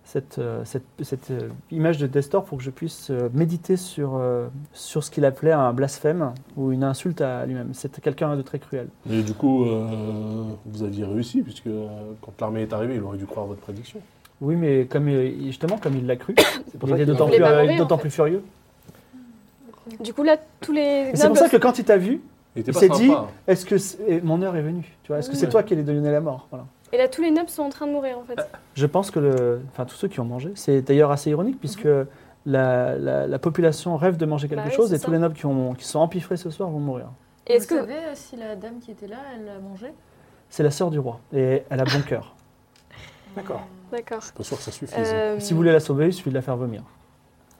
cette, euh, cette, cette, euh, image de Destor pour que je puisse euh, méditer sur, euh, sur ce qu'il appelait un blasphème ou une insulte à lui-même. C'était quelqu'un de très cruel. Et du coup, euh, vous aviez réussi, puisque euh, quand l'armée est arrivée, il aurait dû croire à votre prédiction. Oui, mais comme, euh, il- justement, comme il l'a cru, c'est pour il ça était qu'il- d'autant voulait plus, pas euh, mourir, d'autant en fait. plus furieux. Du coup, là, tous les. Et c'est pour nobles- ça que quand il t'a vu, Il était il pas s'est sympa. hein. dit est-ce que c'est- eh, mon heure est venue Tu vois, Est-ce que c'est toi qui allais donner la mort Voilà. Et là, tous les nobles sont en train de mourir en fait. Je pense que le, enfin, tous ceux qui ont mangé, c'est d'ailleurs assez ironique puisque la, la- la population rêve de manger quelque Mhm. Bah oui, chose c'est et tous ça. les nobles qui, ont, qui sont empiffrés ce soir vont mourir. Et est-ce que. savez euh, si la dame qui était là, elle a mangé C'est la sœur du roi et elle a bon cœur. D'accord. D'accord. Pas sûr que ça suffise. Euh, Si vous voulez la sauver, il suffit de la faire venir.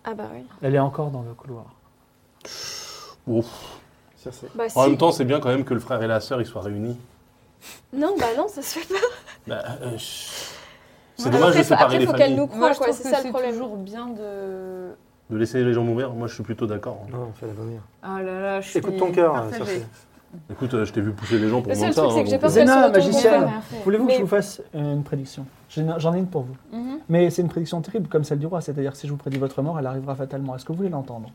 Ah bah oui. Elle est encore dans le couloir. Ouf. Bah, si. hein. En même temps, c'est bien quand même que le frère et la sœur ils soient réunis. Non, bah non, ça se fait pas. Bah, euh, chut. c'est Ouais. dommage après, de faut- séparer après, les faut familles. qu'elle nous Moi, croit, je quoi. trouve C'est que ça le c'est problème. toujours bien de... De laisser les gens mourir, moi je suis plutôt d'accord. hein. Non, fais la venir. Ah là là, je suis... Écoute ton cœur, partagée. Circé. Écoute, euh, je t'ai vu pousser les gens pour Le monter seul ça. truc, hein, c'est que j'ai donc, peur euh, qu'elle se Zéna, retourne magicienne. contre moi. Rien fait. Voulez-vous que Mais- je vous fasse euh, une prédiction J'en j'en ai une pour vous. Mhm. Mais c'est une prédiction terrible, comme celle du roi. C'est-à-dire, que si je vous prédis votre mort, elle arrivera fatalement. Est-ce que vous voulez l'entendre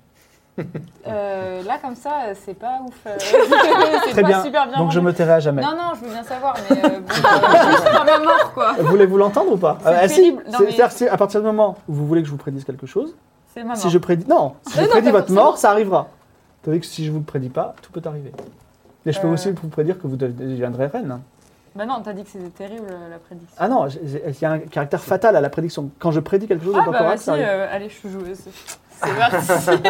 Euh, là, comme ça, euh, c'est pas ouf. euh, c'est Très pas bien. super bien. Donc, je rendu. me tairai à jamais. Non, non, je veux bien savoir, mais euh, bon, euh, je suis quand même mort, quoi. Voulez-vous l'entendre ou pas C'est Ah, si. terrible. Non, C'est- mais- c'est-à-dire que si à partir du moment où vous voulez que je vous prédise quelque chose, C'est ma mort. si je prédis. Non, si je Ah, Euh, non, prédis c'est bon, votre c'est mort, bon. ça arrivera. Tandis que si je vous le prédis pas, tout peut arriver. Et je peux Euh. aussi vous prédire que vous deviendrez reine. Bah non, t'as dit que c'était terrible, euh, la prédiction. Ah non, j'ai- j'ai- il y a un caractère fatal à la prédiction. Quand je prédis quelque chose de Ah, pas bah correct, vas-y, ça arrive. euh, allez, je suis joueuse. C'est parti.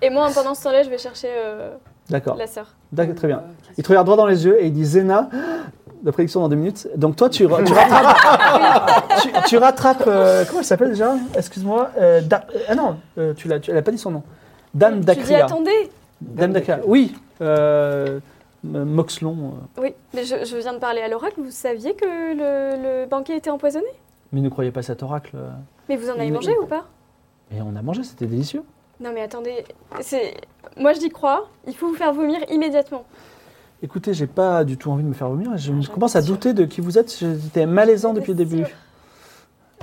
Et moi, pendant ce temps-là, je vais chercher euh, D'accord, la sœur. D'accord, très Euh, bien. Il te regarde droit dans les yeux et il dit Zéna, la prédiction dans deux minutes. Donc toi, tu, ra- tu rattrapes. tu, tu rattrapes. euh, comment elle s'appelle déjà Excuse-moi. euh, Da- ah non, euh, tu l'as, tu- elle n'a pas dit son nom. Dame Tu dis Dakria. attendez. Dame Dakria. Oui. euh, M- Moxlon. euh, Oui, mais je, je viens de parler à l'oracle. Vous saviez que le, le banquet était empoisonné Mais ne croyez pas cet oracle. euh. Mais vous en avez Mais- mangé ou pas Et on a mangé, c'était délicieux. Non, mais attendez. C'est moi, je dis croire. Il faut vous faire vomir immédiatement. Écoutez, j'ai pas du tout envie de me faire vomir. Je Ah, je commence à j'étais douter de qui vous êtes. J'étais malaisant depuis le J'étais début.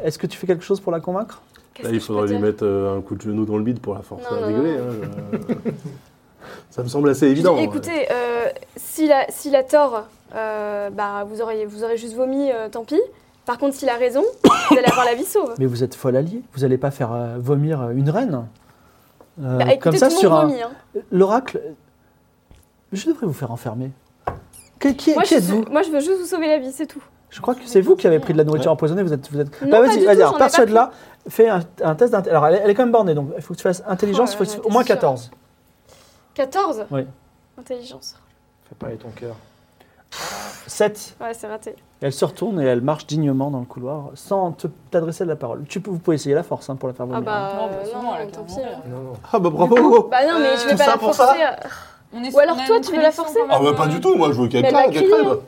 Est-ce que tu fais quelque chose pour la convaincre Qu'est-ce Là, que Bah, il je faudrait peux lui dire mettre euh, un coup de genou dans le bide pour la forcer Non, à non, rigoler. hein, je- ça me semble assez Je dis, évident. hein. écoutez, euh, s'il a, s'il a tort, euh, bah, vous, auriez, vous aurez juste vomi, euh, tant pis. Par contre, s'il a raison, vous allez avoir la vie sauve. Mais vous êtes folle alliée. Vous allez pas faire euh, vomir euh, une reine. Euh, Bah, écoutez, comme ça, tout le sur monde un. vomit, hein. L'oracle. euh, Je devrais vous faire enfermer. Que- qui Moi, qui je, êtes-vous moi, je veux juste vous sauver la vie, c'est tout. Je crois que c'est vous qui avez pris de la nourriture empoisonnée. Vous êtes. Vous êtes... Non, Bah, pas vas-y, du tout, vas-y, j'en ai alors, pas persuade-la. Fais un, un test d'intelligence. Alors, elle, est- elle est quand même bornée, donc il faut que tu fasses intelligence, Oh faut là que tu- là, au moins t'es sûre. 14. 14 Oui. Intelligence. Fais parler ton cœur. 7. Ouais, c'est raté. Elle se retourne et elle marche dignement dans le couloir sans te- t'adresser de la parole. Tu peux, vous pouvez essayer la force hein, pour la faire Ah vomir. bah, Non, bah, euh, sûrement, non, elle a tant clairement pis. raison. Non, non. Ah bah bravo Bah non, mais je vais Tout pas ça la pour forcer. ça à- On est Ou alors on a toi, une tu veux la prédiction forcer quand Ah bah même, pas euh, du tout, moi je veux qu'elle Mais bah, elle crève, a qu'elle crié. crève.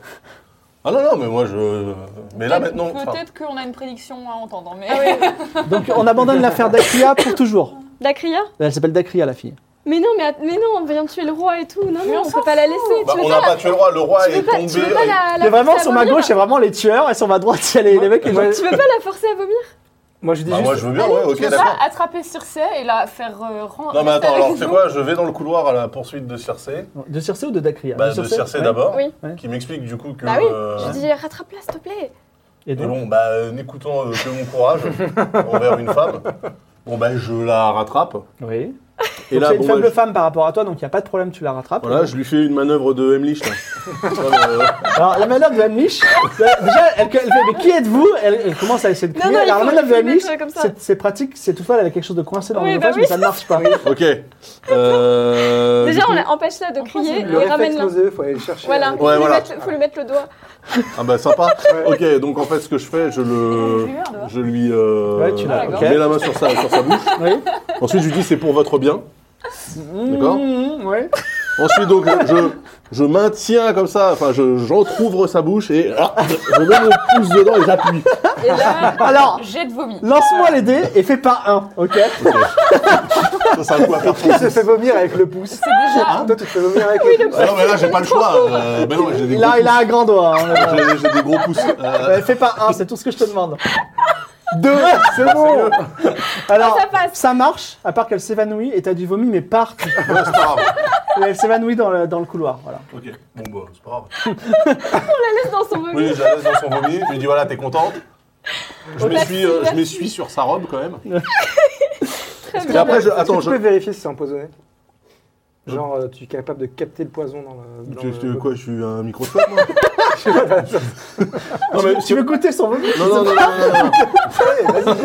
Ah non, non, mais moi je... Mais là peut-être- maintenant... enfin, Peut-être qu'on a une prédiction à entendre, hein, mais. Ah ouais. hein. Donc on abandonne l'affaire d'Akria pour toujours. La cria Elle s'appelle Dakria la fille. Mais non, mais, att- mais non, on vient de tuer le roi et tout. Non, non, on peut pas la laisser. bah, tu on veux n'a pas, pas tué le roi, le roi tu est veux pas, tombé... euh, tu veux pas la, la Mais vraiment forcer à sur ma vomir gauche, c'est vraiment les tueurs et sur ma droite, il y a les, les mecs qui Tu veux pas la forcer à vomir Moi, je dis Bah, juste. moi je veux bien, Ah Allez, ouais, tu ok, veux pas d'accord. attraper Circé et la faire euh, rendre. Non mais attends, alors c'est c'est quoi Je vais dans le couloir à la poursuite de Circé. De Circe ou de Dakria Bah de Circé ouais. d'abord. Oui. Qui m'explique du coup que... Bah oui, euh, je dis rattrape-la, s'il te plaît. Et Et donc, bon, bah, euh, n'écoutant euh, que mon courage envers une femme, bon, bah, je la rattrape. oui. Et Donc, là, c'est une bon, faible bah, je- femme par rapport à toi, donc il n'y a pas de problème, tu la rattrapes. voilà, je lui fais une manœuvre de Emlich, là. Voilà, euh, Alors, la manœuvre de Hamlich, euh, déjà, elle, elle fait Mais qui êtes-vous elle, elle commence à essayer de Non, crier. non, il Alors, la faut- manœuvre il de faut le Hamlich, mettre comme ça. c'est- c'est pratique, c'est toutefois, elle avait quelque chose de coincé dans Oui, le bah vase, oui. mais ça ne marche pas. ok. Euh, Déjà, du coup- on la- empêche-la de crier Le et réflexe ramène-la. nauseux, faut aller le chercher. Voilà, avec- faut, lui voilà. mettre, faut lui mettre le doigt. Ah, bah, sympa. Ouais. Ok, donc en fait, ce que je fais, je le. Je lui. euh, Ouais, tu l'as, je ok. mets la main sur sa, sur sa bouche. Oui. Ensuite, je lui dis, c'est pour votre bien. D'accord. Mmh, ouais. Ensuite, donc, je, je, je maintiens comme ça, enfin, je- j'entrouvre sa bouche et ah, je mets mon pouce dedans et j'appuie. Et là, Alors, jet de vomi. lance-moi les dés et fais pas un, ok Ça, c'est un coup à faire Qui se fait vomir avec le pouce C'est hein, déjà. Toi, tu te fais vomir avec le pouce. Ah non, mais là, j'ai pas le choix. Euh, ben non, j'ai des, Il a, gros il a un grand doigt. hein, mais bon. pouces. J'ai- j'ai des gros pouces. Euh, Ouais, fais pas un, c'est tout ce que je te demande. Deux, c'est bon Alors, Ça passe. ça marche, à part qu'elle s'évanouit et t'as du vomi, mais part. ouais, c'est pas grave. Elle s'évanouit dans le, dans le couloir, voilà. Ok, bon, bah, c'est pas grave. Laisse dans son vomi. Oui, je la laisse dans son vomi. Je lui dis, voilà, t'es contente. Je m'essuie euh, je m'essuie sur sa robe quand même. Très Et bien. après, je, Est-ce que attends, tu je. peux vérifier si c'est empoisonné Je- Genre, euh, tu es capable de capter le poison dans le. dans Tu- le- tu- Quoi, je suis un microscope, moi Non, mais si- Tu veux goûter son vomi Non, non, non, non, non, non.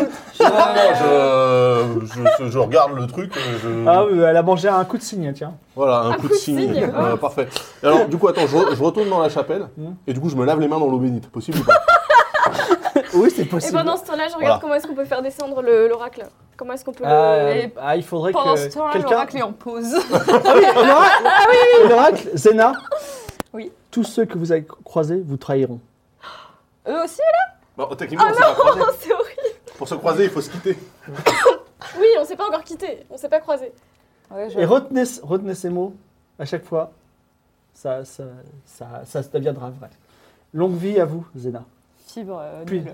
Non, non, je, je, je regarde le truc. euh, Je... Ah oui, elle a mangé un coup de signe, tiens. Voilà, un, coup de signe. Euh, parfait. Et alors, du coup, attends, je, re- je retourne dans la chapelle Hmm. et du coup, je me lave les mains dans l'eau bénite. Possible ou pas Oui, c'est Et possible. pendant ce temps-là, je regarde Voilà. comment est-ce qu'on peut faire descendre le- l'oracle. Comment est-ce qu'on peut. le- Euh, Et ah, il faudrait Pendant que ce temps-là, quelqu'un. l'oracle est en pause. Ah oui, l'oracle L'oracle, Zéna. Oui. Tous ceux que vous avez croisés vous trahiront. Eux aussi Bon, Bah, techniquement, on s'est croisé. Oh, c'est horrible. Pour se croiser, il faut se quitter. Oui, on s'est pas encore quitté. On s'est pas croisé. ouais, Et retenez, retenez ces mots à chaque fois. Ça, ça, ça, ça deviendra vrai. Longue vie à vous, Zéna. Fibre euh, Puis- nulle.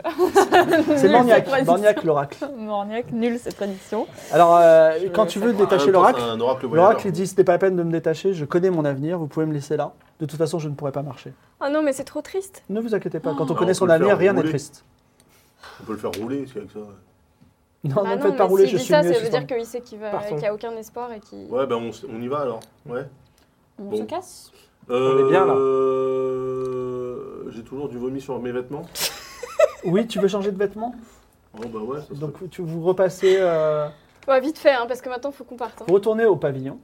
C'est Nulle, Morniac, cette Morniac l'oracle. prédiction. Morniac, nulle cette prédiction. Alors, euh, Je- quand tu veux ça- détacher En même temps, l'oracle, c'est un oracle voyageur. l'oracle il dit ce n'est pas la peine de me détacher, je connais mon avenir, vous pouvez me laisser là. De toute façon, je ne pourrai pas marcher. Ah non, mais c'est trop triste. Ne vous inquiétez pas, quand on Oh. connaît On son peut le avenir, faire rien n'est rouler. triste. On peut le faire rouler, c'est avec ça. Non, Ah ne me faites pas mais rouler, s'il je dit suis ça, mieux. ça je veut suis dire qu'il sait qu'il va- Partons. qu'il n'y a aucun espoir et qu'il. Ouais, ben on, s- on y va alors. Ouais. On Bon. se casse Euh, est bien, là. euh, J'ai toujours du vomi sur mes vêtements. pas- Oui, tu veux changer de vêtements Oh bah ouais, ça serait- Donc, tu vous repassez, euh, Ouais, vite fait, hein, parce que maintenant, faut qu'on parte. hein. vous retournez au pavillon.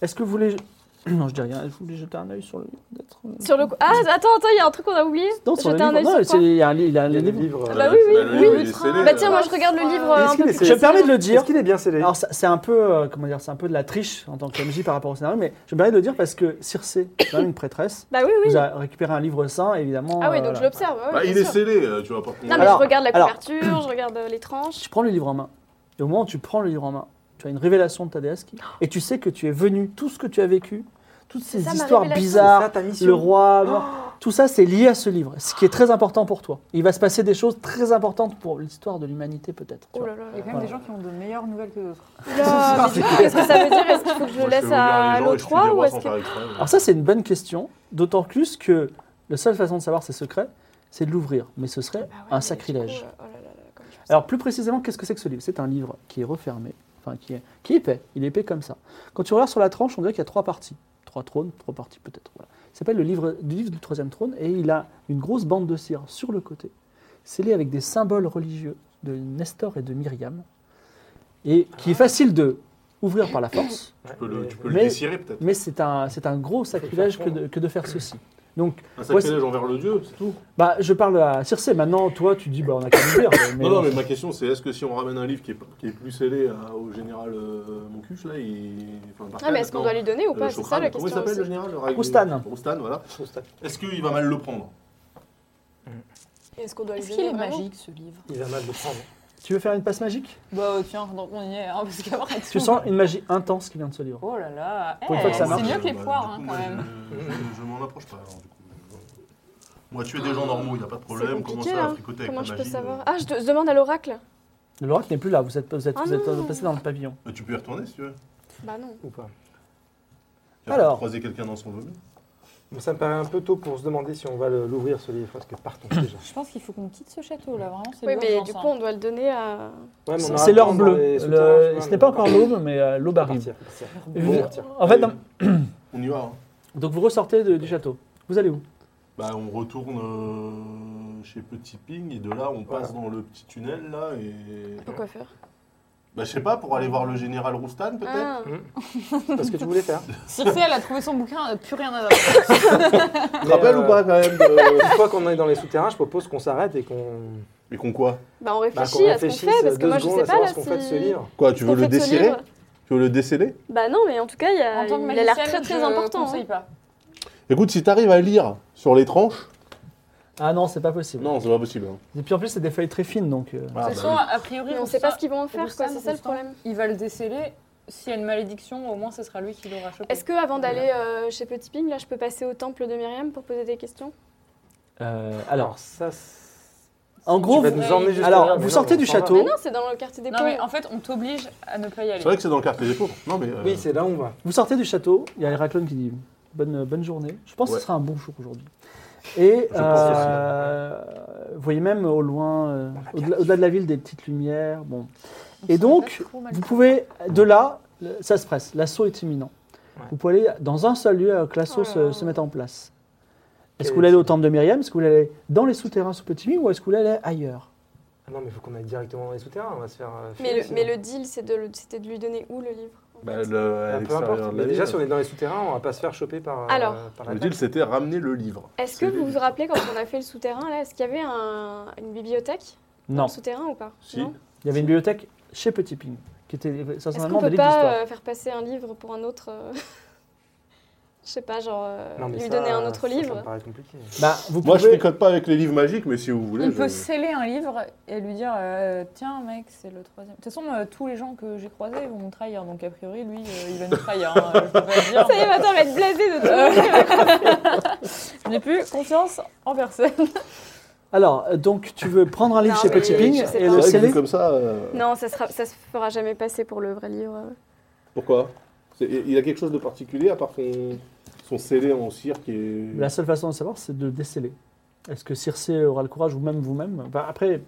Est-ce que vous voulez. Non, je dis rien. Vous voulez jeter un œil sur le. peut-être, euh, Sur le coup. Ah, attends, attends, il y a un truc qu'on a oublié. Non, sur le Jeter un livre. œil Non, sur c'est- quoi il y a un li- il y a un Il y a des livre. livres. Ah euh, bah oui, le- oui, bah, le oui. livre, il est scellé, Bah tiens, là. moi je regarde le livre euh, Est-ce un qu'il peu est plus Je me permets de sérieusement. le dire. Est-ce qu'il est bien scellé Alors, ça- c'est un peu, euh, comment dire, c'est un peu de la triche en tant que MJ par rapport au scénario, mais je me permets de le dire parce que Circe, c'est quand même une prêtresse, Bah oui, oui. vous a récupéré un livre saint, évidemment. Ah oui, euh, donc je voilà. l'observe. ouais, Bah, ouais, il bien est sûr. scellé, euh, tu vas pas Non, mais Alors- je regarde la alors- couverture, je regarde euh, les tranches. Tu prends le livre en main. Et au moment où tu prends le livre en main, tu as une révélation de ta déesse qui- et tu sais que tu es venu, tout ce que tu as vécu, toutes ces ça, ma histoires révélation. bizarres, ta mission le roi, mort, tout ça, c'est lié à ce livre, ce qui est très important pour toi. Il va se passer des choses très importantes pour l'histoire de l'humanité, peut-être. tu Oh vois. là là. Il y a quand même des gens qui ont de meilleures nouvelles que d'autres. Oula, mais du coup, Qu'est-ce que ça veut dire Est-ce qu'il faut que je le laisse à l'autre 3 ou est-ce que. Alors ça, c'est une bonne question, d'autant plus que la seule façon de savoir ses secrets, c'est de l'ouvrir, mais ce serait Bah ouais, un mais sacrilège. du coup, euh, oh là là là, comme je fais ça. Alors plus précisément, qu'est-ce que c'est que ce livre C'est un livre qui est refermé, enfin qui est, qui est épais, il est épais comme ça. Quand tu regardes sur la tranche, on dirait qu'il y a trois parties, trois trônes, trois parties peut-être. Voilà. Il s'appelle le livre du livre du troisième trône et il a une grosse bande de cire sur le côté, scellée avec des symboles religieux de Nestor et de Myriam, et qui est Ah. facile de ouvrir par la force. Tu peux le, tu peux Mais- le desserrer peut-être. Mais c'est un, c'est un gros sacrilège que de, que de faire ceci. Donc, Un sacrilège envers le dieu, c'est tout. bah, je parle à Circe. Maintenant, toi, tu dis, bah, on a qu'à le dire. mais non, non, non. mais ma question c'est est-ce que si on ramène un livre qui est, pas- qui est plus scellé à- au général euh, Moncus, là, il. enfin, par Ah, mais terre, est-ce qu'on non. doit lui donner ou Euh, pas C'est ça Chokran, la Comment il question. s'appelle le aussi. général le rag- Roustan. Roustan, voilà. Est-ce qu'il va mal le prendre Est-ce qu'on doit lui Est-ce qu'il donner est vraiment magique ce livre Il va mal le prendre. Tu veux faire une passe magique Bah euh, tiens, donc on y est, hein, parce qu'après Tu tout- sens une magie intense qui vient de ce livre. Oh là là Pour une eh, fois que ça C'est marche. mieux que les Bah, poires du hein, coup, quand moi, même. je- Je, je m'en approche pas alors du coup. Moi, tuer des gens normaux, il n'y a pas de problème. Comment compliqué, ça, là. fricoter avec Comment la je peux magie euh, savoir Ah, je te- je demande à l'oracle. L'oracle n'est plus là. Vous êtes, vous êtes, Ah vous êtes non. passé dans le pavillon. euh, Tu peux y retourner si tu veux. Bah non. Ou pas. Et Alors. après, Croiser quelqu'un dans son vomi. Bon, ça me paraît un peu tôt pour se demander si on va le- l'ouvrir ce livre, parce que partons déjà. Je pense qu'il faut qu'on quitte ce château là, vraiment c'est Oui, mais l'urgence, du hein. coup, on doit le donner à. Ouais, mais on aura C'est le l'heure temps dans bleue. les souterrains, Le- tu vois, ce mais n'est pas on va encore l'aube, mais euh, l'aube arrive. partir, partir. Vous- Bon, partir. En fait, Allez, non. On y va. hein. donc vous ressortez de- du château. Vous allez où Bah, on retourne euh, chez Petit Ping et de là, on passe dans le petit tunnel là et. Pourquoi faire Bah, je sais pas, pour aller voir le général Roustan peut-être Ah. Parce que tu voulais faire. Circe, elle a trouvé son bouquin, elle a plus rien à avoir. Tu te rappelles Mais, euh, ou pas quand même de- Une fois qu'on est dans les souterrains, je propose qu'on s'arrête et qu'on Mais qu'on quoi Bah, on bah, qu'on réfléchit à ce qu'on réfléchisse fait, parce que deux moi, je secondes sais à pas là savoir ce qu'on fait de ce si. livre. Quoi, tu qu'on veux le fait de ce desserrer livre. Tu veux le desceller Bah non, mais en tout cas, il, y a, En tant que il a l'air magicienne, très très je important. conseille hein. pas. Écoute, si t'arrives à lire sur les tranches. Ah non, c'est pas possible. Non, c'est pas possible. hein. Et puis en plus, c'est des feuilles très fines, donc. euh, De Ah, toute bah façon, a priori, Mais on on sait pas ce qu'ils vont en faire, Roustan, quoi. C'est ça le Roustan. problème. Il va le déceler. S'il y a une malédiction, au moins, ce sera lui qui l'aura chopé. Est-ce que avant d'aller euh, chez Petit Ping, là, je peux passer au temple de Myriam pour poser des questions euh, alors, Alors ça, c'est- en gros, tu vas vous- nous emmener jusqu'à là, alors mais vous non, sortez on du s'en va. Mais château. non, c'est dans le quartier des Non, mais en pauvres. fait, on t'oblige à ne pas y C'est aller. vrai que c'est dans le quartier des pauvres. Non, mais. euh, Oui, c'est là où on va. Vous sortez du château, il y a Héraclone qui dit bonne, euh, bonne journée. Je pense que Ouais. ce sera un bon jour aujourd'hui. Et pense euh, vous voyez même au loin, euh, au-delà au-delà de la ville, des petites lumières. Bon. Et donc, vous pouvez, de là, le- ça se presse, l'assaut est imminent. Ouais. Vous pouvez aller dans un seul lieu euh, que l'assaut Oh là se, là. se mette en place. Est-ce Quel que vous voulez aller au est-il temple de Myriam Est-ce que vous voulez aller dans les souterrains sous Petit Mie ou est-ce que vous voulez aller ailleurs Ah Non, mais il faut qu'on aille directement dans les souterrains. On va se faire. euh, Mais filer, le, sinon. mais le deal, c'est de le- c'était de lui donner où le livre en Bah, fait. le- à Ah, peu importe. l'extérieur de Mais la déjà, ville. si on est dans les souterrains, on va pas se faire choper par, Alors. euh, par la Le taxe. deal, c'était ramener le livre. Est-ce que vous vous rappelez quand on a fait le souterrain là, est-ce qu'il y avait un- une bibliothèque dans Non. le souterrain ou pas Si. Non Il y avait une bibliothèque chez Petit Ping, qui était Est-ce sincèrement qu'on des peut livres pas d'histoire. euh, faire passer un livre pour un autre euh, Je sais pas, genre euh, Non, mais lui ça, donner un autre ça, ça livre. me paraît compliqué. Bah, vous Moi, je pouvez- décode pas avec les livres magiques, mais si vous voulez. On je- peut sceller un livre et lui dire euh, Tiens, mec, c'est le troisième. De toute façon, euh, tous les gens que j'ai croisés vont me trahir. Donc, a priori, lui, euh, il va nous trahir. hein, je peux pas le dire. Ça y est, maintenant, on va être blasé de tout. Je n'ai plus confiance en personne. Alors, euh, donc, tu veux prendre un livre Non, chez mais Petit Ping je sais et pas. le C'est vrai que vu sceller comme ça. euh, Non, ça, sera, ça se fera jamais passer pour le vrai livre. Pourquoi C'est- Il a quelque chose de particulier à part son, son scellé en cire qui est. La seule façon de savoir, c'est de déceler. Est-ce que Circé aura le courage, ou même vous-même Bah, Après,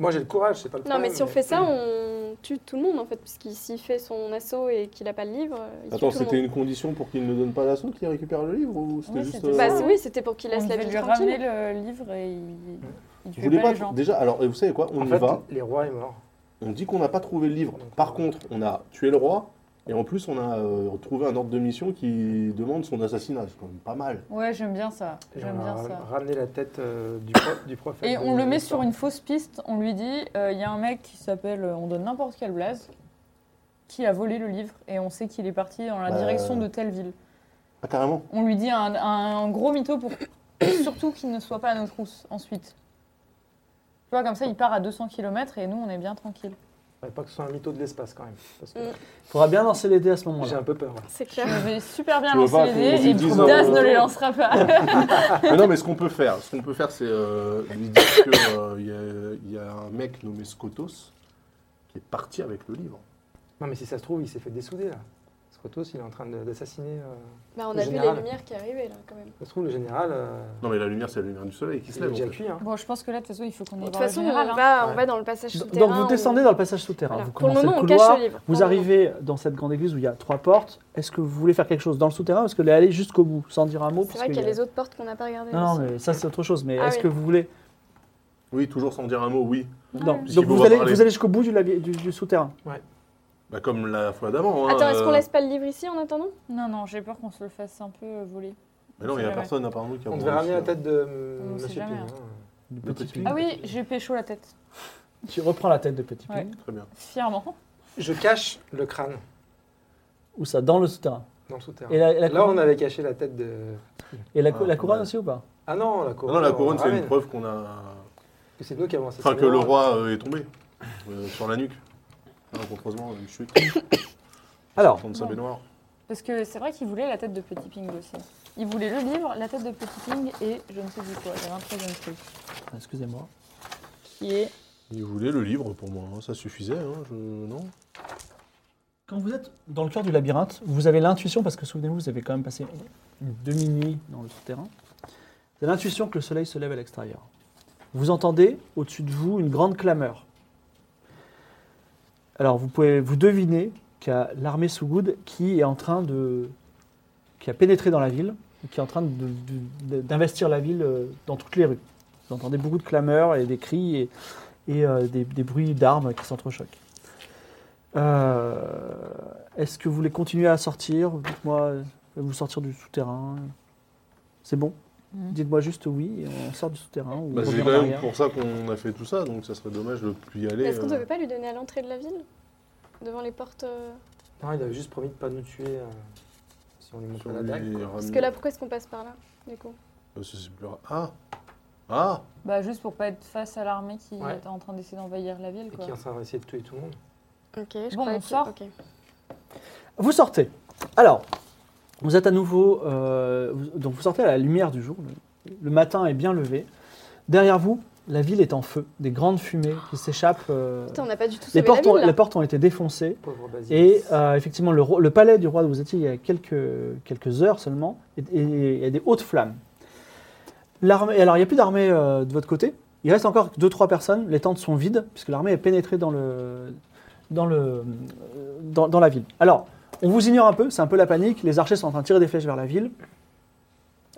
Moi, j'ai le courage, c'est pas le Non, problème. mais si on fait ça, on tue tout le monde en fait, parce qu'il s'y fait son assaut et qu'il a pas le livre. euh, il tue Attends, tout le c'était monde. une condition pour qu'il ne donne pas l'assaut qu'il récupère le livre ou c'était Oui, juste. euh, c'était une- Bah, Ouais. c'est- oui, c'était pour qu'il on laisse la devait ville lui tranquille. ramener le livre et il, il Vous tuait voulez pas pas les gens. déjà alors et vous savez quoi on En y fait, va les rois est mort. on dit qu'on n'a pas trouvé le livre par contre on a tué le roi et en plus on a euh, trouvé un ordre de mission qui demande son assassinat c'est quand même pas mal Ouais, j'aime bien ça. Et J'aime on a bien ra- ça. ramené la tête euh, du, pro- du prophète. Et de- on le de met l'histoire. sur une fausse piste. On lui dit euh, il y a un mec qui s'appelle, euh, on donne n'importe quelle blaze, qui a volé le livre et on sait qu'il est parti dans la Bah, direction de telle ville. ah carrément On lui dit un, un gros mytho pour surtout qu'il ne soit pas à nos trousses ensuite. Tu vois, comme ça, il part à 200 km et nous, on est bien tranquille. Faudrait pas que ce soit un mytho de l'espace quand même. Parce que Mm. il faudra bien lancer les dés à ce j'ai moment-là. un peu peur. C'est clair. Je vais super bien Tu veux pas lancer les qu'on dés et lui dise, Daz euh, ne les lancera pas. mais non mais ce qu'on peut faire ce qu'on peut faire c'est euh, lui dire que euh, il y a- il y, a un mec nommé Skotos qui est parti avec le livre Non, mais si ça se trouve, il s'est fait dessouder là. Scrotos, il est en train de- d'assassiner. euh, Bah, on Le a vu les général. lumières qui arrivaient là quand même. Ça se trouve, le général. euh, non mais la lumière c'est la lumière du soleil qui se il est lève en déjà fait. cuit. Hein. bon, je pense que là, de toute façon, il faut qu'on y De voit toute le façon, général, on hein. va, Ouais. on va dans le passage souterrain. Donc, vous on- descendez dans le passage souterrain. Voilà. Vous Pour le commencez moment, le on cache couloir. le livre. Vous arrivez dans cette grande église où il y a trois portes. Est-ce que vous voulez faire quelque chose dans le souterrain ou est-ce que vous voulez aller jusqu'au bout sans dire un mot C'est parce vrai qu'il y a qu'il y a- les autres portes qu'on n'a pas regardées. Non, non, aussi. mais ça c'est autre chose. Mais Ah est-ce oui. que vous voulez oui toujours sans dire un mot oui Non. Puisqu'il Donc faut vous pas allez, parler. vous allez jusqu'au bout du, labi- du- du souterrain. bah, comme la fois d'avant hein, Attends, est-ce qu'on euh, laisse pas le livre ici en attendant Non, non, j'ai peur qu'on se le fasse un peu euh, voler. mais non il y a personne apparemment qui a On vendu devait le ramener la livre. tête de euh, On sait Monsieur Ping. jamais, hein. Du Le petit petit Ping. Ah oui, j'ai pécho la tête. Tu reprends la tête de Petit Ping. Ouais. très bien Fièrement. Je cache le crâne Ou ça dans le souterrain. dans le souterrain. Et la, la Là, couronne, on avait caché la tête de. et la, cou- Ah, la couronne ouais. aussi ou pas Ah non, la Ah couronne. non la on couronne c'est ramène. une preuve qu'on a Que c'est nous qui avons assassiné. Enfin, que le roi euh, est tombé euh, sur la nuque. Ah, Contreusement, une chute Alors, dans sa Non. baignoire. Parce que c'est vrai qu'il voulait la tête de Petit Ping aussi. Il voulait le livre, la tête de Petit Ping et je ne sais plus quoi. Il y avait un troisième truc excusez-moi. qui est Il voulait le livre pour moi, hein, ça suffisait, hein, je- non Quand vous êtes dans le cœur du labyrinthe, vous avez l'intuition, parce que souvenez-vous, vous avez quand même passé une demi-nuit dans le souterrain, vous avez l'intuition que le soleil se lève à l'extérieur. Vous entendez au-dessus de vous une grande clameur. Alors vous pouvez vous deviner qu'il y a l'armée Sougoud qui est en train de. qui a pénétré dans la ville, et qui est en train de- de- de- d'investir la ville euh, dans toutes les rues. Vous entendez beaucoup de clameurs et des cris et, et, euh, des- des bruits d'armes qui s'entrechoquent. Euh, Est-ce que vous voulez continuer à sortir Dites-moi, euh, vous sortir du souterrain C'est bon Mhm. Dites-moi juste oui et on sort du souterrain. ou Bah, on C'est revient en quand même arrière. pour ça qu'on a fait tout ça, donc ça serait dommage de plus y aller. Est-ce qu'on euh. devait pas lui donner à l'entrée de la ville Devant les portes. euh, Non, il avait juste promis de pas nous tuer euh, si on lui Si on montrait la lui dague. quoi. ramène- Parce que là, pourquoi est-ce qu'on passe par là du coup Euh, ça, c'est plus ra- Ah Ah bah, juste pour pas être face à l'armée qui Ouais. est en train d'essayer d'envahir la ville. Et Quoi. qui est en train d'essayer de tuer tout le monde. Ok, je Bon, croyais on que- sort. ok. Vous sortez. Alors, vous êtes à nouveau. euh, vous- donc vous sortez à la lumière du jour. Le, le matin est bien levé. Derrière vous, la ville est en feu. Des grandes fumées qui s'échappent. euh, Putain, on n'a pas du tout les, sauvé la portes ont, ville. les là. portes ont été défoncées. Pauvre Basile. Et euh, effectivement, le, roi- le palais du roi où vous étiez il y a quelques, quelques heures seulement, et, et- et il y a des hautes flammes. L'armée, alors, il n'y a plus d'armée euh, de votre côté. Il reste encore 2-3 personnes. Les tentes sont vides, puisque l'armée est pénétrée dans, le, dans, le, euh, dans, dans la ville. Alors, on vous ignore un peu, c'est un peu la panique. Les archers sont en train de tirer des flèches vers la ville.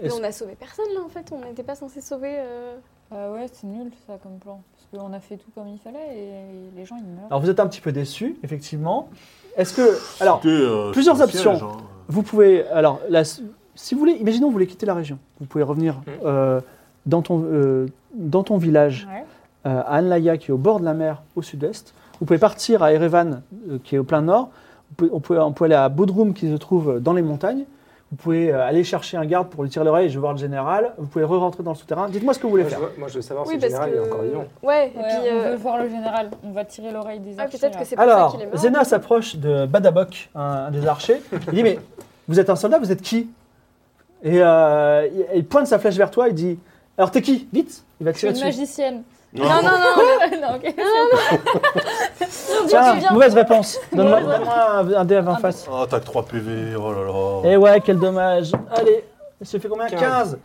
Mais Est-ce- on a sauvé personne là en fait, on n'était pas censé sauver. euh, Euh, ouais, c'est nul ça comme plan. Parce qu'on a fait tout comme il fallait et les gens ils meurent. Alors vous êtes un petit peu déçu, effectivement. Est-ce que. Alors, C'était, euh, plusieurs c'était un options. siège, hein. Vous pouvez, alors, la- si vous voulez, imaginons vous voulez quitter la région. Vous pouvez revenir euh, dans, ton, euh, dans ton village Ouais. euh, à Anlaya, qui est au bord de la mer au sud-est. Vous pouvez partir à Erevan, euh, qui est au plein nord. Vous pouvez- on, peut, on peut aller à Bodrum, qui se trouve dans les montagnes. Vous pouvez euh, aller chercher un garde pour lui tirer l'oreille. Je vais voir le général. Vous pouvez re-rentrer dans le souterrain. Dites-moi ce que vous voulez Moi, je faire. veux- moi, je veux savoir Oui, si le parce général que. est encore vivant. Ouais, et Ouais, puis. on euh, veut voir le général. On va tirer l'oreille des ah, archers. peut-être là. que c'est pour ça Alors, qu'il est mort. Zena s'approche de Badabok, un, un des archers. Il dit Mais vous êtes un soldat, vous êtes qui Et euh, il- il pointe sa flèche vers toi, il dit Alors t'es qui Vite Il va Je suis tirer une dessus. magicienne. Non, Non, non, non, non, ok. Tiens, tu viens. mauvaise réponse. Donne-moi donne-moi un, un dé à 20 faces. Ah, tac 3 PV, oh là là. Eh ouais, quel dommage. Allez, il se fait combien 15. 15.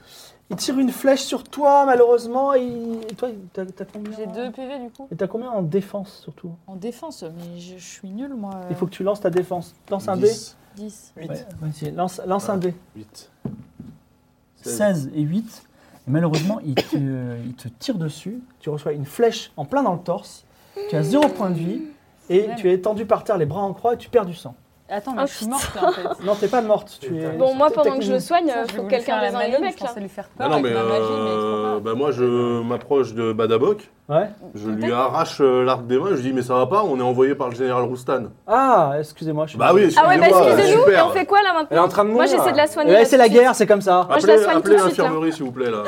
Il tire une flèche sur toi, malheureusement. Et, et toi, t'as t'as combien J'ai 2 PV du coup. Et t'as combien en défense surtout En défense, mais je, je suis nulle moi. euh, Il faut que tu lances ta défense. Lance un dé. 10, 10. Huit. Ouais, vas-y, lance, lance un dé. 8. 16 et 8. Et malheureusement, il te, il te tire dessus. Tu reçois une flèche en plein dans le torse. Tu as zéro point de vie. Et vrai. tu es étendu par terre, les bras en croix, et tu perds du sang. Attends, mais Ah, je suis morte là, en fait. Non, t'es pas morte. Tu es, Bon, moi, pendant que je techniquement- le soigne, Putain, euh, j'ai faut que voulu quelqu'un faire la les enlève maligne, le mec, Je là. pensais lui faire Ah peur non, mais avec ma magie, mais il se euh, rend pas. bah, moi je m'approche de Badabok, Ouais. je lui arrache euh, l'arc des mains, je lui dis mais ça va pas, on est envoyé par le général Roustan. Ah, excusez-moi. Je suis Bah oui, Ah ouais, bah excusez-moi, excusez-nous, super. et on fait quoi là Elle est en maintenant train de Moi, mourir. j'essaie de la soigner. Eh, là, c'est tout la de suite. guerre, c'est comme ça. Moi, je Appelez, la soigne appelez tout de suite, hein. là. l'infirmerie s'il vous plaît là.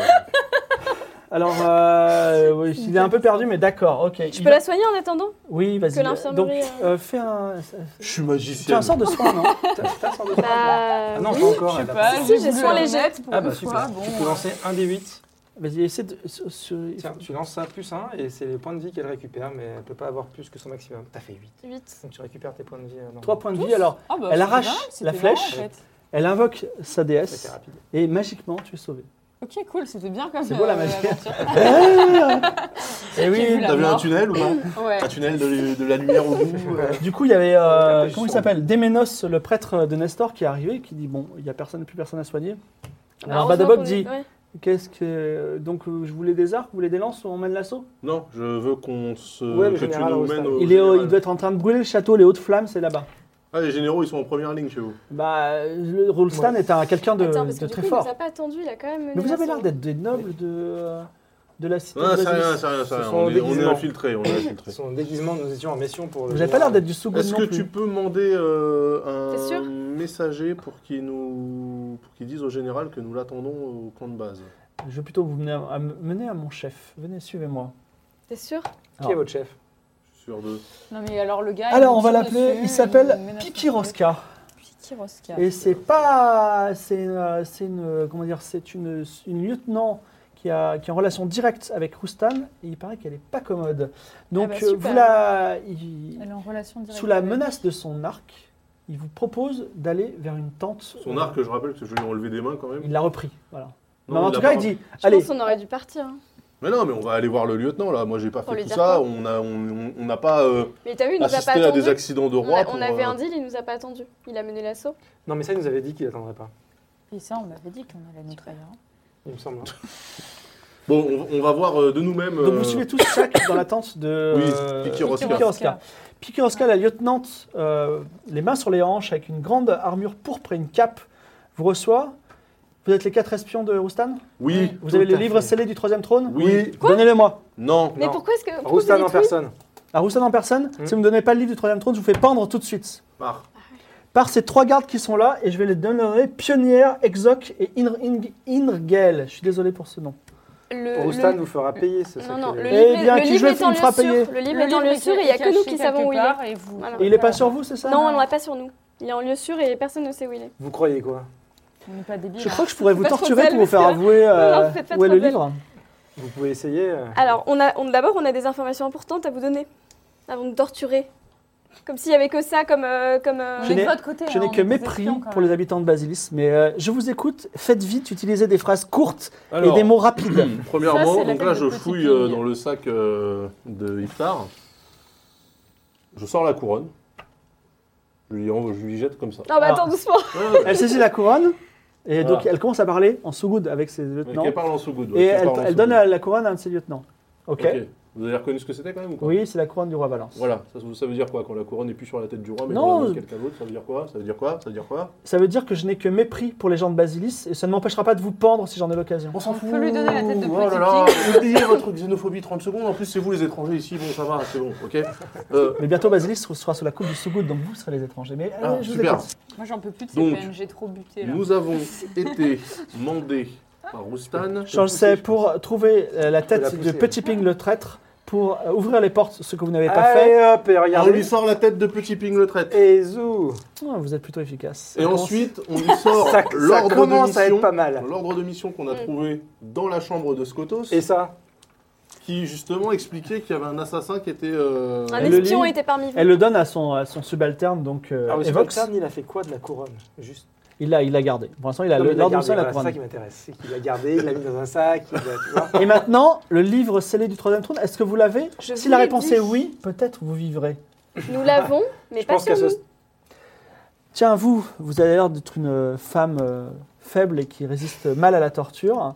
Alors, euh, oui, il est un peu perdu, mais d'accord, ok. Je peux la soigner en attendant Oui, vas-y. que l'infirmerie, Donc, euh, euh, fais un. Je suis Tu as magicien. un sort de soin, non T'as- t'as sans doute- Bah. Ah non, pas encore. Je sais elle a pas, pas- Si, j'ai j'ai voulu sur les les jets. jets pour Ah une bah fois. super. Bon, euh, Tu peux lancer un des 8. Vas-y, essaie de. ce- ce- Tiens, tu lances ça plus 1 et c'est les points de vie qu'elle récupère, mais elle peut pas avoir plus que son maximum. T'as fait 8. 8. Donc tu récupères tes points de vie. euh, dans- Trois points de vie, alors, Ah bah, Elle c'est arrache dingue, c'était la marrant, flèche. en fait. elle invoque sa Mais c'est déesse rapide. et magiquement, tu es sauvé. Ok, cool, c'était bien comme C'est beau, la euh, magie. aventure. Et J'ai vu oui, la T'as vu un mort. tunnel ou non Ouais. Un tunnel de, de la lumière au bout euh. Du coup, il y avait, euh, Ouais, je comment il sens. s'appelle Déménos, le prêtre de Nestor, qui est arrivé, qui dit Bon, il n'y a personne, plus personne à soigner. Alors, Heureusement Badabob qu'on dit est- ouais. Qu'est-ce que. Donc, euh, je voulais des arcs, vous voulez des lances, on mène l'assaut Non, je veux qu'on se. Ouais, le que tu général nous Roustan. mènes au. il, est, au- il général. doit être en train de brûler le château, les hautes flammes, c'est là-bas. Ah, les généraux ils sont en première ligne chez vous. Bah, le Rolstan est un, quelqu'un de, Attends, parce que de du très coup, il fort. nous a pas attendu, il a quand même. mené Mais vous la avez l'air soirée. d'être des nobles de, euh, de la cité. Ah, de c'est Basilis. rien, c'est rien, c'est Ce rien. sont On est, on est déguisements. infiltrés, on est infiltrés. Son déguisement, nous étions en mission pour le. vous n'avez pas l'air d'être du sous Est-ce non que plus. tu peux demander euh, T'es un sûr messager pour qu'il nous pour qu'il dise au général que nous l'attendons au camp de base Je vais plutôt vous mener à, à me- mener à mon chef. Venez, suivez-moi. T'es sûr Ah. Qui est votre chef Je suis sûr de. Non, mais alors le gars. Alors, Ah, il on va tire l'appeler, dessus, il s'appelle nous menace Pikiroska. de- Pikiroska. Et c'est pas, c'est euh, c'est une, comment dire, c'est une, une lieutenant qui a, qui est en relation directe avec Roustan. Et il paraît qu'elle est pas commode. Donc bah, euh, super. vous la, il- Elle est en relation directe. sous la avec- menace de son arc, il vous propose d'aller vers une tente. euh, Son arc, je rappelle que je lui ai enlevé des mains quand même. Il l'a repris. Voilà. Non, Mais en il tout l'a cas, pas il dit, Je allez, pense qu'on aurait dû partir. hein. Mais non, mais on va aller voir le lieutenant là. Moi, j'ai pas Pour fait lui tout dire quoi ça. On a, on on n'a pas euh, Mais t'as vu, il nous a pas assisté à attendu. des accidents de On, a- roi. on pour, avait euh, un deal, il nous a pas attendu. Il a mené l'assaut. Non, mais ça, il nous avait dit qu'il attendrait pas, Et ça, on m'avait dit qu'on allait nous trahir. il me semble. hein. Bon, on, on va voir euh, de nous-mêmes. Donc euh, vous suivez tous chaque dans l'attente de Oui, euh, Pikiroska. Pikiroska. Pikiroska, la lieutenante, euh, les mains sur les hanches, avec une grande armure pourpre et une cape, vous reçoit. Vous êtes les quatre espions de Roustan Oui. Vous Tout avez les à livres fait. scellés du troisième trône Oui. Donnez-les-moi. Non. Mais Non. pourquoi est-ce que. pourquoi vous Roustan en dites oui personne. À Roustan en personne, Hmm. si vous ne me donnez pas le livre du troisième trône, je vous fais pendre tout de suite. Par. Par ces trois gardes qui sont là, et je vais les nommer Pionnière, Exoc et Inr- Ing- Inrgel. Je suis désolé pour ce nom. Le- Roustan Euh, le- vous fera payer ce euh, Non, non, le sacré. Eh livre, bien, le qui livre je étant le fera lieu sûr. payer. Le livre étant lieu sûr, et il n'y a que nous qui savons où il est. Et vous... Voilà. Et il est pas sur vous, c'est ça Non, on l'a pas sur nous. Il est en lieu sûr et personne ne sait où il est. Vous croyez quoi On n'est pas débiles. Je hein. crois que je pourrais vous Faites trop torturer zèle, pour vous faire avouer Non, euh, non, faites pas où est trop le zèle. livre. Vous pouvez essayer. euh, Alors, on a, on, d'abord, on a des informations importantes à vous donner avant de torturer. Comme s'il y avait que ça, comme. euh, comme euh, On Je est n'ai- de votre côté. Je hein, n'ai on que est des mépris espions, quand pour les même. habitants de Basilis, mais euh, je vous écoute, faites vite, utilisez des phrases courtes Alors, et des mots rapides. Ça, Premièrement, c'est la donc tête là, de je petite fouille euh, fille. dans le sac euh, de Iftar. Je sors la couronne. Je lui, en- je lui jette comme ça. Non, mais Ah. attends, doucement. Ouais, ouais. Elle saisit la couronne, Et donc, Voilà. elle commence à parler en sous-goude avec ses lieutenants. Qu'elle parle en sous-goutte. ouais, Et qu'elle elle, parle en elle donne la, sous-goutte. la couronne à un de ses lieutenants. Ok. Ok. Vous avez reconnu ce que c'était quand même ou quoi Oui, c'est la couronne du roi Valence. Voilà, ça, ça veut dire quoi Quand la couronne n'est plus sur la tête du roi, mais Non. qu'on la donne à quelqu'un d'autre, ça veut dire quoi Ça veut dire quoi Ça veut dire quoi Ça veut dire que je n'ai que mépris pour les gens de Basilis et ça ne m'empêchera pas de vous pendre si j'en ai l'occasion. s'en On peut lui donner la tête de Oh là petit là, oubliez votre xénophobie 30 secondes, en plus c'est vous les étrangers ici, bon ça va, c'est bon, ok Euh, Mais bientôt Basilis sera sous la coupe du sous-goude, donc vous serez les étrangers. Mais Ah, allez, je vous super. écoute. Moi, j'en peux plus de ces Donc, PNG trop butés là. Nous avons été mandés par Roustan. Charles Say, pour trouver euh, la la tête pousser, de Petit Ping le traître, pour euh, ouvrir les portes, ce que vous n'avez pas fait. Allez hop, et On lui regardez. sort la tête de Petit Ping le traître. Et zou Ah, vous êtes plutôt efficace. Et Ça commence- ensuite, on lui Oh, sort Ça, ça l'ordre de commence à être mission. pas mal. L'ordre de mission qu'on a Mm. trouvé dans la chambre de Skotos, Et ça qui justement expliquait qu'il y avait un assassin qui était. euh, Un Elle le espion lit. était parmi vous. Elle le donne à son, à son subalterne, donc euh, Ah oui, c'est Evox. pas le terme, il a fait quoi de la couronne Juste. Il l'a il l'a gardé. Pour l'instant, il a Bah, Non, le- mais il l'a l'ordre de gardé, ça, la voilà, C'est ça couronne. qui m'intéresse. C'est qu'il l'a gardé, il l'a mis dans un sac, il l'a- tu vois. Et maintenant, le livre scellé du troisième trône, est-ce que vous l'avez Je Si vous la l'ai réponse dit. est oui, peut-être vous vivrez. Nous l'avons, mais Je pas pense sur qu'à ce nous. stade- Tiens, vous, vous avez l'air d'être une euh, femme euh, faible et qui résiste mal à la torture.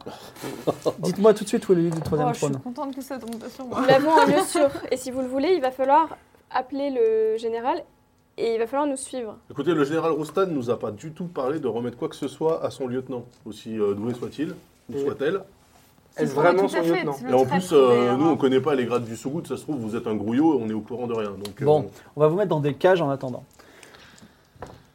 Dites-moi tout de suite où est le livre du troisième Oh, je suis trône. contente que ça tombe pas sur moi. Nous l'avons un lieu sûr. Et si vous le voulez, il va falloir appeler le général et il va falloir nous suivre. Écoutez, le général Roustan nous a pas du tout parlé de remettre quoi que ce soit à son lieutenant, aussi euh, doué soit-il, ou Et- soit-elle. Est-ce vraiment son lieutenant Et en plus, euh, nous, on connaît pas les grades du Sougoud, ça se trouve, vous êtes un grouillot, on est au courant de rien. Donc, euh, Bon. On va vous mettre dans des cages en attendant.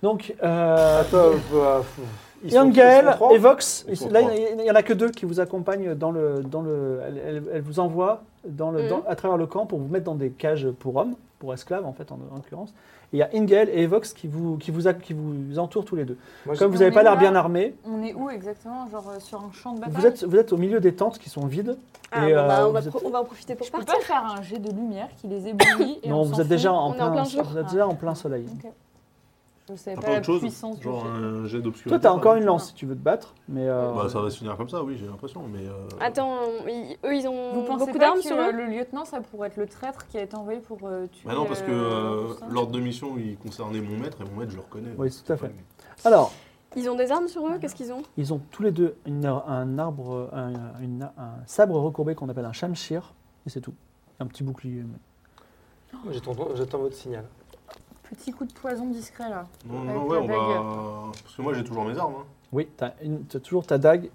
Donc, euh, Attends, bah, pff, ils sont- Yann ils sont Gaël, trois. Evox, Ils sont là trois. il n'y en a que deux qui vous accompagnent dans le. Dans le elle, elle- elle vous envoie dans le, Mhm. dans- à travers le camp pour vous mettre dans des cages pour hommes, pour esclaves en fait en, en l'occurrence. Et il y a Ingael et Evox qui vous, qui, vous, a- qui vous entourent tous les deux. Moi, j'ai- Comme vous on n'avez pas est l'air là. bien armés, On est où exactement Genre euh, sur un champ de bataille vous êtes, vous êtes au milieu des tentes qui sont vides. Bah, Ah, Et, bon, bah, euh, on, va vous êtes- pro- on va en profiter pour Je peux partir. pas faire un jet de lumière qui les éblouit et non, on vous s'en êtes déjà fout en on est plein, en plein jour. vous êtes déjà en plein soleil. Ok. Je savais t'as pas pas la autre chose puissance Genre euh, du jet. un jet d'obscurité. Toi, tu as encore par une lance si tu veux te battre, mais euh, exemple. Bah, ça va se finir comme ça, oui, j'ai l'impression. Mais. euh, Attends, ils- eux, ils ont Vous pensez beaucoup pas d'armes que sur euh, eux le lieutenant, ça pourrait être le traître qui a été envoyé pour euh, tuer Bah non, parce que euh, euh, Roustan l'ordre de mission, il concernait mon maître, et mon maître, je le reconnais. Oui, tout à fait. Ouais, alors Ils ont des armes sur eux Qu'est-ce qu'ils ont ils ont tous les deux une- un arbre, un, une- un sabre recourbé qu'on appelle un shamshir et c'est tout. Un petit bouclier. J'attends j'attends votre signal. Petit coup de poison discret là. mais- Non, Avec non, ouais, la on va. Parce que moi, j'ai toujours mes armes. hein. Oui, t'as une- t'as toujours ta dague,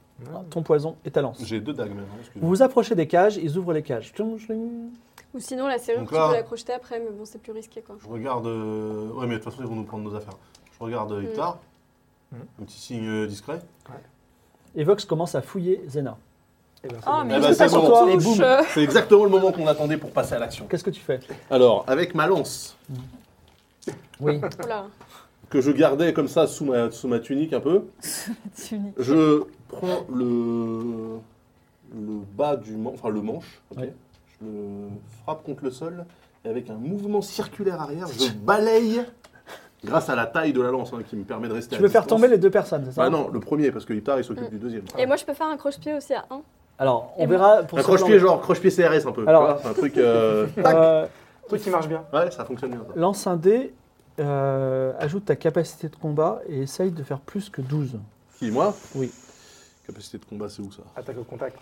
ton poison et ta lance. J'ai deux dagues même, hein, Vous excusez-moi. vous approchez des cages, ils ouvrent les cages. Tchoum, tchoum. Ou sinon, la serrure, Donc tu là- peux l'accrocher après, mais bon, c'est plus risqué quoi. Je regarde. euh, Ouais, mais de toute façon, ils vont nous prendre nos affaires. Je regarde euh, Mm. Hector. Mm. Un petit signe euh, discret. Evox commence à fouiller Zena. Eh ben, Ah, c'est mais bon. bah, c'est c'est pas bon. sur toi Et boum. euh, C'est exactement le moment qu'on attendait pour passer à l'action. Qu'est-ce que tu fais Alors, avec ma lance, Oui. Oula. que je gardais comme ça sous ma, sous ma tunique un peu, tu dis. je prends le, le bas du manche, enfin le manche, ok. Ouais. je le frappe contre le sol, et avec un mouvement circulaire arrière, je balaye, grâce à la taille de la lance hein, qui me permet de rester Tu veux faire tomber le... les deux personnes, c'est ça Bah non, le premier, parce que Iptar, il s'occupe Mm. du deuxième. Et moi, je peux faire un croche-pied aussi à 1. Alors, on Et verra pour Un ce croche-pied, plan- genre croche-pied CRS un peu. Alors- tu vois, un truc... euh, tac. Euh, truc qui marche bien. Ouais, ça fonctionne bien. ça. lance un dé, euh, ajoute ta capacité de combat et essaye de faire plus que 12. Qui, moi Oui. Capacité de combat, c'est où ça Attaque au contact.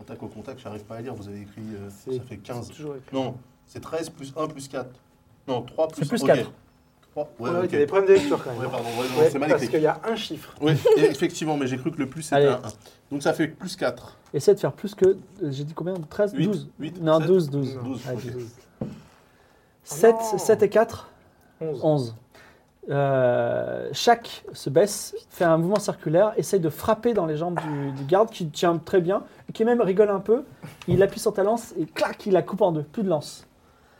Attaque au contact, j'arrive pas à lire, vous avez écrit, euh, C'est- ça fait 15. c'est toujours écrit. Non, c'est 13 plus 1 plus 4. Non, 3 plus, C'est plus ok. 4. 3, ouais, Ouais, ouais, ok. t'as des problèmes de lecture quand même. Ouais, pardon, ouais, non, Ouais, c'est mal parce écrit. qu'il y a un chiffre. Oui, effectivement, mais j'ai cru que le plus Allez. c'était un 1. Donc ça fait plus 4. Essaye de faire plus que. euh, J'ai dit combien 13 Huit. 12 Huit, Non, sept. 12, 12. Non, 12, Ah, ok. 12. 7, non. 7 et 4 11. 11. Euh, chaque se baisse, fait un mouvement circulaire, essaye de frapper dans les jambes du, du garde qui tient très bien, et qui même rigole un peu. Il appuie sur ta lance et clac, il la coupe en deux. Plus de lance.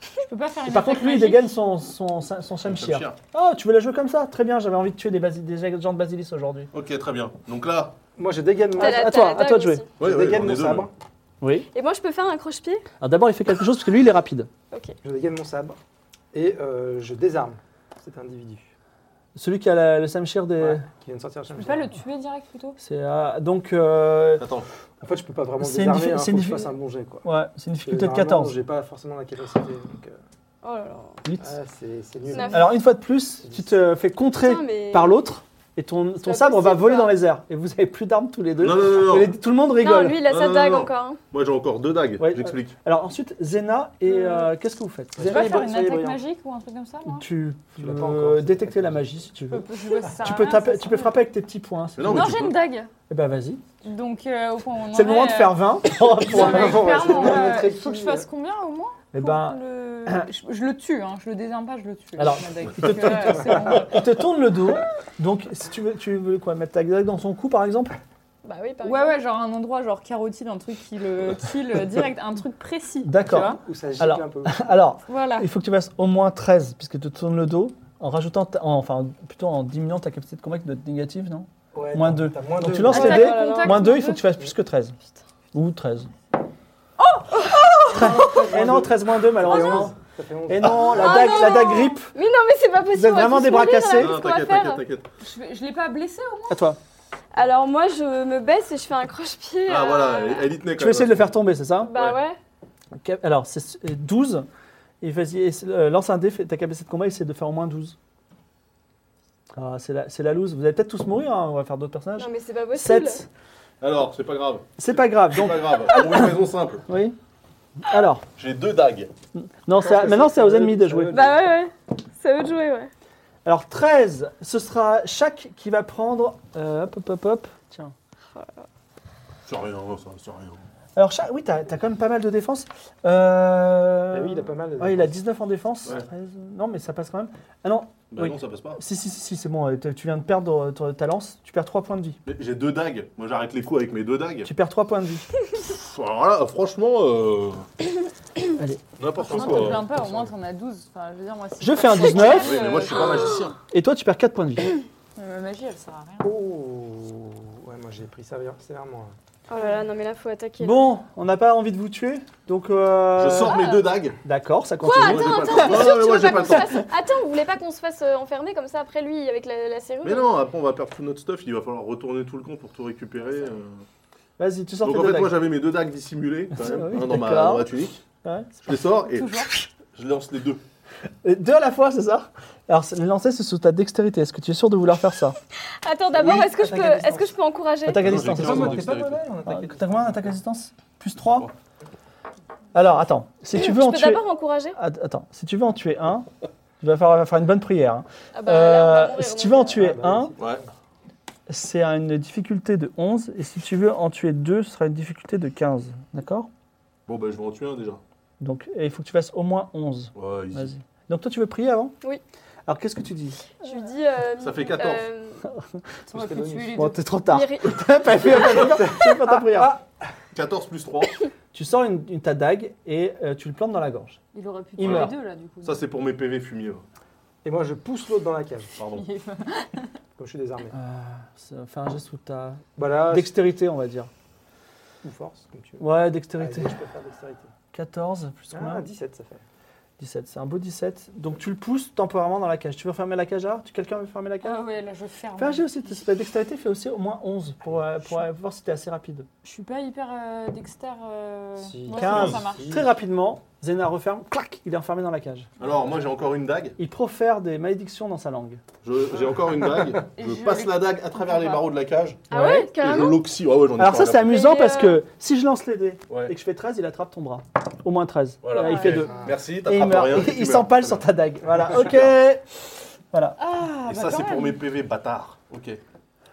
Je peux pas faire Et une par contre, attaque lui, il Ah, magique dégaine son, son, son, son Shamshir. Ah, tu veux la jouer comme ça Très bien, j'avais envie de tuer des, basi- des gens de Basilis aujourd'hui. Ok, très bien. Donc là, Moi, je dégaine mon, T'as la- Ah, à t'as toi, la à toi dague de jouer. aussi. ouais, je ouais, dégaine on est mon deux, sabre. Oui. Et moi, je peux faire un croche-pied Alors d'abord, il fait quelque chose parce que lui, il est rapide. Ok. Je dégaine mon sabre et euh, je désarme cet individu Celui qui a la- le Shamshir des. Ouais, qui vient de sortir. Je Euh. peux pas le tuer direct plutôt C'est ah, donc euh, mais- Attends, En fait, je peux pas vraiment C'est une diffi- désarmer. hein, c'est une faut que je diffi- fasse un bon jet quoi. ouais, c'est une difficulté de Généralement, 14. J'ai pas forcément la capacité. donc, euh, Oh là là. Huit. ah, c'est c'est nul. Neuf. Alors une fois de plus, tu te fais contrer Putain, mais- par l'autre Et ton, ton pas sabre va possible, voler ça. dans les airs. Et vous avez plus d'armes tous les deux. Non, non, non, Et non. les- tout le monde Non, rigole. lui, il a Non, sa non, dague non. encore. hein. Moi, j'ai encore deux dagues. Ouais, J'explique. Alors ensuite, Zena et euh, qu'est-ce que vous faites Je peux Zena pas et faire Bri- une soyez attaque brillants. magique ou un truc comme ça, moi Tu Tu peux l'as pas encore, ça. détecter la magie si tu Je veux. peux- je peux- ça Tu sert peux, à rien, taper- ça tu sert peux à frapper avec tes petits points. si Mais tu non, veux. rien. Non, tu j'ai peux. une dague. Eh ben vas-y. Donc, euh, au point où on C'est le en moment est, de faire 20. euh, pour- non, mais pour- clairement, pour- euh, montrer faut que qui, je euh. fasse combien au moins Eh pour ben, le- je, je le tue, hein, je le désarme pas, je le tue. Alors, ma dague. il te- Donc, euh, c'est bon. il te tourne le dos. Donc si tu veux, tu veux quoi Mettre ta dague dans son cou par exemple Bah oui, par Ouais, exemple. ouais, genre un endroit genre carotide, un truc qui le kill euh, direct, un truc précis. tu D'accord. vois. Ou ça gicle Alors- un peu. Alors, Voilà. il faut que tu fasses au moins 13 puisque tu te tournes le dos en rajoutant, ta- en- enfin plutôt en diminuant ta capacité de combattre de négative, non Ouais, Moins t'as- deux. t'as moins Donc deux. tu lances les Attaque, dés. contact, Moins 2, moins il faut que deux. tu fasses plus que 13. Ou 13. Moins Et non, deux. 13 moins 2 malheureusement. Ça fait onze. Et non, la Ah dague, non la dague grippe. Mais non, mais c'est pas possible. Vous êtes on va vraiment tous des bras mourir, là, cassés qu'est-ce Non, qu'on va t'inquiète, faire t'inquiète, t'inquiète. Je, je l'ai pas blessé au À toi. Alors moi, je me baisse et je fais un croche-pied. Ah euh, voilà, elle- elle y tenait quand Tu même. hein. veux essayer de le faire tomber, c'est ça Bah ouais. Cap- Alors, c'est euh, 12. Et vas-y, essa- euh, lance un dé, fais- ta capacité de combat, essaie de faire au moins 12. Ah, c'est la, c'est la loose. Vous allez peut-être tous mourir, hein, on va faire d'autres personnages. Non, mais c'est pas possible. 7. Alors, c'est pas grave. C'est pas grave. C'est Donc, pas grave. Pour une raison simple. oui. Alors, J'ai deux dagues. non, c'est à- c'est- maintenant c'est aux c'est- ennemis de c'est- jouer. Bah ouais, ouais. Ça veut jouer, ouais. Alors, 13, ce sera chaque qui va prendre. euh, hop, hop, hop, hop. Tiens. C'est rien, ça, c'est rien. Alors, chaque, oui, t'as as quand même pas mal de défense. Euh, Ah oui, il a pas mal. Ouais, il a 19 en défense. Ouais. 13, non, mais ça passe quand même. Ah non, Bah Oui. non, ça passe pas. si, si, si, si, c'est bon. euh, t- Tu viens de perdre euh, ton- ta lance. Tu perds 3 points de vie. Mais J'ai deux dagues. Moi, j'arrête les coups avec mes deux dagues. Tu perds 3 points de vie. Pff, Alors là, franchement, euh... Allez. n'importe moins, te quoi. plains pas, au moins t'en as 12. Enfin, je veux dire, moi, si Je je euh, fais un passe- 19 Oui, mais moi, je suis pas magicien. et toi, tu perds 4 points de vie. Mais ma magie, elle sert à rien. Oh Ouais, moi j'ai pris ça ver- sévèrement. Oh là là, non, mais là, faut attaquer. là. Bon, on n'a pas envie de vous tuer. Donc, euh, Je sors mes deux dagues. D'accord, ça continue. Moi, j'ai pas Attends, le attends, t'es temps. Non, sûr mais que tu moi, veux j'ai pas pas qu'on le se temps. fasse... Attends, vous voulez pas qu'on se fasse euh, enfermer comme ça après lui avec la, la serrure Mais non, après on va perdre tout notre stuff, il va falloir retourner tout le camp pour tout récupérer. euh. Vas-y, tu sors Donc tes en deux fait, moi dagues. Ah j'avais mes deux dagues dissimulées quand même, Oui, hein, dans, ma, d'accord. dans ma tunique. Ouais. Je les sors et Toujours. je lance les deux. Et Deux à la fois, c'est ça Alors, c'est- les lancer, c'est sous ta dextérité. Est-ce que tu es sûr de vouloir faire ça Attends, d'abord, Oui, est-ce que je attaque peux, à distance. est-ce que je peux encourager Attaque à Non, distance, j'ai excuse-moi. quinze, moi, pas mauvais en Ah, attaque. T'as combien d'attaque à distance Plus 3 Alors, attends. Si tu veux Je en peux tuer... d'abord encourager Att- Attends, si tu veux en tuer un, tu vas faire, faire une bonne prière. hein. Ah bah, là, on va Euh, mourir, si donc, tu veux en euh, tuer Ah bah un, Ouais. c'est à une difficulté de 11. Et si tu veux en tuer deux, ce sera une difficulté de 15. D'accord Bon bah je vais en tuer un déjà. Donc, et il faut que tu fasses au moins 11. Ouais, easy. Vas-y. Donc, toi, tu veux prier avant Oui. Alors, qu'est-ce que tu dis Je lui dis. euh, Ça fait 14. euh, T'aurais pu bonus. tuer les Bon, deux. t'es trop tard. Miri- T'as pas fait t'as pas ta prière. 14 plus 3, Tu sors une, une- ta dague et euh, tu le plantes dans la gorge. Il aurait pu Il tuer les meurt. deux, là, du coup. ça c'est pour mes PV fumiers. là. Et moi je pousse l'autre dans la cage, Pardon. comme je suis désarmé. Ah. Euh, Ça fait un geste sous ta. Bah là, Dextérité, on va dire. ou force, comme tu veux. Ah, Ouais, Ah, dextérité. je peux faire dextérité. 14 plus combien Ah, 17 ça fait. 17. C'est un beau 17. Donc tu le pousses temporairement dans la cage. Tu veux fermer la cage, Art Tu Quelqu'un veut fermer la cage Ah ouais, là, je ferme. Fais un jet aussi. t- La dextérité fait aussi au moins 11 pour, euh, pour euh, voir si t'es assez rapide. Je suis pas hyper euh, dexter. euh, Si. ouais, Quinze. ça marche. Très rapidement, Zena referme. Clac Il est enfermé dans la cage. Alors moi j'ai encore une dague, Il profère des malédictions dans sa langue. Je- j'ai encore une dague, Et je je passe les- la dague à travers les pas. barreaux de la cage Ah ouais, et je carrément l'oxy. Ah ouais, j'en ai Alors pas ça, c'est regardé. amusant Mais, parce euh, que si je lance les dés et Ouais. que je fais 13, il attrape ton bras. Au moins 13. Voilà. Là, il Ok. fait 2. Merci, Et il t'attrapes meurt. rien. Il- tu il meurs. s'empale sur ta dague. Voilà, ok. Voilà. Ah, Et bah ça quand c'est pour même. mes PV bâtards. Ok.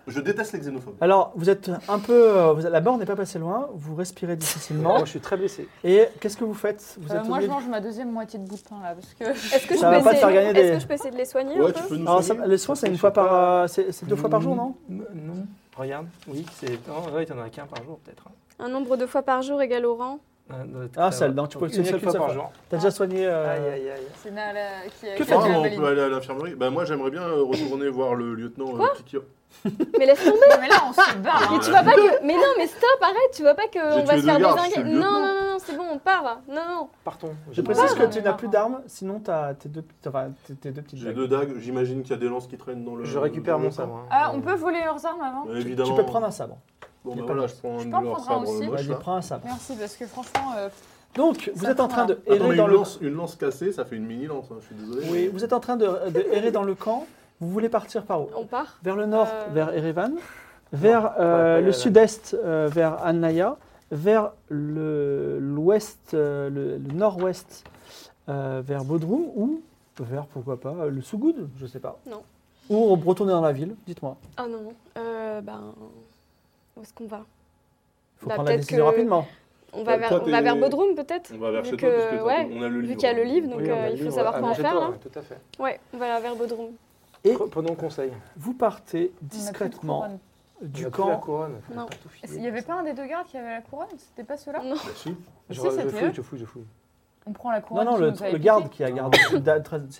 Je déteste les xénophobes. Alors, vous êtes un peu. euh, vous- la barre n'est pas passée loin, vous respirez difficilement. Moi je suis très blessé. Et qu'est-ce que vous faites Vous Euh, êtes moi, je obligé- mange ma deuxième moitié de bout de pain là, parce que Est-ce que, je Ça va peux pas te faire essayer- gagner des- est-ce que je peux essayer de les soigner un Ouais, peu tu peux nous Alors, Ah, ça- soigner le soin, c'est une fois par. euh, c'est c'est deux fois par Hmm. jour, non Non. Regarde, oui, c'est. Oh, ouais, t'en as qu'un par jour peut-être. hein. Un nombre de fois par jour égale au rang. Euh, doit être- Ah, celle, donc tu peux une tenir seule qu'une fois par seule jour. T'as déjà soigné. euh, Aïe aïe aïe. c'est Nala qui a Que qui Ah, a faites-vous la on valide. peut aller à l'infirmerie. Bah moi j'aimerais bien euh, retourner voir le lieutenant euh, Kikio. Mais laisse tomber Mais là, on se barre. hein. Mais tu vois pas que. Mais non, mais stop, arrête Tu vois pas J'ai qu'on va tué se faire deux gardes, je désinguer suis le Non, lieutenant. non, non, non, c'est bon, on part là. Non, non. Partons. Je J'ai- précise Ouais, que j'en tu ai n'as marre, plus hein. d'armes, sinon t'as tes deux, enfin, tes- tes deux petites J'ai dagues. deux dagues, j'imagine qu'il y a des lances qui traînent dans le. Je récupère dans mon le camp. sabre. hein. Ah, on peut voler leurs armes avant Bah, évidemment. Tu peux prendre un sabre. Bon, y a bah pas voilà, de- je prends un Je de peux en leurs prendre un sabres aussi. moches. Vas-y, là. prends un sabre. Merci, parce que franchement, euh, Donc, vous Ça êtes en prend train un. de errer Attends, mais dans une le lance, une lance cassée, ça fait une mini lance, hein, je suis désolé. Oui, vous êtes en train de, de errer dans le camp. Vous voulez partir par où On part Vers le nord, Euh, vers Erevan, vers euh, pas le Erevan. sud-est, euh, vers Annaya, vers le- l'ouest, euh, le, le nord-ouest, euh, vers Bodrum, ou vers, pourquoi pas, euh, le Sougoud, je sais pas. Non. Ou retourner dans la ville, dites-moi. Ah non. Euh, ben. Où est-ce qu'on va Il faut Bah, prendre la peut-être décision que- rapidement. On va Bah, toi, vers, on t'es- va vers Bodrum peut-être On va vers Vu chez toi, que- parce que t'as- ouais, on a le Vu livre. hein. qu'il y a le livre, donc Oui, on euh, a ah, le il faut livre savoir à quoi en Magento, faire. hein. Là. ouais, Tout à fait. Ouais, on va vers Bodrum. Et Pre- Prenons conseil. vous partez On a plus de discrètement couronne. du On a plus la camp. couronne. Non. Il n'y avait pas un des deux gardes qui avait la couronne C'était pas ceux-là Non, Bah, si. Je, Si, je c'était fouille, eux. je fouille, je fouille. On prend la Non, couronne. non, qui le, nous avait le garde piqué. qui a gardé,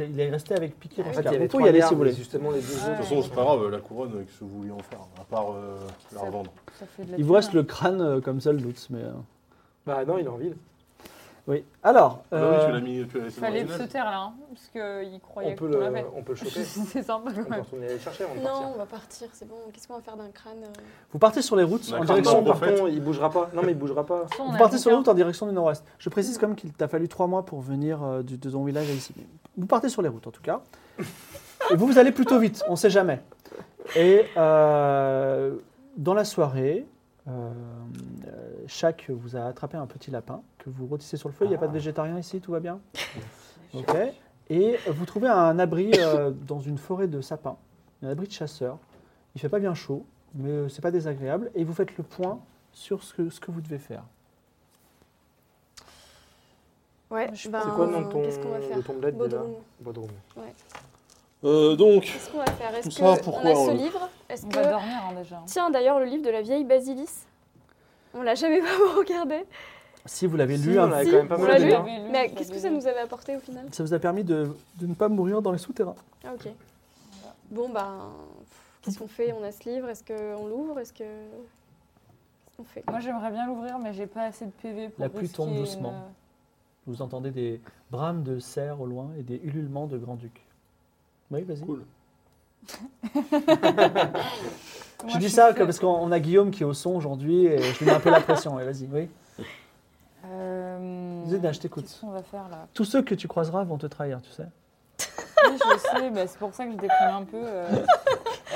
il est resté avec Piquet. En En En fait, fait, fait, il y avait vous trois y aller gardes, si vous voulez. mais Justement, les Ah. deux Ouais. De autres. toute façon, c'est pas grave, la couronne, euh, qu'est-ce que vous voulez en faire À part euh, la Ça- revendre. Ça fait de la Il vous reste thune, le crâne euh, comme ça, le loot, mais... euh, Bah non, il est en ville. Oui. Alors, Ah bah euh, oui, tu l'as mis, tu l'as hein. laissé dans Fallait l'original. se taire là, hein, parce qu'il croyait On peut, qu'on le, l'avait. on peut le choper. C'est sympa on quand peut même. retourner le chercher avant de non, on partir. va partir, c'est bon. Qu'est-ce qu'on va faire d'un crâne euh vous partez sur les routes On a en crâne direction dans Partons, le prophète. partons, il bougera pas. Non, mais il bougera pas. De toute façon, on Vous a partez sur la aucun- route en direction du nord-ouest. Je précise quand même qu'il t'a fallu trois mois pour venir euh, du- de ton village à ici. Vous partez sur les routes en tout cas. Et vous, vous allez plutôt vite, on ne sait jamais. Et euh, dans la soirée, euh, euh, chaque vous a attrapé un petit lapin que vous rôtissez sur le feu. Il n'y a pas de végétarien ici, tout va bien Ok. Et vous trouvez un abri euh, dans une forêt de sapins, un abri de chasseurs. Il fait pas bien chaud, mais euh, c'est pas désagréable. Et vous faites le point sur ce que, ce que vous devez faire. Ouais, Je- ben, C'est quoi le nom de ton, Qu'est-ce qu'on va faire de ton bled déjà Bodrum. Bodrum. Euh, donc, Qu'est-ce qu'on va faire Est-ce savoir que on pourquoi a on ce le- livre Est-ce On que va dormir hein, déjà. tiens d'ailleurs le livre de la vieille Basilis On l'a jamais vraiment regardé. Si vous l'avez Si, lu, on un- l'avait si, quand même pas on mal hein. l'a de lu. liens. Mais qu'est-ce que ça nous avait apporté au final ça vous a permis de, de ne pas mourir dans les souterrains. Ah ok. Bon ben, pff, qu'est-ce qu'on fait On a ce livre Est-ce qu'on l'ouvre Est-ce que qu'est-ce qu'on fait Moi j'aimerais bien l'ouvrir, mais j'ai pas assez de PV pour. euh, La pluie risquer tombe une- doucement. Vous entendez des brames de cerfs au loin et des ululements de grand-duc. Oui, vas-y. cool. Moi, Je dis suis ça fait- que- parce qu'on a Guillaume qui est au son aujourd'hui et je lui mets un peu la pression. Ouais, vas-y, oui. Euh, Vas-y, Dash, t'écoute. Qu'est-ce qu'on va faire là Tous ceux que tu croiseras vont te trahir, tu sais. Oui, je sais, bah, c'est pour ça que je déprime un peu. euh.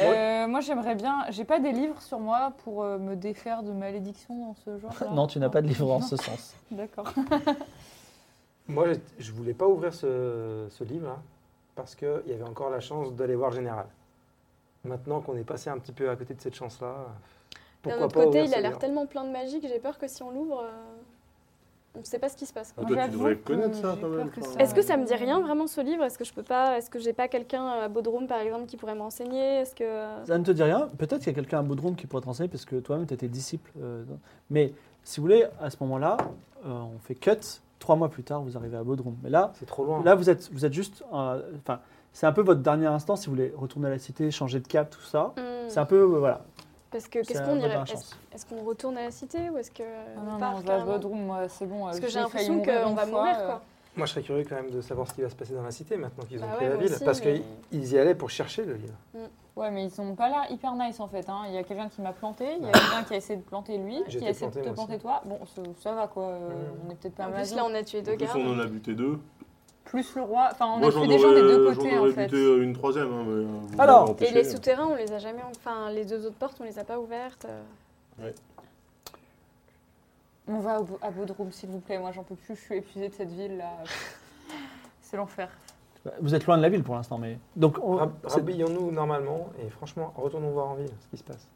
Euh, moi, j'aimerais bien. J'ai pas des livres sur moi pour euh, me défaire de malédiction dans ce genre. Non, tu n'as pas de livre en ce sens. D'accord. Ah, Moi, je- je voulais pas ouvrir ce, ce livre là, parce qu'il y avait encore la chance d'aller voir Général. Maintenant qu'on est passé un petit peu à côté de cette chance là, D'un pourquoi autre pas côté, ouvrir il a ce l'air livre tellement plein de magie que j'ai peur que si on l'ouvre, euh, on ne sait pas ce qui se passe. quoi. Ah, toi, tu J'avoue devrais que connaître ça, j'ai quand peur même, que Euh, enfin. ça- Est-ce que ça me dit rien vraiment ce livre Est-ce que je peux pas Est-ce que j'ai pas quelqu'un à Bodrum par exemple qui pourrait me renseigner Est-ce que Ça ne te dit rien. Peut-être qu'il y a quelqu'un à Bodrum qui pourrait te renseigner parce que toi-même, tu étais disciple. euh, dans- Mais si vous voulez, à ce moment-là, euh, on fait cut. Trois mois plus tard, vous arrivez à Bodrum. Mais là, C'est trop loin. là vous, êtes, vous êtes juste. euh, Enfin, c'est un peu votre dernier instant si vous voulez retourner à la cité, changer de cap, tout ça. Hmm. C'est un peu. euh, voilà. Parce que C'est qu'est-ce un qu'on mode irait d'un Est-ce chance. est-ce qu'on retourne à la cité ou est-ce que Ah non, on non, part je vais à carrément Bodrum, moi, c'est bon. hein. euh, Parce que j'ai l'impression qu'on va mourir euh, quoi. Moi, je serais curieux quand même de savoir ce qui va se passer dans la cité maintenant qu'ils ont Bah pris ouais, la moi ville, aussi, parce mais- qu'ils y allaient pour chercher le livre. Ouais, mais ils sont pas là hyper nice en fait. hein. Il y a quelqu'un qui m'a planté, il y a quelqu'un qui a essayé de planter lui, qui J'étais a essayé de Ah. planté, te moi planter toi. Bon, ça, ça va quoi. euh, Mm. On est peut-être pas En mal. plus là on a tué deux En plus, gardes. on en a buté deux. Plus le roi. Enfin, on Moi, a j'en fait des gens des deux aurais- côtés j'en en aurais fait. buté euh, une troisième. hein, mais, euh, vous Alors, m'avez Et empêché. les hein. souterrains on les a jamais enfin les deux autres portes on les a pas ouvertes. euh. On va au- à Bodrum, s'il vous plaît. Moi, j'en peux plus. Je suis épuisée de cette ville là. C'est l'enfer. Vous êtes loin de la ville pour l'instant, mais. Donc, Oh, on- Rab- c'est- Rhabillons-nous normalement et franchement, retournons voir en ville ce qui se passe.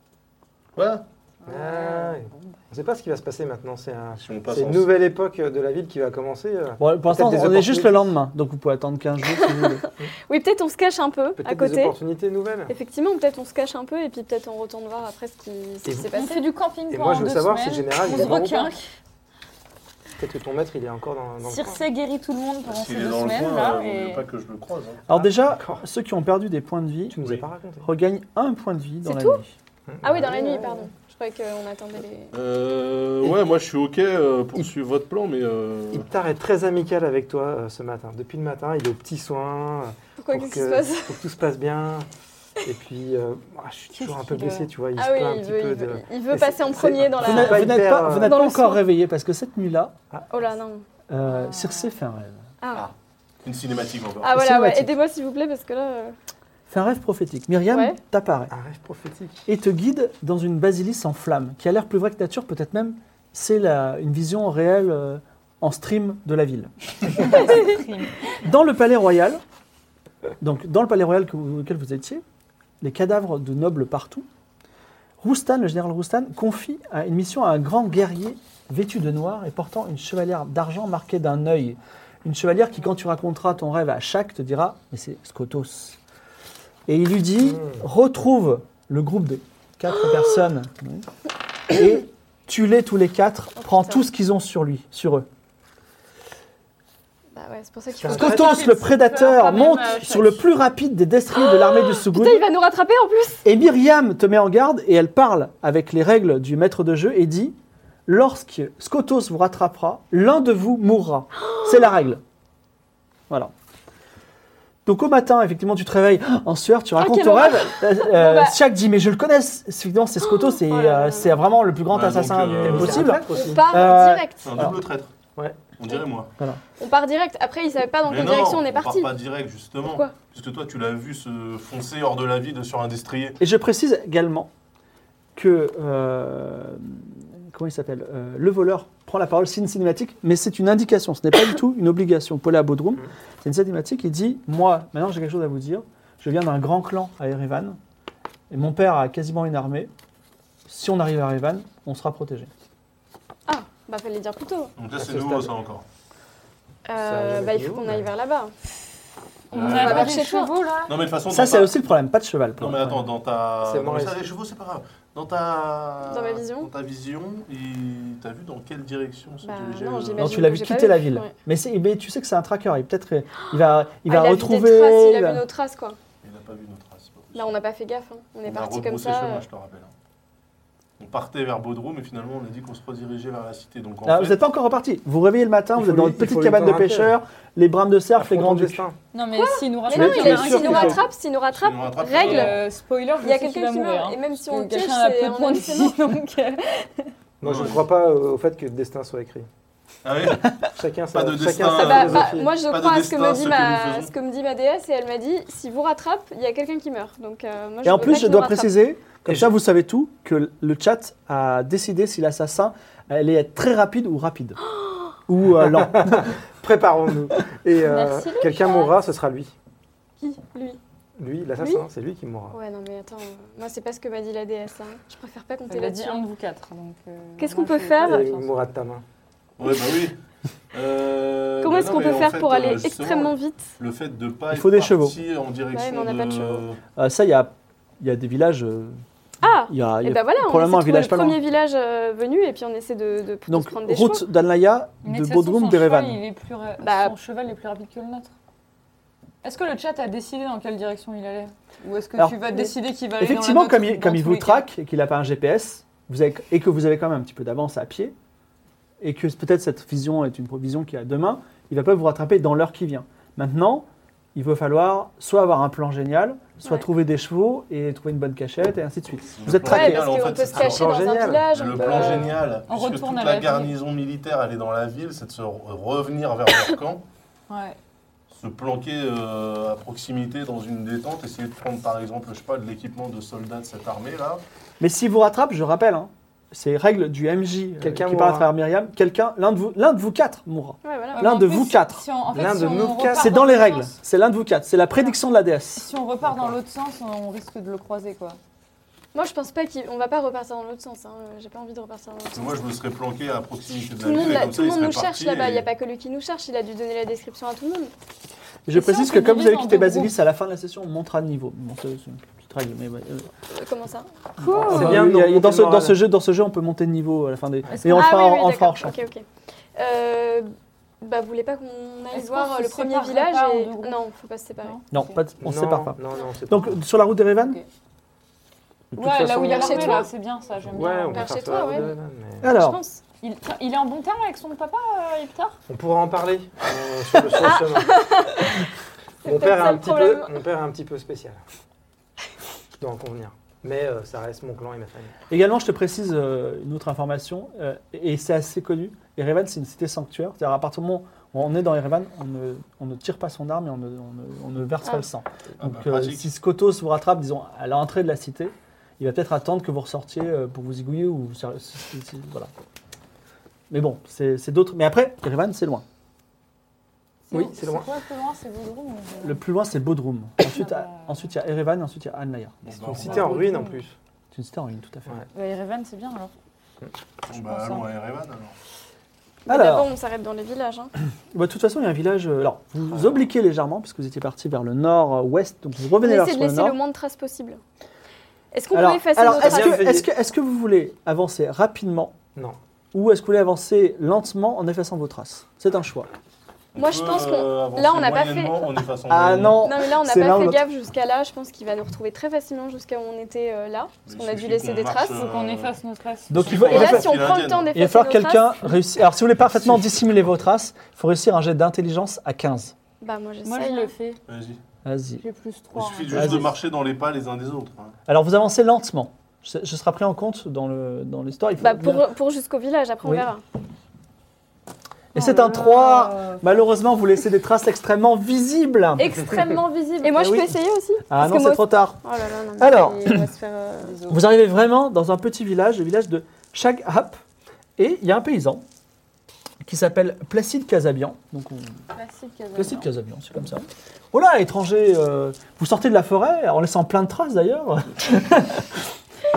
Voilà. Ah, ouais. On ne sait pas ce qui va se passer maintenant. C'est un- Si on c'est passe en- une nouvelle époque de la ville qui va commencer. euh, Bon, pour l'instant, des on est juste opportunités. le lendemain, donc vous pouvez attendre 15 jours si vous voulez. Oui peut-être on se cache un peu à Peut-être des côté. opportunités nouvelles. Effectivement peut-être on se cache un peu et puis peut-être on retourne voir après ce qui ce qui Et s'est On passé. fait du camping Et pendant moi, je veux deux savoir si semaines. Général, il on est se mort ou pas. requinque. Peut-être que ton maître, il est encore dans, dans le coin. Circe guérit tout le monde pendant ces S'il est deux dans le semaines. coin, là, euh, vaut mieux et... pas que je le croise. hein. Alors, déjà, D'accord. Oh, ceux qui ont perdu des points de vie Tu nous as Oui. pas raconté. regagnent un point de vie dans C'est la tout nuit. Ah oui dans la nuit pardon. Je croyais qu'on attendait les. Euh, ouais, moi, je suis OK euh, pour Il- suivre votre plan, mais... euh, Iptar est très amical avec toi euh, ce matin. Depuis le matin, il est aux petits soins euh, Pourquoi pour, qu'est-ce que, qui se passe pour que tout se passe bien. Et puis, euh, moi, je suis toujours un peu qu'il veut blessé, tu vois. Il Ah se oui plaint un il petit veut, peu il de. veut, il Mais veut passer c'est- en premier dans Vous c'est la. n'êtes pas vous n'êtes hyper, pas, vous euh, n'êtes dans pas le encore son. réveillé parce que cette nuit-là, Oh là non. euh, Ah. Circé fait un rêve. Ah, Une cinématique encore. Ah voilà, ouais. Cinématique. aidez-moi s'il vous plaît parce que là. euh, Fais un rêve prophétique. Myriam Ouais. t'apparaît Un rêve prophétique. et te guide dans une basilice en flammes, qui a l'air plus vraie que nature, peut-être même c'est la- une vision réelle euh, en stream de la ville. dans le palais royal, donc dans le palais royal que vous- auquel vous étiez, les cadavres de nobles partout, Roustan, le général Roustan, confie à- une mission à un grand guerrier vêtu de noir et portant une chevalière d'argent marquée d'un œil. Une chevalière qui, quand tu raconteras ton rêve à chaque, te dira Mais c'est Skotos. Et il lui dit Mmh. Retrouve le groupe de quatre personnes oui, et tue-les tous les quatre, prends Oh, putain. tout ce qu'ils ont sur lui, sur eux. Bah ouais, c'est pour ça qu'il C'est faut. un Putain, Skotos, le prédateur, quand même, monte euh, sur le plus rapide des destriers de l'armée de Sugun. il va nous rattraper en plus Et Myriam te met en garde et elle parle avec les règles du maître de jeu et dit Lorsque Skotos vous rattrapera, l'un de vous mourra. C'est la règle. Voilà. Donc au matin, effectivement, tu te réveilles Oh, en sueur, tu racontes Ah, quelle ton horreur. rêve. Euh, euh, Bon, bah. Shaq dit Mais je le connais. C'est- Effectivement, c'est Skotos, c'est Oh là là euh, là. c'est vraiment le plus grand Ouais, assassin donc, euh, du- c'est possible. On part Euh, direct. C'est un Alors. double traître. Ouais. On dirait moi. On part direct. Après, il savait pas dans Mais quelle non, direction on est part parti. pas direct, justement. Pourquoi Puisque toi, tu l'as vu se foncer hors de la ville sur un destrier. Et je précise également que. euh, comment il s'appelle Euh, Le voleur prend la parole, c'est une cinématique, mais c'est une indication, ce n'est pas du tout une obligation. Paul à Bodrum, c'est une cinématique, il dit Moi, maintenant j'ai quelque chose à vous dire, je viens d'un grand clan à Erevan, et mon père a quasiment une armée. Si on arrive à Erevan, on sera protégé. Ah, bah fallait le dire plus tôt. Donc là, À c'est ce nouveau, stade. ça encore. Ça, Euh, j'avais bah il dit faut où, qu'on mais- aille vers là-bas. On Euh, a bah, vers chez les toi. chevaux là. Non, mais de toute façon. Ça, dans c'est ta- aussi le problème, pas de cheval. pour Non, mais l'instant. attends, dans ta. C'est mort, dans ça, les- les chevaux, c'est pas grave. Dans ta. Dans ma vision Dans ta vision, il- t'as vu dans quelle direction se Bah, dirigeait non, le- j'imagine. Non, tu l'as que vu j'ai pas quitter vu. la ville. Ouais. Mais, c'est- mais tu sais que c'est un tracker. Il, peut-être, il va, il va Ah, a vu des retrouver. traces, il a la- vu nos traces quoi. Il n'a pas vu notre trace. c'est pas possible. Là on n'a pas fait gaffe. hein. On est a parti comme rebroussé ça. chemin, euh, je te rappelle. On partait vers Bodrum et finalement on a dit qu'on se redirigeait vers la cité. Donc en Ah, fait, vous n'êtes pas encore reparti. Vous vous réveillez le matin, Il vous faut êtes dans lui- une il faut petite lui cabane de tendre un peu. pêcheurs, les brames de cerf, les Affrontons grands le ducs. destin. Non mais s'il nous Mais Mais rattrape, non, tu il es a- sûr s'il nous qu'il faut- rattrape, s'il nous rattrape, nous rattrape, règle. euh, Euh, spoiler, je Il y a sais qu'il quelqu'un va qui meurt. mourir. hein. Et même si on Parce que le cache, Quelqu'un a c'est plus on de points de est- c'est mort. vie, donc. euh, Moi, je Ouais. ne crois pas euh, au fait que le destin soit écrit. Ah oui Chacun Pas sa, de chacun destin, sa Ah bah, bah, philosophie. moi je Pas de crois à ce que, destin, me ce dit que nous ma, faisons. ce que me dit ma déesse et elle m'a dit si vous rattrape, il y a quelqu'un qui meurt. Donc euh, moi je Et en veux plus, pas je qu'il dois nous rattrape. préciser, comme Et ça vous savez tout, que le chat a décidé si l'assassin allait être très rapide ou rapide. Ou euh, lent. Préparons-nous. Et euh, Merci, le quelqu'un chat. mourra, ce sera lui. Qui Lui. Lui, l'assassin, c'est lui qui mourra. Ouais, non mais attends, euh, moi c'est pas ce que m'a dit la déesse. hein. Je préfère pas compter Il a dit là-dessus. un de vous quatre. donc, euh, Qu'est-ce moi, qu'on peut je vais pas faire faire Et il confiance. mourra de ta main. Ouais, bah oui. Euh, Comment bah est-ce non, qu'on mais peut en faire fait, pour euh, aller justement, extrêmement vite Le fait de pas Il être faut des parti chevaux. en direction Ouais, mais on n'a de... pas de chevaux. Euh, ça, il y a, il y a des villages. euh, Ah Il y a, il y Et a bah voilà, on probablement un essaie de trouver village le pas loin. premier village euh, venu et puis on essaie de, de- de Donc, se prendre des route chevaux. d'Anlaya, Mais de toute façon, Bodrum, son d'Erevan. cheval, il est plus ra- Bah- Son cheval est plus rapide que le nôtre. Est-ce que le chat a décidé dans quelle direction il allait Ou est-ce que Alors, tu vas décider qu'il va aller Effectivement, dans la nôtre comme il, dans comme il tous vous les cas traque et qu'il n'a pas un GPS, vous avez- et que vous avez quand même un petit peu d'avance à pied, et que peut-être cette vision est une vision qui a demain, il va pas vous rattraper dans l'heure qui vient. Maintenant, il va falloir soit avoir un plan génial, soit Ouais. trouver des chevaux et trouver une bonne cachette, et ainsi de suite. Le Vous êtes plan traqué. Ouais, traquer. génial, parce en qu'on fait, peut c'est se ça. cacher dans plan un génial. village. Le on plan peut- génial, on puisque retourne toute la à la ville. garnison militaire elle est dans la ville, c'est de se re- revenir vers leur camp, Ouais. se planquer euh, à proximité dans une détente, essayer de prendre par exemple, je sais pas, de l'équipement de soldats de cette armée là. Mais s'il vous rattrape, je rappelle, hein, c'est règle du MJ euh, Quelqu'un qui parle à mourra. travers Myriam, quelqu'un, l'un de vous, l'un de vous quatre mourra. Ouais, voilà. L'un Ouais, mais en de plus, vous si- quatre. si on- en fait, L'un si de on nous repart quatre. C'est dans les l'autre règles, sens- c'est l'un de vous quatre, c'est la prédiction de la déesse. Si on repart dans D'accord. l'autre sens, on risque de le croiser quoi. Moi, je pense pas qu'on va pas repartir dans l'autre sens. hein. J'ai pas envie de repartir dans l'autre Parce que sens. moi je me serais planqué à proximité de Tout la le ville. monde, et là- comme tout ça, le ils monde seraient nous cherche partis là-bas. Il et- n'y a pas que lui qui nous cherche. Il a dû donner la description à tout le monde. Je Et si précise on que peut comme vous avez diviser quitté en deux Basilis à la fin de la session, on montera de niveau. Bon, c'est c'est une petite règle, mais ouais, euh, Euh, Comment ça Ah, C'est oui, bien, il y a- non, dans, ce, moral. dans ce jeu, dans ce jeu, on peut monter de niveau à la fin des. Est-ce Et on qu'on- le fera Ah oui, en- oui, on le fera d'accord. hors champ. Ok, ok. Euh, bah, vous voulez pas qu'on aille Est-ce qu'on voir se le premier séparerait village pas en et... deux groupes Non, faut pas se séparer. Non, Ok. pas de- on ne Non, sépare pas. Non, non, c'est pas. Donc sur la route des Revan. Ok. De toute Ouais, là façon, où il y a chez l'armée toi. là, c'est bien ça, j'aime Ouais, bien. on peut Par faire chez ça. toi, ouais. ouais, mais- Je Alors, pense. Il, il est en bon terme avec son papa, euh, Iptar On pourra en parler euh, sur le sur le chemin. Ah. C'est Mon peut-être père, est ça un le petit peu, problème. mon père est un petit peu spécial. Je dois en convenir. Mais euh, ça reste mon clan et ma famille. également, je te précise euh, une autre information, euh, et et c'est assez connu. Erevan, c'est une cité sanctuaire. C'est-à-dire, à partir du moment On est dans Erevan, on ne, on ne tire pas son arme et on ne, on ne- on ne verse pas le sang. Ah Donc bah, euh, pratique. si Skotos vous rattrape, disons, à l'entrée de la cité, il va peut-être attendre que vous ressortiez euh, pour vous zigouiller ou... si- si- si- Voilà. Mais bon, c'est c'est d'autres... Mais après, Erevan, c'est loin. Oui, c'est loin. quoi plus loin C'est Bodrum euh, ou- Le plus loin, c'est Bodrum. Ensuite, à- Ah bah. ensuite, il y a Erevan, ensuite, il y a Anlaya. Bon, C'est bah, une on cité va- en ruine en plus. C'est une cité en ligne, tout à fait. Ouais. Bah, Erevan, c'est bien alors. Bon, bah, allons à Erevan alors. Mais Alors. D'abord, on s'arrête dans les villages. hein. Bah, de toute façon, il y a un village... euh, alors, vous vous obliquez légèrement, puisque vous étiez parti vers le nord-ouest, donc vous On revenez vers essaie sur de le laisser nord. le moins de traces possible. Est-ce qu'on alors, peut effacer alors, nos est-ce traces que, traces. est-ce que- est-ce que vous voulez avancer rapidement Non. ou est-ce que vous voulez avancer lentement en effaçant vos traces C'est un choix. Moi, peut, je pense qu'on- euh, avancer là, on n'a pas fait- moyennement en effaçant Ah le- non, Non, mais là, on n'a C'est l'un pas ou fait l'autre. gaffe jusqu'à là. Je pense qu'il va nous retrouver très facilement jusqu'à où on était euh, là. Parce Il qu'on a dû suffit laisser qu'on des marche, traces. euh, Faut qu'on efface nos traces. Donc il faut, qu'on il Et va va, là, faire si on file prend le indienne. temps il va d'effacer nos falloir quelqu'un traces... réussir. Alors si vous voulez parfaitement dissimuler vos traces, il faut réussir un jet d'intelligence à 15. Bah, moi, j'essaye. Moi, je le fais. Vas-y. Vas-y. J'ai plus hein. Il 3. suffit Vas-y. juste de marcher dans les pas les uns des autres. hein. Alors vous avancez lentement. Je, je serai pris en compte dans le dans l'histoire. Il faut- Bah, pour, pour jusqu'au village, après, Oui. on verra. Et c'est un 3. Oh, Malheureusement, vous laissez des traces extrêmement visibles. Extrêmement visible. Et moi, Eh je oui. peux essayer aussi Ah parce non, que c'est moi- trop tard. Oh là là, non, mais Alors. on va se faire... euh, Vous arrivez vraiment dans un petit village, le village de Chaghap, et il y a un paysan qui s'appelle Placide Casabian. Donc on, Classique. Classique Casabian, c'est comme ça. Oh là, étranger, euh, vous sortez de la forêt en laissant plein de traces d'ailleurs.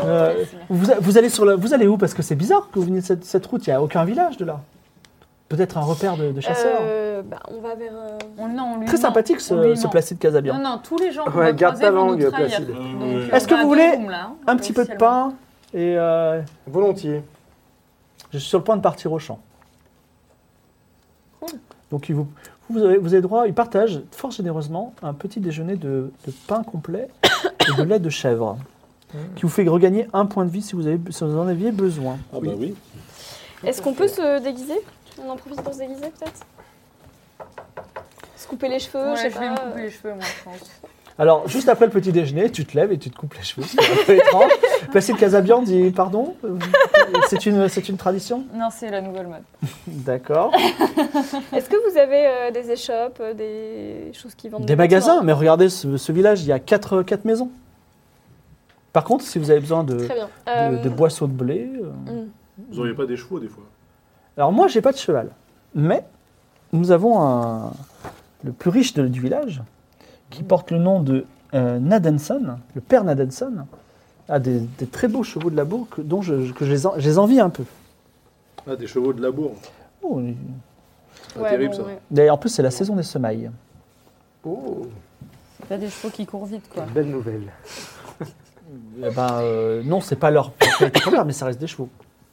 Euh, vous, a- vous allez sur la- vous allez où Parce que c'est bizarre que vous veniez de cette, cette route, il n'y a aucun village de là. Peut-être un repère de, de chasseurs. euh, bah, on va vers... euh, On, non, on lui Très ment, sympathique on lui ce, ce ment. Placide Casabian. Non, non, tous les gens qu'on Ouais, va garde croiser ta vont langue, nous trahir. Placide. Euh, Donc, ouais. euh, Est-ce que on va vous à voulez Bodrum, là, hein, Un petit peu de officiellement. pain et euh, Volontiers. je suis sur le point de partir au champ. Donc il vous, vous, avez, vous avez droit, ils partagent fort généreusement un petit déjeuner de, de pain complet et de lait de chèvre, qui vous fait regagner un point de vie si vous, avez, si vous en aviez besoin. Ah bah oui. Est-ce qu'on peut se déguiser On en profite pour se déguiser, peut-être Se couper les cheveux, Ouais, je je sais vais pas. me couper euh, les cheveux, moi, je pense. Alors, juste après le petit déjeuner, tu te lèves et tu te coupes les cheveux, c'est un peu étrange. Placide Casabian dit « Pardon euh, C'est une, c'est une tradition Non, c'est la nouvelle mode. ?» D'accord. Est-ce que vous avez euh, des échoppes, euh, des choses qui vendent Des vêtements magasins, mais regardez ce, ce village, il y a 4 quatre, quatre maisons. Par contre, si vous avez besoin de, Très bien. de, Euh, de boisseaux de blé... euh, hmm. Vous auriez pas des chevaux des fois Alors moi, j'ai pas de cheval, mais nous avons un, le plus riche de- du village qui porte le nom de euh, Nadenson, le père Nadenson, a des, des très beaux chevaux de labour que, dont je, que je, les en- je les envie un peu. Ah, des chevaux de labour. Oh, et- C'est pas Ouais, terrible ça. bon, ouais. D'ailleurs, en plus, c'est la saison des semailles. Oh, T'as des cheveux qui courent vite, quoi. une belle nouvelle. Eh ben, euh, non, c'est pas leur propriété première, mais ça reste des chevaux.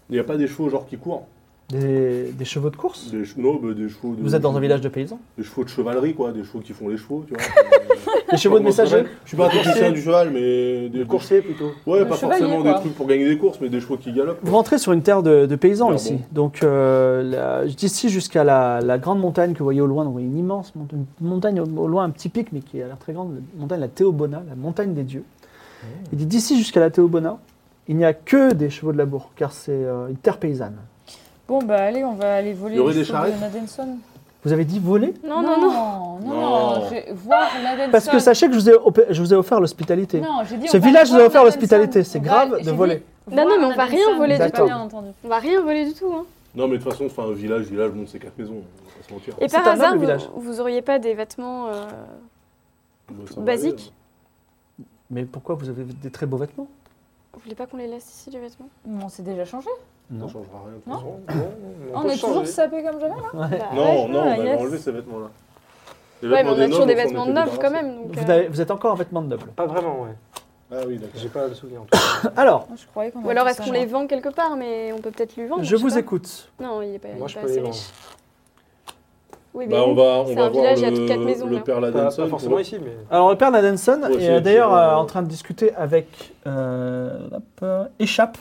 Il n'y a pas des chevaux genre qui courent Des, des chevaux de course des che- Non, bah, des chevaux de. Vous êtes dans un village de paysans Des chevaux de chevalerie quoi, des chevaux qui font les chevaux, tu vois. Euh, Des chevaux de comment ça messager s'appelle Je suis pas un technicien du cheval, mais. Des Le coursier plutôt. Ouais, Le pas chevalier, forcément quoi. des trucs pour gagner des courses, mais des chevaux qui galopent. Vous rentrez sur une terre de, de paysans Ah ici. Donc, euh, la- d'ici jusqu'à la, la grande montagne que vous voyez au loin, donc vous voyez une immense mont- une montagne, au, au loin, un petit pic, mais qui a l'air très grande, la montagne, la Théobona, la montagne des dieux. Il dit d'ici jusqu'à la Théobona, il n'y a que des chevaux de labour, car c'est euh, une terre paysanne. Bon, bah, allez, on va aller voler Il y aurait les des cheveux de charrettes Nadenson. Vous avez dit voler Non, non, non. Non, non, Non. non, j'ai- voir Nadenson. Parce que sachez que je vous ai, opé- je vous ai offert l'hospitalité. Non, j'ai dit, Ce on va village voir vous a offert Nadenson. l'hospitalité, c'est On va- grave de j'ai dit, voler. Non, voir non, mais on va rien Nadenson, voler j'ai du pas tout. bien entendu. On va rien voler du tout. hein. Non, mais de toute façon, enfin, un village, village, bon, c'est quatre maisons. on va pas se mentir. Et C'est par un noble hasard, village. vous, vous auriez pas des vêtements euh, Bah, ça va basiques Mais pourquoi vous avez des très beaux vêtements Vous voulez pas qu'on les laisse ici, les vêtements Mais On s'est déjà changé. aller, Non. Ça changera rien. de toute Non. façon. on, On, peut est changer. toujours sapé comme jamais. Ouais. Bah, Non, ouais, non, on ah, avait yes. enlevé ces vêtements-là. Les Ouais, mais on a toujours des on s'en vêtements était nobles quand débarrassé. même. Donc, Vous, euh, n'avez- vous êtes encore en vêtements de noble. Pas vraiment, ouais. Ah oui, d'accord. J'ai pas le souvenir. en tout cas. Alors, Moi, je croyais qu'on Ou alors avait est-ce ça, qu'on là. les vend quelque part, mais on peut peut-être lui vendre. je sais vous pas. écoute. Non, il est pas, il est Moi, je pas peux assez les vendre. riche. Oui, mais Bah, on nous, va, on Eh c'est va un voir village, il y a le, toutes quatre maisons, hein. le là. père Pas, Ladenson. pas forcément ici, mais. Alors le père Nadenson Ouais, est c'est- d'ailleurs c'est, euh, euh, en train de discuter avec euh, hop, euh, Échappe,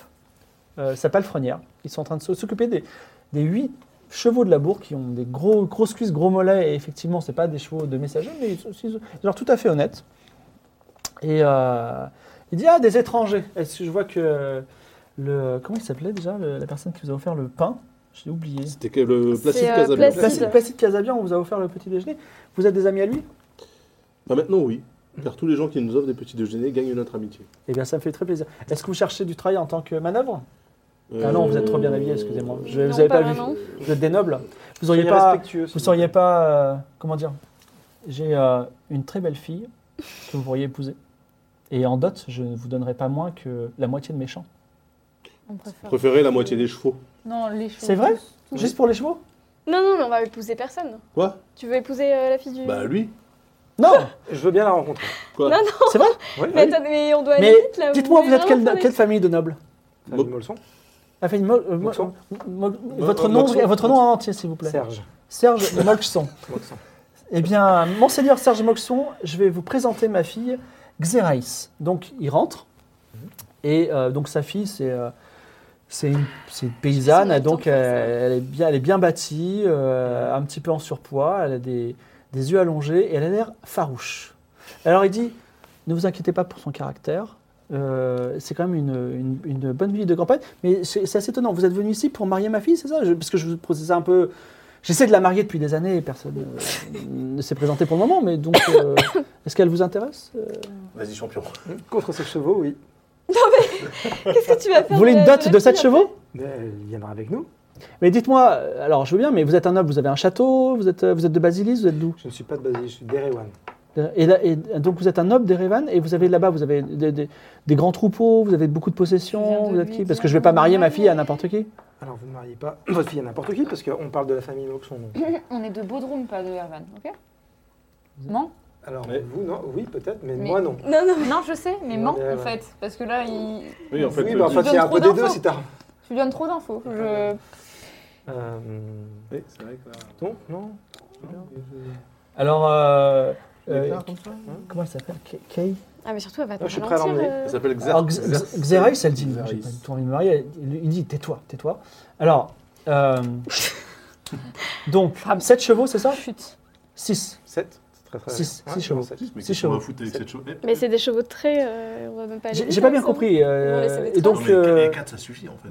euh, sa palefrenière. Ils sont en train de s'o- s'occuper des, des huit chevaux de labour qui ont des gros, grosses cuisses, gros mollets. Et effectivement, ce pas des chevaux de messagers, mais ils sont, ils sont- genre tout à fait honnêtes. Et euh, il dit, ah, des étrangers. Est-ce que je vois que le... Comment il s'appelait déjà, le- la personne qui vous a offert le pain Je J'ai oublié. C'était que le Placide C'est, euh, Casablanca. Placide. Placide, Placide Casabian, on vous a offert le petit déjeuner. Vous êtes des amis à lui Bah, maintenant, oui. Car tous les gens qui nous offrent des petits déjeuners gagnent notre amitié. Eh bien, ça me fait très plaisir. Est-ce que vous cherchez du travail en tant que manœuvre Euh, Ah non, vous êtes trop bien habillé, excusez-moi. Je- Euh, Non, vous avez pas pas, Ah vu. vraiment. Vous êtes des nobles. Vous auriez Soyez pas. respectueux. Vous seriez pas. euh, comment dire J'ai euh, une très belle fille que vous pourriez épouser. Et en dot, je ne vous donnerai pas moins que la moitié de mes champs. On préfère. Préférez la moitié des chevaux. Non, les choses. C'est vrai tous, tous. Juste pour les chevaux Non, non, mais on va épouser personne. Quoi Tu veux épouser euh, la fille du. Bah, lui. Non Je veux bien la rencontrer. Quoi Non, C'est vrai Oui, mais, oui. attendez, mais on doit aller Mais vite là. Dites-moi, vous voulez êtes quelle, vraiment quelle parler famille de nobles Famille Molson. La famille Mol- euh, Mol- Moxon. Mol- votre, nom, Moxon. votre nom en entier, s'il vous plaît. Serge. Serge Moxon. Molson. Eh bien, Monseigneur Serge Moxon, je vais vous présenter ma fille Xéraïs. Donc, il rentre. Et euh, donc, sa fille, c'est euh, c'est une, c'est une paysanne. C'est une hein. donc, enfant, elle, elle est bien, elle est bien bâtie, euh, un petit peu en surpoids. Elle a des, des yeux allongés et elle a l'air farouche. Alors, il dit Ne vous inquiétez pas pour son caractère. Euh, c'est quand même une, une- une bonne ville de campagne. Mais c'est c'est assez étonnant. Vous êtes venu ici pour marier ma fille, c'est ça Je- Parce que je vous posais ça un peu. J'essaie de la marier depuis des années et personne euh, ne s'est présenté pour le moment. Mais donc, euh, est-ce qu'elle vous intéresse Euh, Vas-y, champion. Contre ses chevaux, oui. Qu'est-ce que tu vas faire Vous voulez euh, une dot de la 7 fille chevaux Mais elle viendra avec nous. Mais dites-moi, euh, alors je veux bien, mais vous êtes un noble, vous avez un château, vous êtes, euh, vous êtes de Basilis, vous êtes d'où Je ne suis pas de Basile, je suis d'Erewan. et, là- et donc vous êtes un noble d'Erevan et vous avez là-bas, vous avez des, des- des grands troupeaux, vous avez beaucoup de Je viens possessions, de vous êtes lui qui Parce que dire je vais pas mon marier ma nom. fille à n'importe qui. Alors, vous ne mariez pas votre fille à n'importe qui, parce qu'on parle de la famille Molson. donc. On est de Bodrum, pas de Havane, ok Non Alors, Mais- vous, non Oui, peut-être, mais, Mais- moi, non. Non, non, Non, je sais, mais Non, mens mais ouais. en fait. Parce que là, il... Oui, en fait, euh, oui, le- bah, enfin, donne il y a un trop peu des d'infos. deux, si t'as... tu donnes trop d'infos. Je... Euh, Oui, c'est vrai que euh, là. non, non. Alors, euh, euh, Il est clair comme ça, hein comment elle s'appelle Kay- Kay Ah, mais surtout, elle va te je suis prêt à ralentir, l'emmener. euh. Elle s'appelle Xer. Alors, X- X- Xerais, elle dit Xerais. J'ai pas du tout envie de me marier. Il il dit Tais-toi, tais-toi. Alors, euh, donc, 7 chevaux, c'est ça Chut. 6. 7 C'est très très Six- bien. six chevaux. non, sept. Mais C'est qu'est-ce qu'on chaud. va foutre avec C'est- cette chose Mais c'est des chevaux de trait, euh, on va même pas aller. J'ai vite j'ai pas avec bien ça. compris. euh, Ils vont laisser des et donc, traces. euh, 4, ça suffit en fait.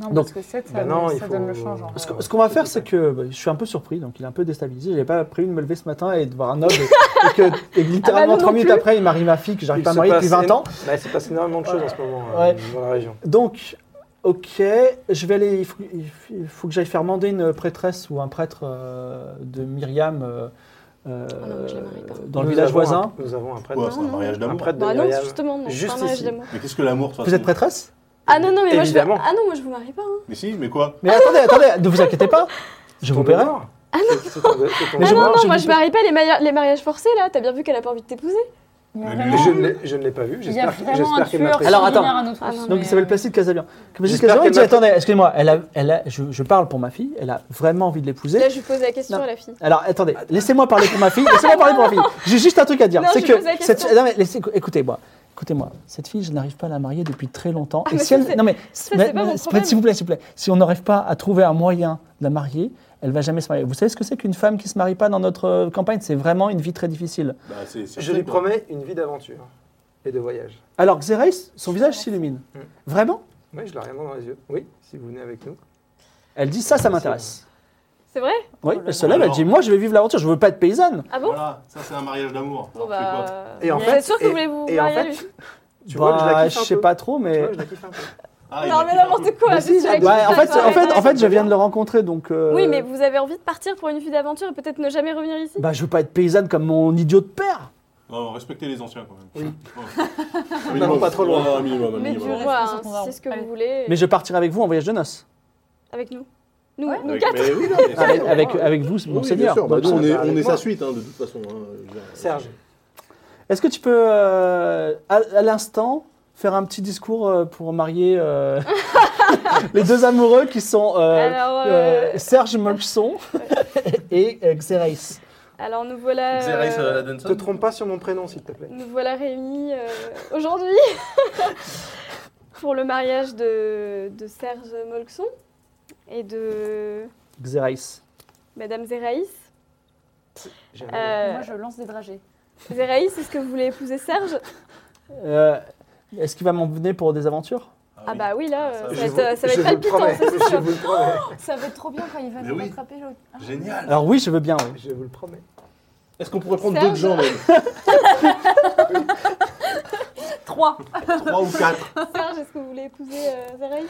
Non, Donc- parce que 7, ça, Bah non, ça il faut- donne le change. en ce vrai. que- ce qu'on va faire, c'est que bah, je suis un peu surpris, donc il est un peu déstabilisé. J'avais pas prévu de me lever ce matin et de voir un homme. et, et que et Ah bah, littéralement, nous 3 non minutes plus. après, il marie ma fille que j'arrive Il pas à se marier depuis passe 20 ans. Bah, il se passe énormément de choses en ce moment euh, Ouais. dans la région. Donc, ok, je vais aller. Il faut, il faut- il faut que j'aille faire mander une prêtresse ou un prêtre euh, de Myriam euh, euh, Oh non, je les marie pas. dans le Nous village avons un- voisin. nous avons un prêtre. Quoi, c'est un non. mariage Un d'amour prêtre de Bah non, Myriam. justement, non, c'est Juste pas un mariage ici. d'amour. Mais qu'est-ce que l'amour de toute Vous êtes façon prêtresse Ah non, non, mais moi je, Évidemment. ah non, moi je vous marie pas. hein. Mais si, mais quoi Mais attendez, attendez, ne vous inquiétez pas, je vous Ton paierai. honneur. C'est- c'est ton- c'est ton Mais je- Ah honneur. non, je non, moi vous- je marie pas les, maria- les mariages forcés là. T'as bien vu qu'elle a pas envie de t'épouser. Mais Mais vraiment, Mais je ne l'ai- je ne l'ai pas vu. Il y a J'espère que- vraiment un j'espère qu'elle tueur m'apprécie. Alors, attends. similaire à notre Ah non, fils, Donc mais, il s'appelle euh, Placide Casabian. Placide J'espère Casabian il qu'elle dit m'a- attendez, excusez-moi, elle a, elle a- je, je parle pour ma fille, elle a vraiment envie de l'épouser. Là, je lui pose la question Non. à la fille. Alors attendez, laissez-moi parler pour ma fille, laissez-moi parler pour ma fille. J'ai juste un truc à dire. Non, C'est je que pose la question. cette- non, mais laissez- écoutez-moi. Écoutez-moi, cette fille, je n'arrive pas à la marier depuis très longtemps. Ah, mais si ça, elle, c'est- non mais, ça, mais- c'est pas mon mais- problème. s'il vous plaît, s'il vous plaît, si on n'arrive pas à trouver un moyen de la marier, elle va jamais se marier. Vous savez ce que c'est qu'une femme qui se marie pas dans notre euh, campagne C'est vraiment une vie très difficile. Bah, c'est- c'est Je lui quoi. promets une vie d'aventure et de voyage. Alors Xerais, son visage s'illumine. Mm. Vraiment Oui, je la regarde dans les yeux. Oui, si vous venez avec nous. Elle dit ça, ça m'intéresse. C'est vrai Oh Oui, là elle se lève, elle là. dit moi je vais vivre l'aventure, je veux pas être paysanne. Ah bon Voilà, ça c'est un mariage d'amour. Bon Alors, c'est quoi bah. Et en vous fait- êtes sûr que vous et- voulez vous et en marier à fait, lui Tu vois, je la Bah, kiffe un sais peu. pas trop, Tu mais. vois, je la kiffe un peu. Ah, il Non, a mais fait n'importe quoi. Mais parce que si, tu ça- l'as bah, kiffé, en fait, toi, en fait, ouais. en fait, je viens de le rencontrer, donc. euh, Oui, mais vous avez envie de partir pour une vie d'aventure et peut-être ne jamais revenir ici Bah, je veux pas être paysanne comme mon idiot de père. un- Non, respectez les anciens quand même. Oui. Un Non, minimum. pas trop loin. Ouais, Un minimum, un Mais minimum. Ouais, du reste, hein, c'est son daron. c'est ce que Allez. vous voulez Mais je partirai avec vous en voyage de noces. avec nous. Nous, Ouais. nous Avec- quatre. mais oui, non, mais- Avec, avec, avec vous, Oui, mon bien seigneur. sûr, bah, Ah, Donc, nous, on est, Avec on est moi. sa suite hein, de toute façon. hein, je veux dire. Serge, Est-ce que tu peux, euh, à, à l'instant, faire un petit discours euh, pour marier euh, les deux amoureux qui sont euh, Alors, euh, euh, Serge Molson et euh, Xerais Alors nous voilà, Xerais, euh, euh, la Dunson. te trompe pas sur mon prénom, s'il te plaît. nous voilà réunis euh, aujourd'hui pour le mariage de, de Serge Molxon et de Xerais. Madame Zéraïs. J'ai- Euh, Moi, je lance des dragées. Zéraïs, est-ce que vous voulez épouser Serge Euh, Est-ce qu'il va m'emmener pour des aventures Ah bah oui, là, euh, Je ça va vous- être, euh, ça va être je vous le palpitant, promets, ça, c'est Je sûr. vous le promets. Ça va être trop bien quand il va Mais nous oui. rattraper l'autre. Ah. Génial. Alors oui, je veux bien. oui. Je vous le promets. Est-ce qu'on pourrait prendre Serge. d'autres gens même Trois. Trois ou quatre Serge, est-ce que vous voulez épouser euh, Zeraï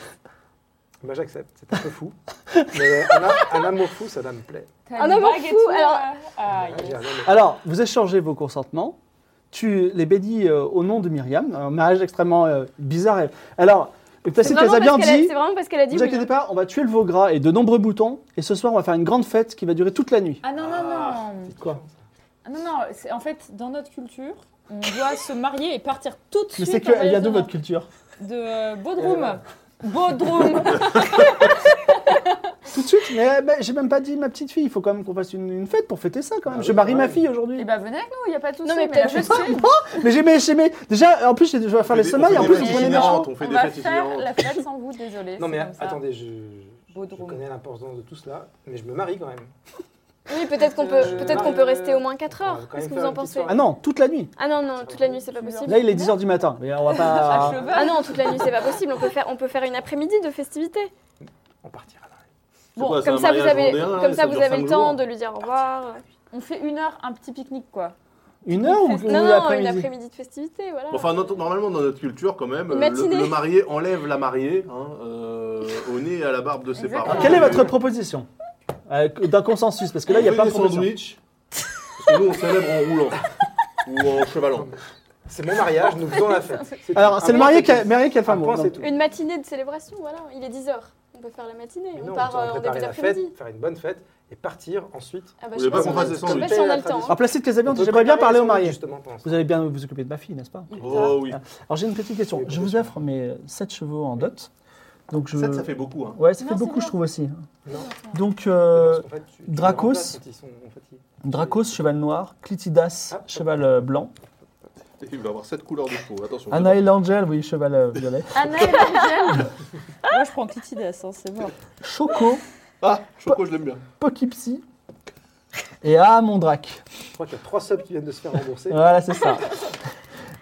Bah j'accepte, c'est un peu fou. Mais euh, un, a- un amour fou, ça, ça me plaît. T'as Ah une non, m'en bague et fous, tout, alors- euh, ah, yes. J'ai adoré. Alors, vous échangez vos consentements. Tu les bénis euh, au nom de Myriam. Un mariage extrêmement euh, bizarre. et- Alors, C'est Placide les vraiment a bien parce qu'elle a- dit. c'est vraiment parce qu'elle a dit Vous oui. inquiétez pas, on va tuer le veau gras et de nombreux boutons. Et ce soir, on va faire une grande fête qui va durer toute la nuit. Ah non, non, non. Quoi Ah Non, non, c'est- en fait, dans notre culture, on doit se marier et partir tout de Mais suite. c'est que, il en y a voyage d'où de votre culture noces. De euh, Bodrum. Euh. Bodrum. Tout de suite Mais ben, j'ai même pas dit ma petite fille. Il faut quand même qu'on fasse une, une fête pour fêter ça quand même. Ah je oui, marie ma ouais. fille aujourd'hui. Eh ben, venez avec nous, il n'y a pas de souci. mais la peut-être fête, c'est- ben. Mais j'ai mes, j'ai mes- Déjà, en plus, j'ai- je vais faire les semailles. En plus, vous prenez mes cheveux. On fait On des va fêtes faire itinérantes. la fête sans vous, désolé. Non c'est mais comme ça. attendez, je, je- je Bodrum. connais l'importance de tout cela, mais je me marie quand même. Oui, peut-être qu'on peut, Euh, peut-être qu'on peut rester au moins 4 on va heures. quand Qu'est-ce même que vous faire en une petite pensez Ah non, toute la nuit. Ah non, non, toute la nuit, c'est pas possible. Là, il est 10h du matin. Mais on va À pas. cheval. Ah non, toute la nuit, c'est pas possible. On peut faire, on peut faire une après-midi de festivité. On partira là. C'est quoi, Bon, c'est comme un ça, vous mariage avez, vendéen, là, comme et ça, ça vous dure avez cinq le temps jours de lui dire au revoir. On fait une heure, un petit pique-nique, quoi. Une heure ou Non, ou non, une l'après-midi après-midi de festivité, voilà. Enfin, notre- normalement, dans notre culture, quand même, Une euh, matinée. le, le marié enlève la mariée hein, euh, au nez et à la barbe de ses Exactement. parents. Quelle est votre proposition Euh, D'un consensus, parce que là, il n'y a On pas fait de des proposition. sandwichs. Parce que nous, on célèbre en roulant ou en chevalant. C'est mon mariage, nous faisons la fête. tout. Alors, c'est Un le point, marié qui tout. a, marié qui a le Un femme. point, donc. c'est tout. Une matinée de célébration, voilà. Il est 10h. On peut faire la matinée. Mais on non, part doit euh, en préparer début la fête, d'après-midi. faire une bonne fête et partir ensuite. Ah bah, Vous je sais voulez pas pas si qu'on on a je fasse des sais pas sandwichs si on a le Tradition. temps. hein. Alors, Placide Casabian, On dit, peut j'aimerais bien préparer parler la au marié. Justement, pendant ce Vous avez bien vous occuper de ma fille, n'est-ce pas Oh oui. Alors, j'ai une petite question. Oui, Je vous bien sûr. offre mes 7 chevaux en dot. Donc, je... Ça, ça fait beaucoup. Hein. Ouais, ça Non, fait c'est beaucoup, bien. je trouve aussi. Non. Donc, temps. euh, Parce qu'en fait, tu- tu les Dracos. remplaces quand ils sont- en fait, ils- Dracos, cheval noir. Clitidas, Ah. cheval euh, blanc. Il va avoir sept couleurs de peau. Attention. Anaël Angel, oui, cheval euh, violet. Anna et Angel. Moi, je prends Titidas, hein, c'est mort. Choco, Ah, Choco, je l'aime bien. Pokipsi et Amondrac. Je crois qu'il y a trois subs qui viennent de se faire rembourser. Voilà, c'est ça.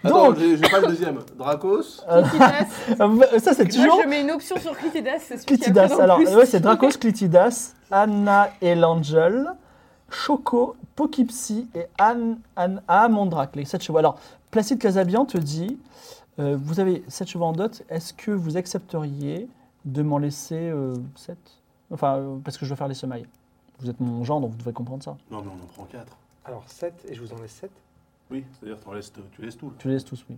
Attends, Donc, j'ai j'ai pas le deuxième. Dracos. Titidas. euh, ça, c'est toujours Moi, je mets une option sur Clitidas, c'est ce qui a le Clitidas. plus en Alors, plus. ouais, c'est Dracos, Clitidas, Anna et l'Angel, Choco, Pokipsi et Anne, Anne, Amondrac, les sept chevaux. Alors, Placide Casabian te dit euh, Vous avez sept chevaux en dot, est-ce que vous accepteriez de m'en laisser euh, sept Enfin, euh, parce que je veux faire les semailles. Vous êtes mon genre, donc vous devez comprendre ça. Non, mais on en prend quatre. Alors 7 et je vous en laisse 7. Oui, c'est-à-dire tu en laisses- tu laisses tout. là. Tu les laisses tous, oui.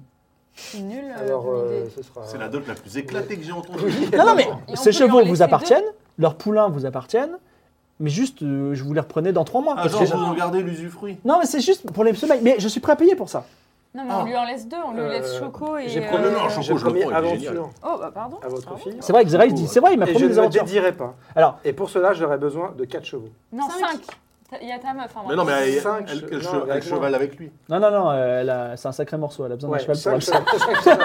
Je suis nulle. Alors Alors, euh, ce sera. C'est la dot la plus éclatée que j'ai entendue. Non, non, mais Et on peut ces lui en chevaux laisser vous deux. appartiennent, leurs poulains vous appartiennent, mais juste, euh, je vous les reprenais dans trois mois. Ah, parce genre, que vous j'ai- en gardez l'usufruit. Non, mais c'est juste pour les semailles. Mais je suis prêt à payer pour ça. Non, mais on lui en laisse deux, on lui ah. Euh, laisse Choco et. j'ai euh, promis- Non, non, Choco, J'ai je le promis prends, il est génial. aventure Oh, bah, pardon. à Ah votre fille. C'est vrai que Zeraï dit, c'est vrai, il m'a Et je promis ne des me aventures. dédierai pas. Alors, Et pour cela, j'aurais besoin de 4 chevaux. Non, Cinq. 5. Il y a ta meuf. Hein, Mais non, mais elle, Cinq elle- elle- che- che- non, elle avec moi. chevale avec lui. non, non, non, euh, elle a- c'est un sacré morceau. Elle a besoin d'un Ouais, cheval pour cinq elle. chevaux.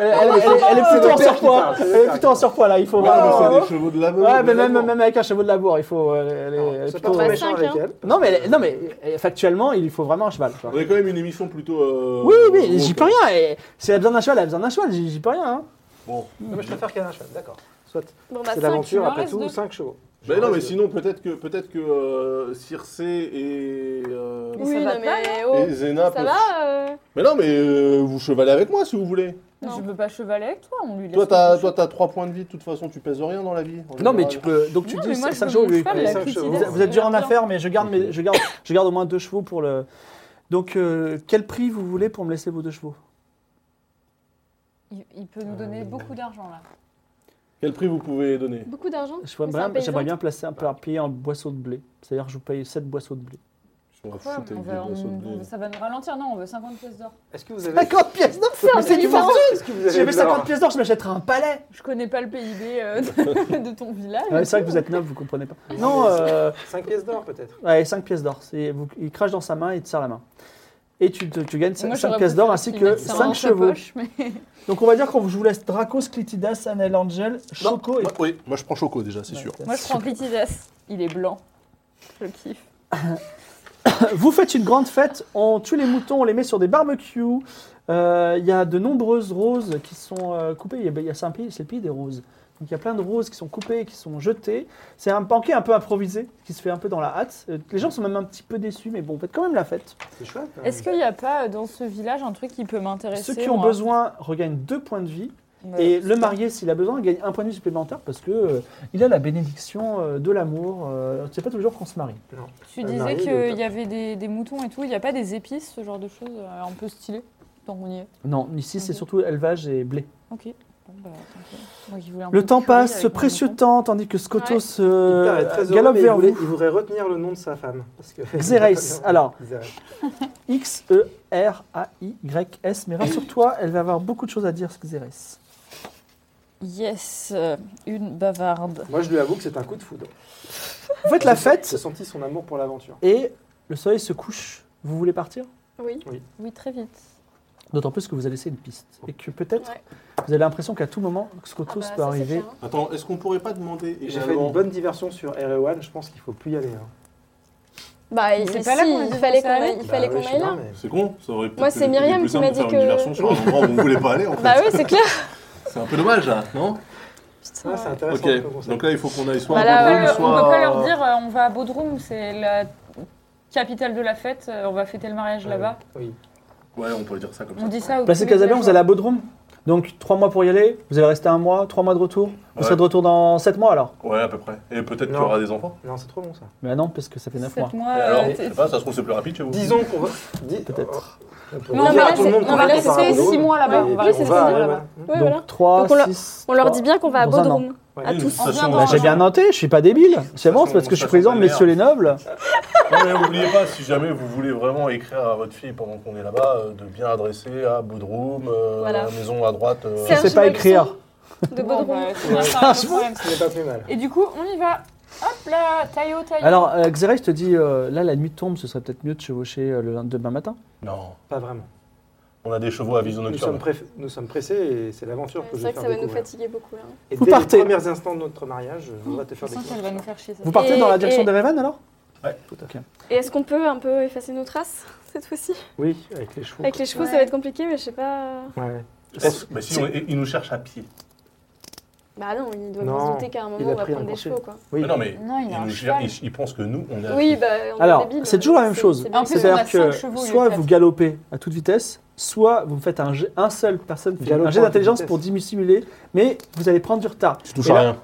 Elle, elle- elle- elle est plutôt en surpoids. Elle est plutôt en surpoids là. Il faut. Ouais, mais vraiment- c'est des chevaux de la meuf. Oh. Ouais, mais même, même avec un chevaux de labour, il faut. euh, elle est- elle est C'est pas plutôt- trop Ouais, méchant cinq, avec hein. elle. Non, mais elle est- non, mais euh, factuellement, il lui faut vraiment un cheval. tu vois. On est quand même une émission plutôt. euh, Oui, oui, j'y woke, peux hein. rien. et Si elle a besoin d'un cheval, elle a besoin d'un cheval. J'y j'y peux rien. hein. Bon. Non, mais je préfère qu'elle ait un cheval, d'accord. Soit. Bon, bah, C'est 5. tu l'aventure, leur après laisses deux. tout, 5 chevaux. Mais Bah non, mais sinon, peut-être que, peut que euh, Circe et, euh, ça Oui, va non, pas, mais oh, et Zena ça peuvent- va euh, Mais non, mais euh, vous chevalez avec moi si vous voulez. Non. Non. Je veux pas chevaler avec toi, on lui laisse. Toi, t'as deux toi, t'as trois points de vie, de toute façon, tu pèses rien dans la vie. en Non, mais général. tu peux. Donc tu Non, dis mais moi, ça je chevaux. veux mon oui. cheval, oui, la cinq Clitidas. chevaux. Vous, vous êtes dur en affaires, mais je garde, mes, je, garde, je garde au moins deux chevaux pour le. Donc, euh, quel prix vous voulez pour me laisser vos deux chevaux Il, il peut nous donner beaucoup d'argent là. Quel prix vous pouvez donner Beaucoup d'argent. Je vois Mais c'est un bien- paysan. J'aimerais bien placer un peu un pied en boisseau de blé. C'est-à-dire que je vous paye 7 boisseaux de blé. Je m'en fous, Quoi, t'es on avec des va- boissons de on- blé. on- Ça va nous ralentir, non, on veut 50 pièces d'or. Est-ce que vous avez. 50 pièces d'or Mais c'est du fortune Est-ce que vous Si j'avais avez de l'or 50 pièces d'or, je m'achèterais un palais Je connais pas le PIB euh, de, de ton village. Ouais, C'est vrai que vous êtes neuf, vous comprenez pas. Non, euh, 5 pièces d'or peut-être. ouais, 5 pièces d'or. C'est- vous- Il crache dans sa main et il te serre la main. Et tu, te- tu gagnes Moi, 5, j'aurais pièces d'or préféré ainsi qu'il que mette ça dans 5 sa chevaux. poche, mais- Donc on va dire qu'on vous je vous laisse Dracos, Clitidas, Anel Angel, Choco et. Moi- Oui, moi je prends Choco déjà, c'est sûr. Moi, je prends Clitidas. Il est blanc. Je le kiffe. Vous faites une grande fête, on tue les moutons, on les met sur des barbecues. Euh, Il y a de nombreuses roses qui sont euh, coupées. Il y a- ben, il y a, c'est un pays- c'est le pays des roses. Donc il y a plein de roses qui sont coupées, qui sont jetées. C'est un banquet un peu improvisé qui se fait un peu dans la hâte. Euh, Les gens sont même un petit peu déçus, mais bon, faites quand même la fête. C'est chouette. hein. Est-ce qu'il n'y a pas euh, dans ce village un truc qui peut m'intéresser Ceux qui ont moi Euh, besoin regagnent deux points de vie. Me- Et le marié, s'il a besoin, gagne un point de vie supplémentaire parce que euh, il a la bénédiction euh, de l'amour. Euh, c'est pas tous les jours qu'on se marie. Tu Le disais marié, il est au qu'il top. y avait des, des moutons et tout. Il n'y a pas des épices, ce genre de choses euh, un peu stylées Tant qu'on y est. Non, ici c'est Ok. surtout élevage et blé. Ok. Bon, bah, tranquille. Moi, qui voulais un peu Le de temps curry passe, avec ce mon précieux mouton. temps, tandis que Scotos Ouais. euh, Victor est très heureux, galope mais vers il voulait, vous. il voudrait retenir le nom de sa femme. Parce que... Xerais, alors. Xerais. E, X-E-R-A-Y-S. Mais rassure-toi, elle va avoir beaucoup de choses à dire, Xeres. Yes, euh, une bavarde. Moi, je lui avoue que c'est un coup de foudre. Vous faites la J'ai fête senti son amour pour l'aventure. et le soleil se couche. Vous voulez partir Oui. Oui, très vite. D'autant plus que vous avez laissé une piste. Et que peut-être, Ouais. Ah bah, vous avez l'impression qu'à tout moment, Scotos peut arriver. hein. Attends, est-ce qu'on pourrait pas demander J'ai fait une également bonne diversion sur RE1, je pense qu'il faut plus y aller. hein. Bah, il, C'est mais pas là si, qu'on a dit il qu'on fallait qu'on s'en allait aille, il fallait Bah qu'on ouais, je sais aille pas, là. mais- C'est con, ça aurait Moi, c'est Myriam qui m'a dit que- Une diversion sur un endroit où on voulait pas aller en fait. Bah oui, c'est clair. C'est un peu dommage hein, là, non Ouais, Ah, c'est intéressant. Ok, comme conseil. donc là il faut qu'on aille soit Bah là, à on, Bodrum, peut, soit. pas leur dire euh, on va à Bodrum, c'est la capitale de la fête, euh, on va fêter le mariage là-bas. Oui. Ouais, on peut dire ça comme ça. On dit ça au Placez Casablanca, vous allez à Bodrum. Donc, trois mois pour y aller, vous allez rester un mois, trois mois de retour. Vous Ouais. serez de retour dans sept mois alors Ouais, à peu près. Et peut-être qu'il y Non. aura des enfants. Non, c'est trop long ça. Mais non, parce que ça fait neuf mois. mois. Et euh, alors, je t'es- sais pas, ça se trouve c'est plus rapide chez vous. Disons qu'on va. dis- Oh. Peut-être. On peut Non, dire mais à là, tout le c'est- monde non, qu'on mais là, va c'est à Bordeaux. six mois là-bas. Et On va puis Oui, à c'est on six va, Bordeaux mois ouais, ouais. là-bas. Oui, Donc, voilà. trois, Donc, on leur- six, On leur trois. dit bien qu'on va à Dans un an. Bodrum. Ouais. À Oui, tous. ça On sent- vient Bah, Bah, j'ai d'orange. bien noté, je suis pas débile. C'est bon, c'est parce que je suis président de messieurs les nobles. Non, mais n'oubliez pas, si jamais vous voulez vraiment écrire à votre fille pendant qu'on est là-bas, euh, de bien adresser à Bodrum, euh, Voilà. la maison à droite. euh, Je Serge sais pas Maxon écrire. De Bon, Bodrum. bah, c'est bien, c'est Ah, un peu problème. Ce n'est pas plus mal. Et du coup, on y va. Hop là, taillot, taillot. Alors, euh, Xerai, je te dis, euh, là, la nuit tombe, ce serait peut-être mieux de chevaucher euh, le lendemain demain matin. Non, Pas vraiment. on a des chevaux à vision Nous sommes, nocturne. pré- nous sommes pressés et c'est l'aventure que C'est je vais vrai que faire ça va nous découvrir. fatiguer beaucoup. hein. là. Et Vous dès partez. les premiers instants de notre mariage, on va te je faire sens qu'elle découvrir. va nous faire chier ça. Vous partez Et- dans la direction et- des Raven alors Et est-ce qu'on peut un peu effacer nos traces cette fois-ci Oui, avec les chevaux. Avec les chevaux, ça va être compliqué, mais je sais pas. Ouais. Est-ce- Mais bah, si, on- ils nous cherchent à pied. Bah non, il doit Non, se douter qu'à un il moment a on va pris un prendre des crochet. chevaux quoi. Oui. Mais non, mais Non, il a ils, un nous cheval. cherchent- ils- ils pensent que nous, on est à Oui, pied. bah on est Alors, débiles, c'est toujours la même c'est- chose. c'est bien. En plus, on C'est-à-dire a que cinq chevaux. soit lieu de vous quatre. galopez à toute vitesse, soit vous faites un, jet- un seul personne fait Galopant un jet à toute d'intelligence vitesse. pour dissimuler, mais vous allez prendre du retard. Tu touches Et à là- rien.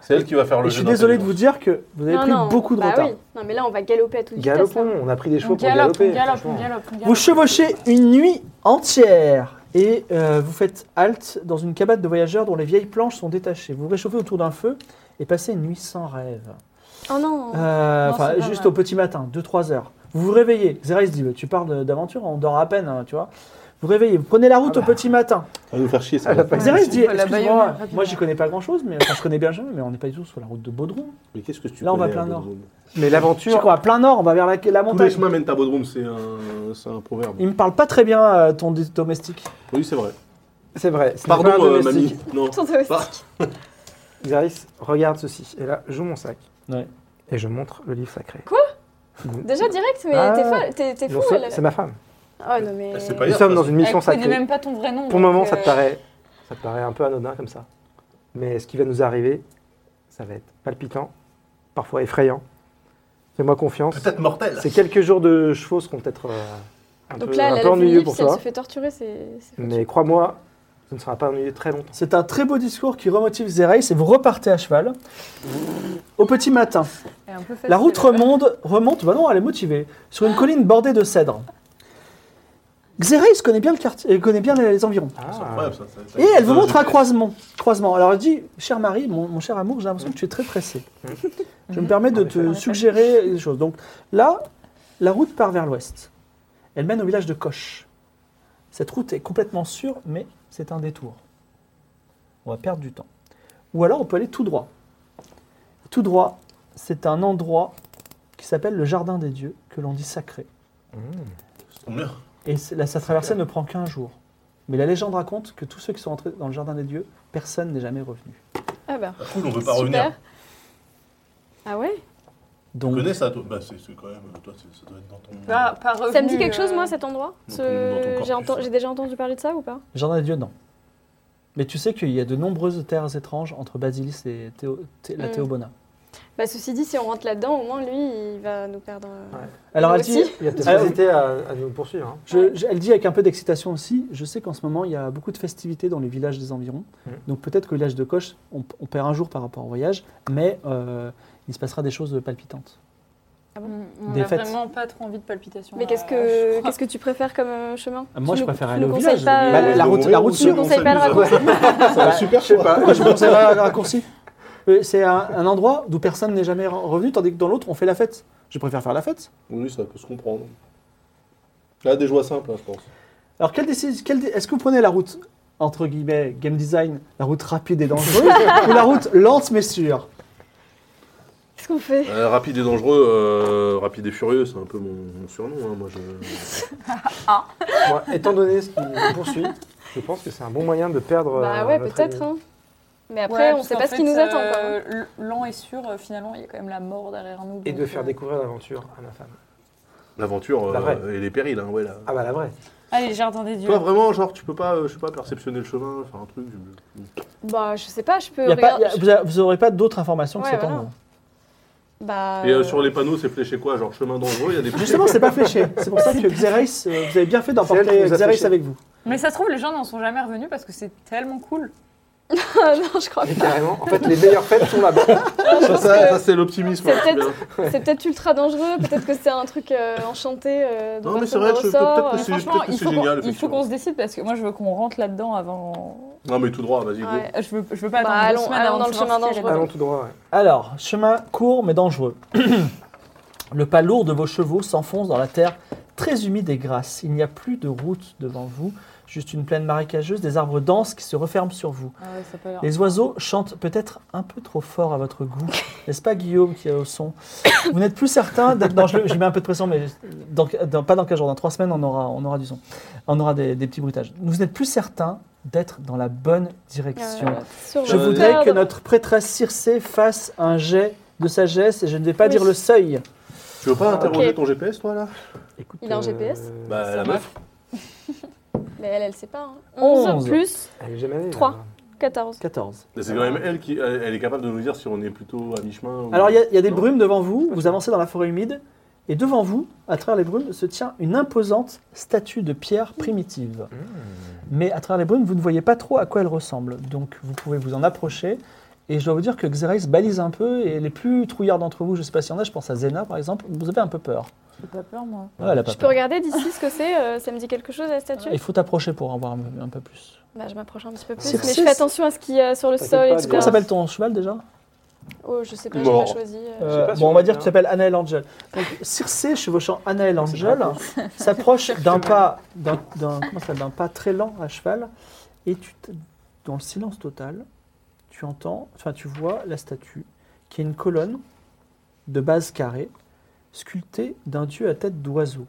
C'est elle qui va faire Et hein. le je jeu suis désolé de vous d'intelligence. dire que vous avez Non, pris non, beaucoup de bah retard. oui. Non, mais là on va galoper à toute vitesse. Galopons, là. on a pris des chevaux On pour galope, on galoper. galope, on franchement. galope, on Vous galope. chevauchez une nuit entière et euh, vous faites halte dans une cabane de voyageurs dont les vieilles planches sont détachées. Vous vous réchauffez autour d'un feu et passez une nuit sans rêve. Oh non Euh, Non, Enfin, c'est pas juste mal. au petit matin, 2-3 heures. Vous vous réveillez. Xerais dit Tu parles de- d'aventure, on dort à peine, hein, tu vois. Vous réveillez, vous prenez la route Ah au bah. petit matin. Ça va nous faire chier, ça. Elle a va. pas- Xerais dit on peut la baïonner Excuse-moi, rapidement. moi j'y connais pas grand chose, mais enfin, je connais bien jamais, mais on n'est pas du tout sur la route de Bodrum. Mais qu'est-ce que tu Là, on va connais à plein nord. Bodrum Mais Tu sais l'aventure, quoi, à plein nord, on va vers la, la Tous les montagne. chemins mènent à Bodrum, c'est un, c'est un proverbe. Il me parle pas très bien, euh, ton d- domestique. Oui, c'est vrai. c'est vrai. ce n'est pas un Pardon, euh, domestique. mamie. Non. Ton domestique. Bah. Xaris, regarde ceci. Et là, joue mon sac. Ouais. Et je montre le livre sacré. Déjà direct, mais Ah. t'es folle, t'es- t'es Non, fou. c'est- elle. C'est ma femme. Oh non mais. Bah, C'est pas Nous hier, sommes ça, dans ça. une mission Elle connaît sacrée. même pas ton vrai nom. Pour le donc, moment, ça te euh, paraît, ça te paraît un peu anodin comme ça. Mais ce qui va nous arriver, ça va être palpitant, parfois effrayant. Fais-moi confiance. Peut-être mortel. Ces quelques jours de chevaux seront peut-être euh, un Donc peu, là, un elle a peu la ennuyeux Philippe, pour si elle se toi. fait torturer, c'est. c'est foutu. Mais crois-moi, ce ne sera pas ennuyeux très longtemps. C'est un très beau discours qui remotive Zereis et vous repartez à cheval. Au petit matin, elle est un peu la facile, route euh. remonte, remonte, bah non, elle est motivée, sur une colline bordée de cèdres. Xerais connaît bien le quartier, elle connaît bien les environs. C'est Ah, incroyable, ça, ça- ça- Et elle vous ça, montre j'ai- un croisement. croisement. Alors elle dit, cher mari, mon, mon cher amour, j'ai l'impression que tu es très pressé. Je me permets de En effet, en te effet. suggérer des choses. Donc là, la route part vers l'ouest. Elle mène au village de Coche. Cette route est complètement sûre, mais c'est un détour. On va perdre du temps. Ou alors on peut aller tout droit. Tout droit, c'est un endroit qui s'appelle le Jardin des Dieux, que l'on dit sacré. ça tombe bien. Et c'est- là, sa traversée ne prend qu'un jour. Mais la légende raconte que tous ceux qui sont entrés dans le jardin des dieux, personne n'est jamais revenu. Ah bah. Cool, on veut pas super. revenir. Ah ouais Tu Donc, connais ça, toi Bah, c'est c'est quand même. Toi, c'est- ça doit être dans ton. Pas, pas Ça me revenu, dit quelque chose, euh, moi, cet endroit dans Ce- ton- dans ton corpus. J'ai enten- j'ai déjà entendu parler de ça ou pas Jardin des Dieux, non. Mais tu sais qu'il y a de nombreuses terres étranges entre Basilis et Théo- Thé- la Mm. Théobona. Bah, ceci dit, si on rentre là-dedans, au moins, lui, il va nous perdre. euh, Ouais. Alors, Nous elle dit, aussi. Il a peut-être Ah oui. hésité à, à nous poursuivre. hein. je- je- elle dit avec un peu d'excitation aussi Je sais qu'en ce moment, il y a beaucoup de festivités dans les villages des environs. Mm. Donc, peut-être qu'au village de Coche, on, on perd un jour par rapport au voyage, mais euh, il se passera des choses palpitantes. Ah On Des n'a fêtes. vraiment pas trop envie de palpitations. euh, Mais là. qu'est-ce que qu'est-ce que tu préfères comme euh, chemin Ah, moi, Tu je nous- préfère tu aller nous au conseilles village. pas, Bah, euh, la route- la route- tu nous conseilles pas le raccourci C'est un super Ah, choix. Pourquoi je vous conseille pas un raccourci Euh, C'est un, un endroit d'où personne n'est jamais re- revenu, tandis que dans l'autre, on fait la fête. Je préfère faire la fête. Oui, ça peut se comprendre. Là, des joies simples, hein, je pense. Alors, quelle décis- quelle dé- est-ce que vous prenez la route, entre guillemets, game design, la route rapide et dangereuse, ou la route lente mais sûre Qu'est-ce qu'on fait Euh, rapide et dangereux, euh, rapide et furieux, c'est un peu mon, mon surnom. hein, moi, je... Bon, étant donné ce qui nous poursuit, je pense que c'est un bon moyen de perdre. Bah euh, ouais, notre peut-être. ennemi. hein. Mais après, Ouais, on parce sait qu'en pas ce qui fait, nous attend. quoi. euh, l- Lent et sûr, euh, finalement, il y a quand même la mort derrière hein. nous. Et de donc, faire euh, découvrir l'aventure à ma femme. L'aventure La euh, vraie. et les périls, hein, ouais, là. Ah bah la vraie. Allez, jardin des dieux. Toi, vraiment, genre, tu peux pas, euh, je sais pas, perceptionner le chemin, faire un truc. je- Bah, je sais pas, je peux Il y a pas- il regarder. y a- Vous a- vous n'aurez pas d'autres informations que Ouais, cet voilà. endroit. Bah, Et euh, euh, sur les panneaux, c'est fléché quoi Genre chemin dangereux, il y a des Justement, c'est pas fléché. C'est pour ça que Xerais, euh, vous avez bien fait C'est elle qui d'emporter nous a Xerais fléché. avec vous. Mais ça se trouve, les gens n'en sont jamais revenus parce que c'est tellement cool. Ah non, je crois Mais carrément. En fait, les meilleures fêtes sont là-bas. Ça, ça, ça, c'est l'optimisme. C'est hein, c'est peut-être- bien. pas. C'est peut-être ultra dangereux, peut-être que c'est un truc euh, enchanté. euh, dont Non, mais personne c'est vrai ne que je- ressort, peut-être que euh. c'est- Franchement, peut-être que il c'est faut qu'on- génial, il faut effectivement. qu'on se décide parce que moi, je veux qu'on rentre là-dedans avant. Non, mais tout droit, vas-y, euh, Ouais. go. Je veux, je veux pas Bah, attendre deux allons- semaines allons avant dans de le savoir chemin ce qu'il y a dangereux. Allons tout droit. ouais. Alors, chemin court mais dangereux. Le pas lourd de vos chevaux s'enfonce dans la terre très humide et grasse. Il n'y a plus de route devant vous, juste une plaine marécageuse, des arbres denses qui se referment sur vous. Ah ouais, ça peut aller. Les oiseaux chantent peut-être un peu trop fort à votre goût. N'est-ce pas Guillaume qui a au son Vous n'êtes plus certain d'être dans... Je mets un peu de pression, mais dans- dans- pas dans 15 jours, dans 3 semaines, on aura, on aura du son. On aura des, des petits bruitages. Vous n'êtes plus certain d'être dans la bonne direction. Euh, sur Je le voudrais perdre. que notre prêtresse Circé fasse un jet de sagesse et je ne vais pas Oui. dire le seuil. Tu veux pas interroger Ok. ton GPS, toi, là Écoute, Il a un GPS Bah, la meuf. Mais elle, elle sait pas. hein. 11. 11 plus Elle est jamais allée. euh, Trois. là-bas. 14. 14. Mais c'est quand même elle qui elle, elle est capable de nous dire si on est plutôt à mi-chemin. ou- Alors il y, a- il y a des Non. brumes devant vous, vous avancez dans la forêt humide et devant vous, à travers les brumes, se tient une imposante statue de pierre primitive. Mais à travers les brumes, vous ne voyez pas trop à quoi elle ressemble. Donc vous pouvez vous en approcher. Et je dois vous dire que Xerais balise un peu et les plus trouillards d'entre vous, je ne sais pas s'il y en a, je pense à Zena par exemple, vous avez un peu peur. J'ai pas peur, moi. Ouais, elle a pas Je peux peur. regarder d'ici ce que c'est euh, Ça me dit quelque chose, la statue Il faut t'approcher pour en voir un, un peu plus. Bah, je m'approche un petit peu plus, Circe- mais je fais attention à ce qu'il y a sur le T'inquiète sol, pas, etc. Comment s'appelle ton cheval déjà Oh, je sais pas, j'ai Mort. pas choisi. euh. Euh, Je sais pas si bon, on on va le dire dit, que tu hein. t'appelles Anaël Angel. Donc, Circé, chevauchant Anaël Angel, s'approche d'un pas, d'un, d'un- comment ça, d'un pas très lent à cheval, et tu, te- dans le silence total, tu entends, enfin, tu vois la statue, qui est une colonne de base carrée, sculptée d'un dieu à tête d'oiseau.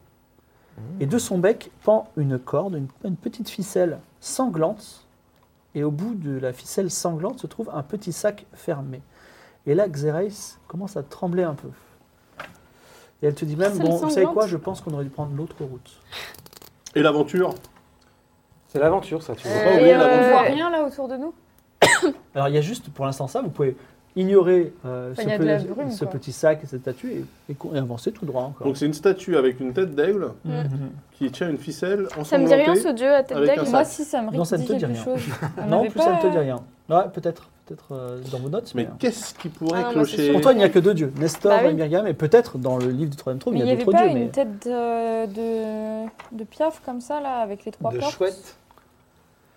Et de son bec pend une corde, une, une petite ficelle sanglante, et au bout de la ficelle sanglante se trouve un petit sac fermé. Et là, Xerais commence à trembler un peu. Et elle te dit même, Ficelle bon, vous savez quoi, sanglante. je pense qu'on aurait dû prendre l'autre route. Et l'aventure C'est l'aventure, ça. Tu vois. Ah pas Euh, oublier et, la on bonne voit foi. rien là autour de nous. Alors il y a juste pour l'instant ça, vous pouvez ignorer euh, Enfin, ce, il y a de pe- la brume, ce quoi. petit sac et cette statue et, et co- et avancer tout droit encore. Donc c'est une statue avec une tête d'aigle Mm. Mhm. qui tient une ficelle ensanglantée. Ça me dit rien, ce dieu à tête Avec un d'aigle sac. Moi, si ça me Non, ça ne dit te dit quelque rien. chose. On Non, avait plus ça ne te pas- dit rien. Ouais, peut-être, peut-être euh, dans vos notes. Mais Mais... qu'est-ce qui pourrait Ah, moi, c'est clocher sûr. Pour toi, il n'y a que deux dieux, Nestor Bah oui. et Myriam, et peut-être dans le livre du troisième trône, Mais il il n'y y a avait d'autres pas dieux. une Oh, Mais... tête de, de, de piaf comme ça, là, avec les trois De portes chouette.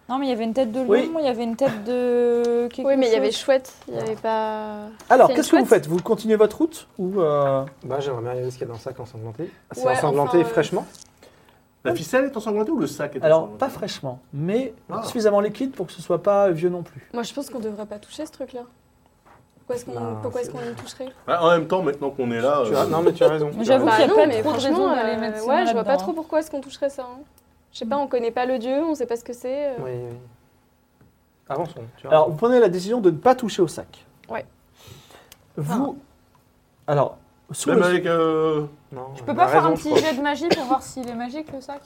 Non, mais il y avait une tête de lion, Oui. il y avait une tête de. quelque Oui, mais il y chose. avait chouette, il n'y avait pas. Alors, C'est une qu'est-ce que vous chouette. faites Vous continuez votre route ou euh, Bah, j'aimerais bien regarder ce qu'il y a dans le sac ensanglanté. Ah, C'est Ouais, ensanglanté enfin, euh, fraîchement. La ficelle est ensanglantée ou le sac est Alors, ensanglanté pas fraîchement, mais Ah. suffisamment liquide pour que ce soit pas vieux non plus. Moi, je pense qu'on devrait pas toucher ce truc-là. Pourquoi est-ce qu'on Non, pourquoi est-ce c'est- qu'on le toucherait Ah, En même temps, maintenant qu'on est là... Ah, Tu euh, as- Non, mais tu as raison. Mais j'avoue Tu as qu'il y a raison. pas Bah non, mais trop de franchement, raison d'aller mettre euh, ces Ouais, mains je vois là-dedans, pas trop hein. pourquoi est-ce qu'on toucherait ça. hein. Je sais pas, on connaît pas le dieu, on sait pas ce que c'est. euh. Oui, oui. Avançons. Tu as Alors, raison. vous prenez la décision de ne pas toucher au sac. Ouais. Ah. Vous. Alors, sous Même le- avec. euh, Non, Je euh, peux la pas faire raison, un petit je crois. jet de magie pour voir s'il est magique le sac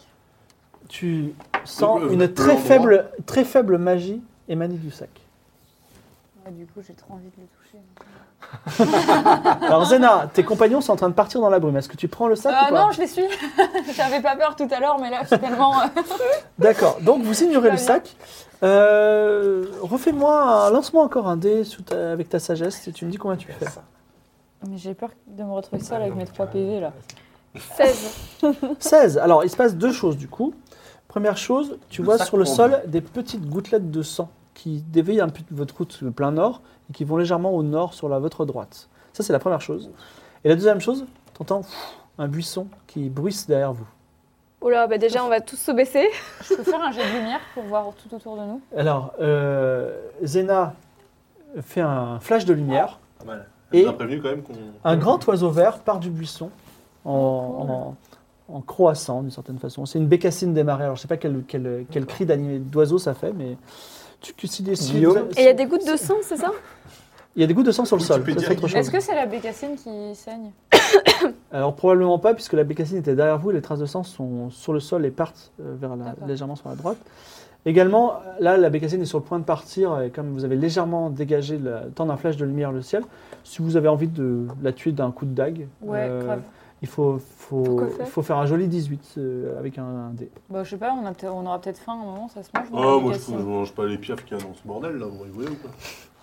Tu sens Le- le- une le très endroit. faible, très faible magie émanée du sac. Ouais, Du coup, j'ai trop envie de le toucher. Alors Zena, tes compagnons sont en train de partir dans la brume. Est-ce que tu prends le sac Ah ou pas non, je les suis. J'avais pas peur tout à l'heure, mais là, finalement. euh, D'accord. Donc vous ignorez le sac. Euh, Refais-moi, un- lance-moi encore un dé sous ta- avec ta sagesse et tu me dis combien tu fais. Mais j'ai peur de me retrouver seule Ah avec non, mes 3 carrément. PV là. 16. 16. Alors il se passe deux choses du coup. Première chose, tu Le vois sac sur le tombe. sol des petites gouttelettes de sang qui déveillent un peu de votre route plein nord et qui vont légèrement au nord sur la, votre droite. Ça c'est la première chose. Et la deuxième chose, t'entends pff, un buisson qui bruisse derrière vous. Oh là, bah déjà, on va tous se baisser. Je peux faire un jet de lumière pour voir tout autour de nous Alors, euh, Zena fait un flash de lumière. Ah, Pas mal. Et- On a prévenu quand même qu'on. Un grand oiseau vert part du buisson en, en- en croissant d'une certaine façon. C'est une bécassine des marais. Alors, je sais pas quel, quel, quel cri d'ani- d'oiseau ça fait, mais tu, tu si- si- Guillaume si- Et il y a des gouttes de sang, c'est ça il y a des gouttes de sang sur le sol. Ça, Wikipédia, c'est autre Est-ce chose. que c'est la bécassine qui saigne Alors, probablement pas, puisque la bécassine était derrière vous et les traces de sang sont sur le sol et partent euh, vers la, D'accord. légèrement sur la droite. Également, là, la bécassine est sur le point de partir, et comme vous avez légèrement dégagé le temps d'un flash de lumière le ciel, si vous avez envie de la tuer d'un coup de dague, Ouais, euh, grave. il faut, faut, Pourquoi faire il faut faire un joli 18 euh, avec un, un dé. Bah, je sais pas, on, a peut-être- on aura peut-être faim à un moment, ça se mange. non, Oh, la moi je, bécassine je mange pas les piafs qu'il y a dans ce bordel là, vous rigolez ou quoi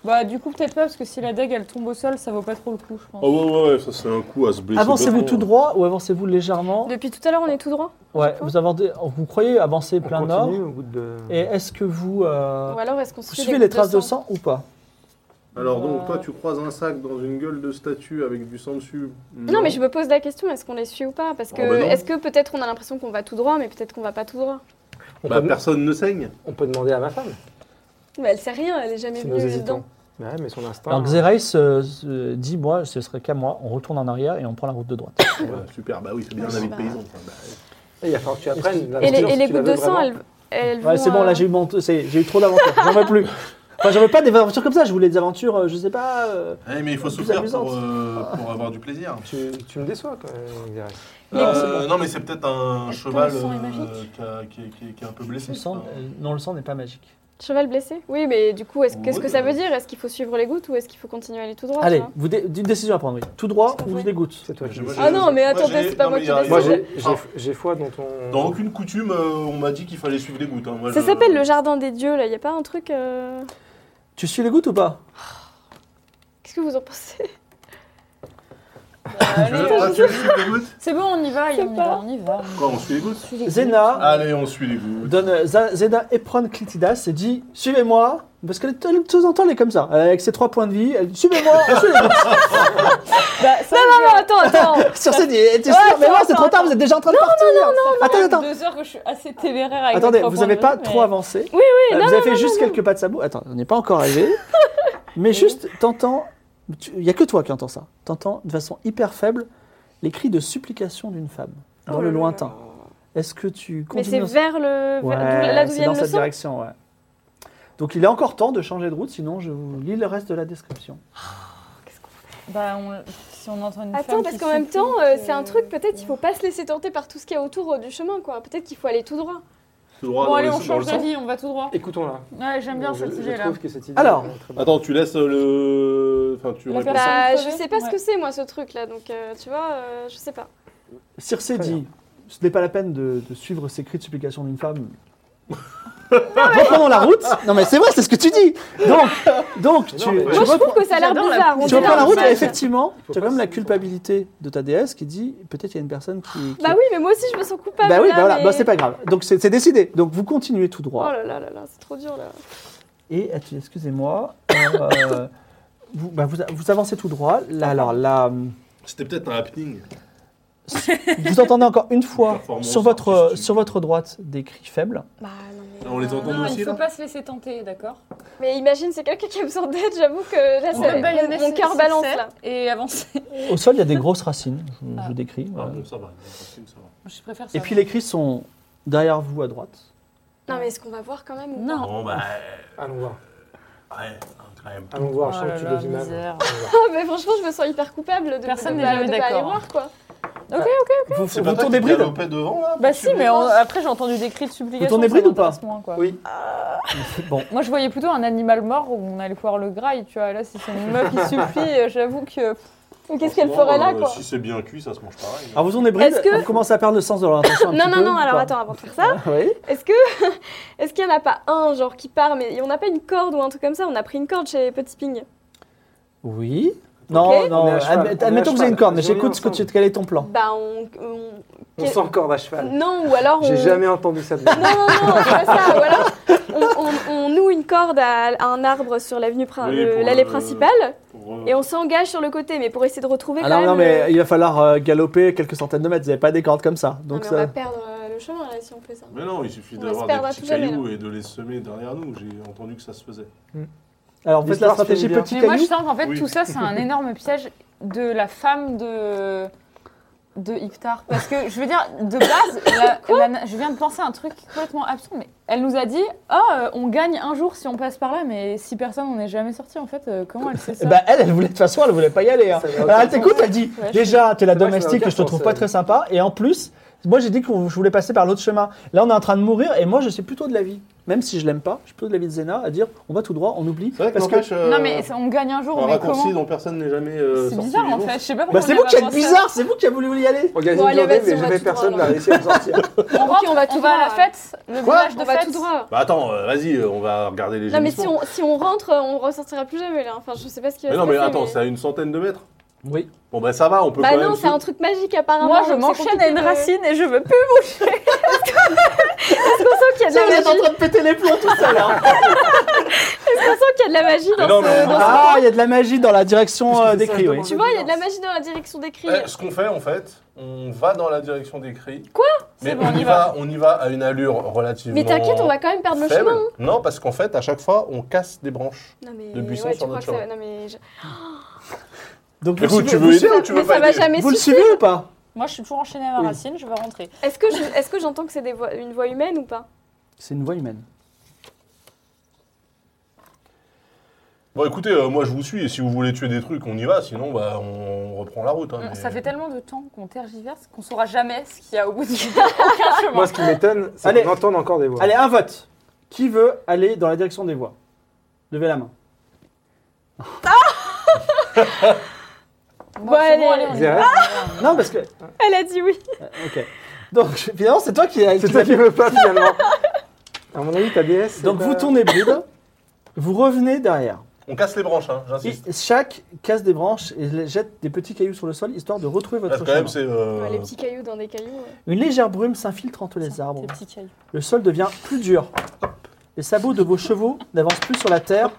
Bah, du coup, peut-être pas, parce que si la dague elle tombe au sol, ça vaut pas trop le coup, je Ah, pense. Oh ouais, ouais, ouais, ça c'est un coup à se blesser. Avancez-vous bêtement, tout hein. droit ou avancez-vous légèrement Depuis tout à l'heure, on est tout droit ouais, vous, avancez- vous croyez avancer On plein nord continue au bout de... Bah, Et est-ce que vous, euh, Ou alors, est-ce qu'on vous suit suivez les traces de sang ou pas Alors donc, Euh. toi tu croises un sac dans une gueule de statue avec du sang dessus. Non, mais je me pose la question, est-ce qu'on les suit ou pas Ah, Parce que, Oh, bah non. est-ce que peut-être on a l'impression qu'on va tout droit, mais peut-être qu'on va pas tout droit on, Bah, peut, personne ne saigne. on peut demander à ma femme Mais elle sait rien, elle est jamais si nous venue hésitons. dedans. Mais ouais, mais son instinct. hein. Alors Xerais euh, se dit, moi, ce serait qu'à moi, on retourne en arrière et on prend la route de droite. Ouais, super, bah oui, c'est bien un Ouais, avis de bah. paysan. enfin, bah, Et il va falloir que tu apprennes. la Et les, nature, et si les tu la gouttes veux de sang, vraiment. elles, elles Ouais, vont, c'est bon, euh, là j'ai eu, mon t- c'est- j'ai eu trop d'aventures, j'en veux plus. Enfin, j'en veux pas des aventures comme ça, je voulais des aventures, euh, je sais pas... euh, Eh, mais il faut Plus souffrir amusante. pour, euh, pour avoir du plaisir. Tu, tu me déçois quand même, Xerais. Euh, non mais c'est peut-être un Est-ce que cheval le sang est euh, magique qui, a- qui est- qui est- qui est un peu blessé. le sang, enfin. euh, non, le sang n'est pas magique. Cheval blessé Oui, mais du coup, est-ce- Ouais. qu'est-ce que ça veut dire Est-ce qu'il faut suivre les gouttes ou est-ce qu'il faut continuer à aller tout droit tu Allez, vois vous dé- une décision à prendre, oui. Tout droit C'est pas ou vrai. des gouttes C'est toi Bah, qui Je- moi, décides. j'ai- Ah non, mais moi, attendez, j'ai- c'est pas non, moi mais qui il y a- décide. Moi, il y a- j'ai j'ai- j'ai foi dans ton. Dans aucune coutume, euh, on m'a dit qu'il fallait suivre les gouttes. hein. Moi, Ça je- s'appelle le jardin des dieux, là, y a pas un truc. euh, Tu suis les gouttes ou pas Qu'est-ce que vous en pensez Bah, Tu allez, veux- euh, toi, tu veux suivre les gouttes c'est bon, on y va, sais on y pas. va, on y va. Quoi, on suit les gouttes Zéna, Ah. Allez, on suit les gouttes. donne euh, Za- Zeda éprend Clitidas et dit Suivez-moi, parce que de temps en temps elle est comme ça, euh, avec ses trois points de vie, elle dit Suivez-moi, on suit les gouttes. Bah, ça, Non, non, attends, attends Sur scène, elle était Ouais, sûre, mais attends, non, c'est trop attends, tard, vous êtes déjà en train de partir. fait attends, attends, deux heures que je suis assez téméraire avec attendez, mes trois vous points n'avez de pas vie, trop mais- avancé. Euh, vous avez fait juste quelques pas de sabot. Attends, on n'est pas encore arrivé. mais juste, t'entends, tu- il n'y a que toi qui entends ça, t'entends de façon hyper faible les cris de supplication d'une femme dans Oh le là là. lointain. Est-ce que tu Mais c'est continues dans- vers le. Ouais, vers- d'où- là d'où c'est dans viennent le cette sang direction, ouais. Donc il est encore temps de changer de route, sinon je vous lis le reste de la description. Bah, on- si on entend une Attends, femme parce qui qu'en même supplie, temps, euh, que- c'est un truc, peut-être il faut pas se laisser tenter par tout ce qu'il y a autour euh, du chemin, quoi. Peut-être qu'il faut aller tout droit. Tout droit Bon, dans allez, le- on dans le change sang. d'avis, on va tout droit. Écoutons-la. Ouais, j'aime bien Je- cette je idée, là. trouve que cette idée. Alors. est très bonne. Attends, tu laisses euh, le. Enfin, tu La réponds. personne. Bah, sauvée je sais pas Ouais. ce que c'est, moi, ce truc-là, donc euh, tu vois, euh, je sais pas. Circé Très dit Ce n'est pas la peine de, de suivre ces cris de supplication d'une femme. Reprenons la route. Non, mais c'est vrai, c'est ce que tu dis. Donc, donc tu, Non, mais- tu Moi, je repren- trouve que ça a l'air J'adore la- bizarre. on tu dirait reprends la un route et mage. effectivement, faut tu as pas même la se- culpabilité de ta déesse qui dit Peut-être il y a une personne qui. qui- Bah oui, mais moi aussi, je me sens coupable. Bah oui, là, bah voilà, mais- bah c'est pas grave. Donc c'est c'est décidé. Donc vous continuez tout droit. Oh là là là là, c'est trop dur là. Et, att- excusez-moi, euh, vous, bah, vous, vous avancez tout droit. Là, alors, là, C'était peut-être un happening. vous entendez encore une fois Performance sur votre, artistique. sur votre droite des cris faibles. Bah non mais. On les entend Non, il aussi faut là pas se laisser tenter, d'accord Mais imagine, c'est quelqu'un qui a besoin d'aide, j'avoue que là, On ça- peut baïonner mon, mon ses- cœur ses balance serres là. Et avancer. Au sol, il y a des grosses racines, je, je Ah. vous décris. Ah voilà. bon, ça va. ça va. Je préfère ça. Et puis les cris sont derrière vous à droite. Ah. Non mais est-ce qu'on va voir quand même ou Non. Bon, bah. Allons voir. Ouais, quand même. Allons voir, Oh je sens là que tu là, le vis mal. misère. Allons voir. Ah, mais franchement, je me sens hyper coupable de ne Personne n'est pas, jamais de pas aller d'accord, voir, quoi. Ah, Vous, C'est vous pas toi tournez qui bride galopais devant, là Bah si, mais on- après j'ai entendu des cris de supplication. tournez ça bride ou pas m'intéresse moins, quoi. Oui. Ah. Bon, Moi je voyais plutôt un animal mort où on allait pouvoir le graille, tu vois. Là, si c'est une meuf qui supplie, euh, j'avoue que. Mais Qu'est-ce qu'elle ferait là, Franchement, euh, quoi Si c'est bien cuit, ça se mange pareil. hein. alors vous tournez bride, Est-ce que- vous commencez à perdre le sens de l'orientation. un Non, petit non, peu, non, ou alors pas attends, avant de faire ça, Oui. est-ce que est-ce qu'il n'y en a pas un, genre, qui part, mais on n'a pas une corde ou un truc comme ça On a pris une corde chez Petit Ping. Oui. Non, non, On est à cheval, admet- on est à admettons que vous avez cheval. une corde, mais Ils ont mis j'écoute ce que tu. ensemble. Quel est ton plan Bah, on... on- On Quel- s'encorde à cheval. Non, ou alors on... J'ai jamais entendu ça de ma vie. Non, non, non, c'est pas ça. Ou alors, on, on- on noue une corde à, à un arbre sur l'avenue prin- Oui, le- pour l'allée le- principale Pour, euh, Ah et on s'engage sur le côté, mais pour essayer de retrouver Alors quand Ah non, même. le- mais il va falloir euh, galoper quelques centaines de mètres. Vous n'avez pas des cordes comme ça, Non, donc mais ça. on va perdre euh, le chemin là si on fait ça. Mais non, il suffit On va d'avoir se des perdre à petits tout jamais, cailloux et de les semer derrière nous. J'ai entendu que ça se faisait. Alors vous faites la L'histoire se stratégie finit bien. petit Mais moi je caillou. sens qu'en fait Oui. tout ça c'est un énorme piège de la femme de de Iftar parce que je veux dire de base la- la na- je viens de penser à un truc complètement absurde mais elle nous a dit oh euh, on gagne un jour si on passe par là mais si personne on n'est jamais sorti en fait euh, comment elle sait ça Bah, elle, elle voulait de toute façon, elle voulait pas y aller. hein. Ça n'a Alors, aucun elle t'écoute, sens. elle dit Ouais, je déjà, t'es la C'est vrai que ça n'a domestique, aucun je te trouve sens, pas euh. très sympa. Et en plus, moi j'ai dit que je voulais passer par l'autre chemin. Là, on est en train de mourir, et moi je suis plutôt de la vie. Même si je l'aime pas, je suis plutôt de la vie de Zena à dire on va tout droit, on oublie. C'est vrai que Parce que n'empêche, euh, non mais c'est- on gagne un jour un mais raccourci comment dont personne n'est jamais euh, c'est sorti bizarre en vivant. fait je sais pas Bah, pourquoi c'est on vous a qui pas êtes pensé à ça. bizarre, c'est vous qui avez voulu y aller. On gagne Bon, une allez, journée, vas-y, on mais va jamais tout droit, personne n'a alors. réussi à me sortir. on rentre, on va tout droit, à la là. fête le euh, Quoi village de On va fête tout droit. Bah attends, euh, vas-y, euh, on va regarder les Non mais si gémissements. on, si on rentre, euh, on ressortira plus jamais là. Enfin, je sais pas ce qui va Mais se non, mais passer, attends, c'est à une centaine de mètres. Oui. Bon, bah ça va, on peut Bah quand non, même. c'est un truc magique apparemment. moi je donc c'est m'enchaîne à compliqué une de- racine et je veux plus On sent qu'il y a de la magie. train de péter les plombs tout seul. hein. On sent qu'il y a de la magie Mais dans non, Euh, mais ce. on- dans ce- Ah, il y a de la magie dans la direction euh, des cris, oui. Tu vois, il y a de la magie dans la direction des cris. Eh, ce qu'on fait en fait, on va dans la direction des cris. Quoi Mais C'est bon, on y va, on y va à une allure relativement. Mais t'inquiète, on va quand même perdre le faible. chemin. hein. Non, parce qu'en fait, à chaque fois, on casse des branches. Non De mais buissons ouais, tu sur crois notre que ça va- non, mais je- Donc, Écoute, tu suivez- veux aider ça- ou tu veux mais ça pas va aider jamais Vous le suffire. suivez ou pas moi je suis toujours enchaînée à ma Oui. racine je veux rentrer Est-ce que je- est-ce que j'entends que c'est des voix- une voix humaine ou pas C'est une voix humaine. Bon, écoutez, euh, moi je vous suis et si vous voulez tuer des trucs, on y va, sinon bah, on reprend la route. hein, mais- ça fait tellement de temps qu'on tergiverse qu'on saura jamais ce qu'il y a au bout du aucun chemin Moi, ce qui m'étonne, Allez. c'est qu'on entende encore des voix. Allez, un vote. Qui veut aller dans la direction des voix Levez la main. Bon, c'est bon, allez, on y Zéret, va. Non, parce que. Elle a dit oui. euh, Ok. Donc, finalement, c'est toi qui. C'est qui toi qui veux pas finalement. À mon avis, ta déesse. c'est Donc, pas- vous tournez bride, vous revenez derrière. On casse les branches, hein, Et j'insiste. chaque casse des branches et les jette des petits cailloux sur le sol histoire de retrouver Parce votre que quand même, chemin. c'est. euh, Ouais, les petits cailloux dans des cailloux. ouais. Une légère brume s'infiltre entre les arbres. Tes petits cailloux. Le sol devient plus dur. Les sabots de vos chevaux n'avancent plus sur la terre,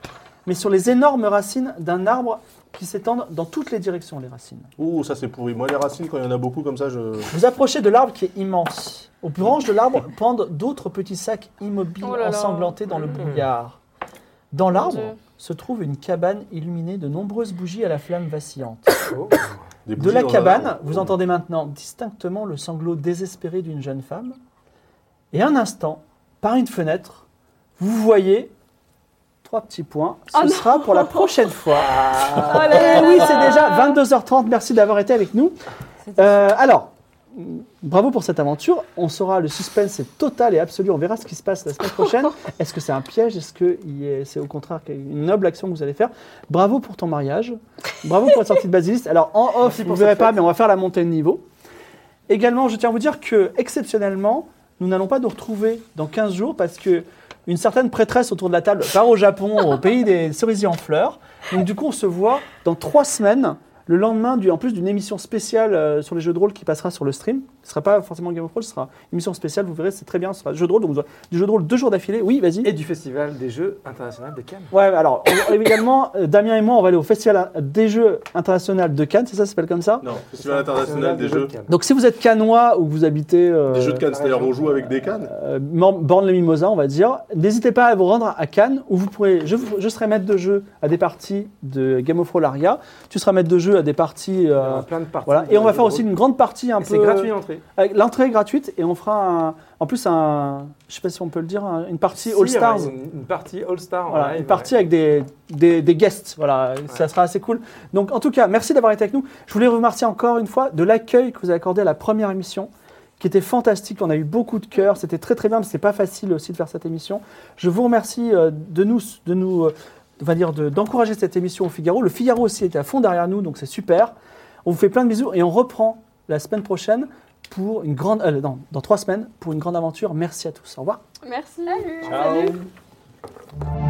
mais sur les énormes racines d'un arbre qui s'étendent dans toutes les directions, les racines. Ouh, ça c'est pourri. Moi, les racines, quand il y en a beaucoup comme ça, je. Vous approchez de l'arbre qui est immense. Aux branches de l'arbre pendent d'autres petits sacs immobiles Oh là là. ensanglantés dans le Mmh. brouillard. Dans l'arbre Dieu. se trouve une cabane illuminée de nombreuses bougies à la flamme vacillante. Oh. Des De bougies la dans un cabane, arbre. vous entendez maintenant distinctement le sanglot désespéré d'une jeune femme. Et un instant, par une fenêtre, vous voyez trois petits points. Ce Oh non. sera pour la prochaine fois. Oh là là Eh là oui, là c'est là. déjà 22h30. Merci d'avoir été avec nous. Ah Euh, alors, bravo pour cette aventure. On saura, le suspense est total et absolu. On verra ce qui se passe la semaine prochaine. Est-ce que c'est un piège Est-ce que il est- c'est au contraire une noble action que vous allez faire Bravo pour ton mariage. Bravo pour la sortie de Basilice. Alors, en off, vous ne verrez pas, mais on va faire la montée de niveau. Également, je tiens à vous dire que, exceptionnellement, nous n'allons pas nous retrouver dans 15 jours parce que une certaine prêtresse autour de la table part au Japon, au pays des cerisiers en fleurs. Donc du coup, on se voit dans trois semaines, le lendemain, du, en plus d'une émission spéciale euh, sur les jeux de rôle qui passera sur le stream. Ce ne sera pas forcément Game of Thrones, ce sera une émission spéciale, vous verrez, c'est très bien, ce sera jeu de rôle, donc vous aurez du jeu de rôle deux jours d'affilée. Oui, vas-y. Et du Festival des Jeux Internationaux de Cannes. Ouais, alors, on- également, euh, Damien et moi, on va aller au Festival euh, des Jeux International de Cannes, c'est ça, ça s'appelle comme ça Non, Festival Euh, international des jeux. Cannes. Donc si vous êtes cannois ou que vous habitez... euh, Des jeux de cannes, c'est-à-dire on joue avec des cannes. euh, Mor- Borne-les-Mimosas, on va dire. N'hésitez pas à vous rendre à Cannes, où vous pourrez. Je, je serai maître de jeu à des parties de Game of Rollaria. Tu seras maître de jeu à des parties. Il y euh, aura plein de parties. voilà. Et on va de faire jeux aussi Ah, de une grande partie un rôle. Et peu. C'est gratuit hein. l'entrée. Parfait. Avec L'entrée est gratuite et on fera un- en plus un, je sais pas si on peut le dire, un- une partie Si, All ouais, Stars. Une, une partie All Star. en Voilà, live, une partie ouais. avec des, des, des guests. Voilà, ça sera assez cool. Donc, en tout cas, merci d'avoir été avec nous. Je voulais vous remercier encore une fois de l'accueil que vous avez accordé à la première émission, qui était fantastique. On a eu beaucoup de cœur. C'était très, très bien, mais c'est pas facile aussi de faire cette émission. Je vous remercie euh, de nous. De nous euh, on va dire de- d'encourager cette émission au Figaro. Le Figaro aussi était à fond derrière nous, donc c'est super. On vous fait plein de bisous et on reprend la semaine prochaine pour une grande, euh, non, dans trois semaines pour une grande aventure. Merci à tous. Au revoir. Merci. Ciao. Salut.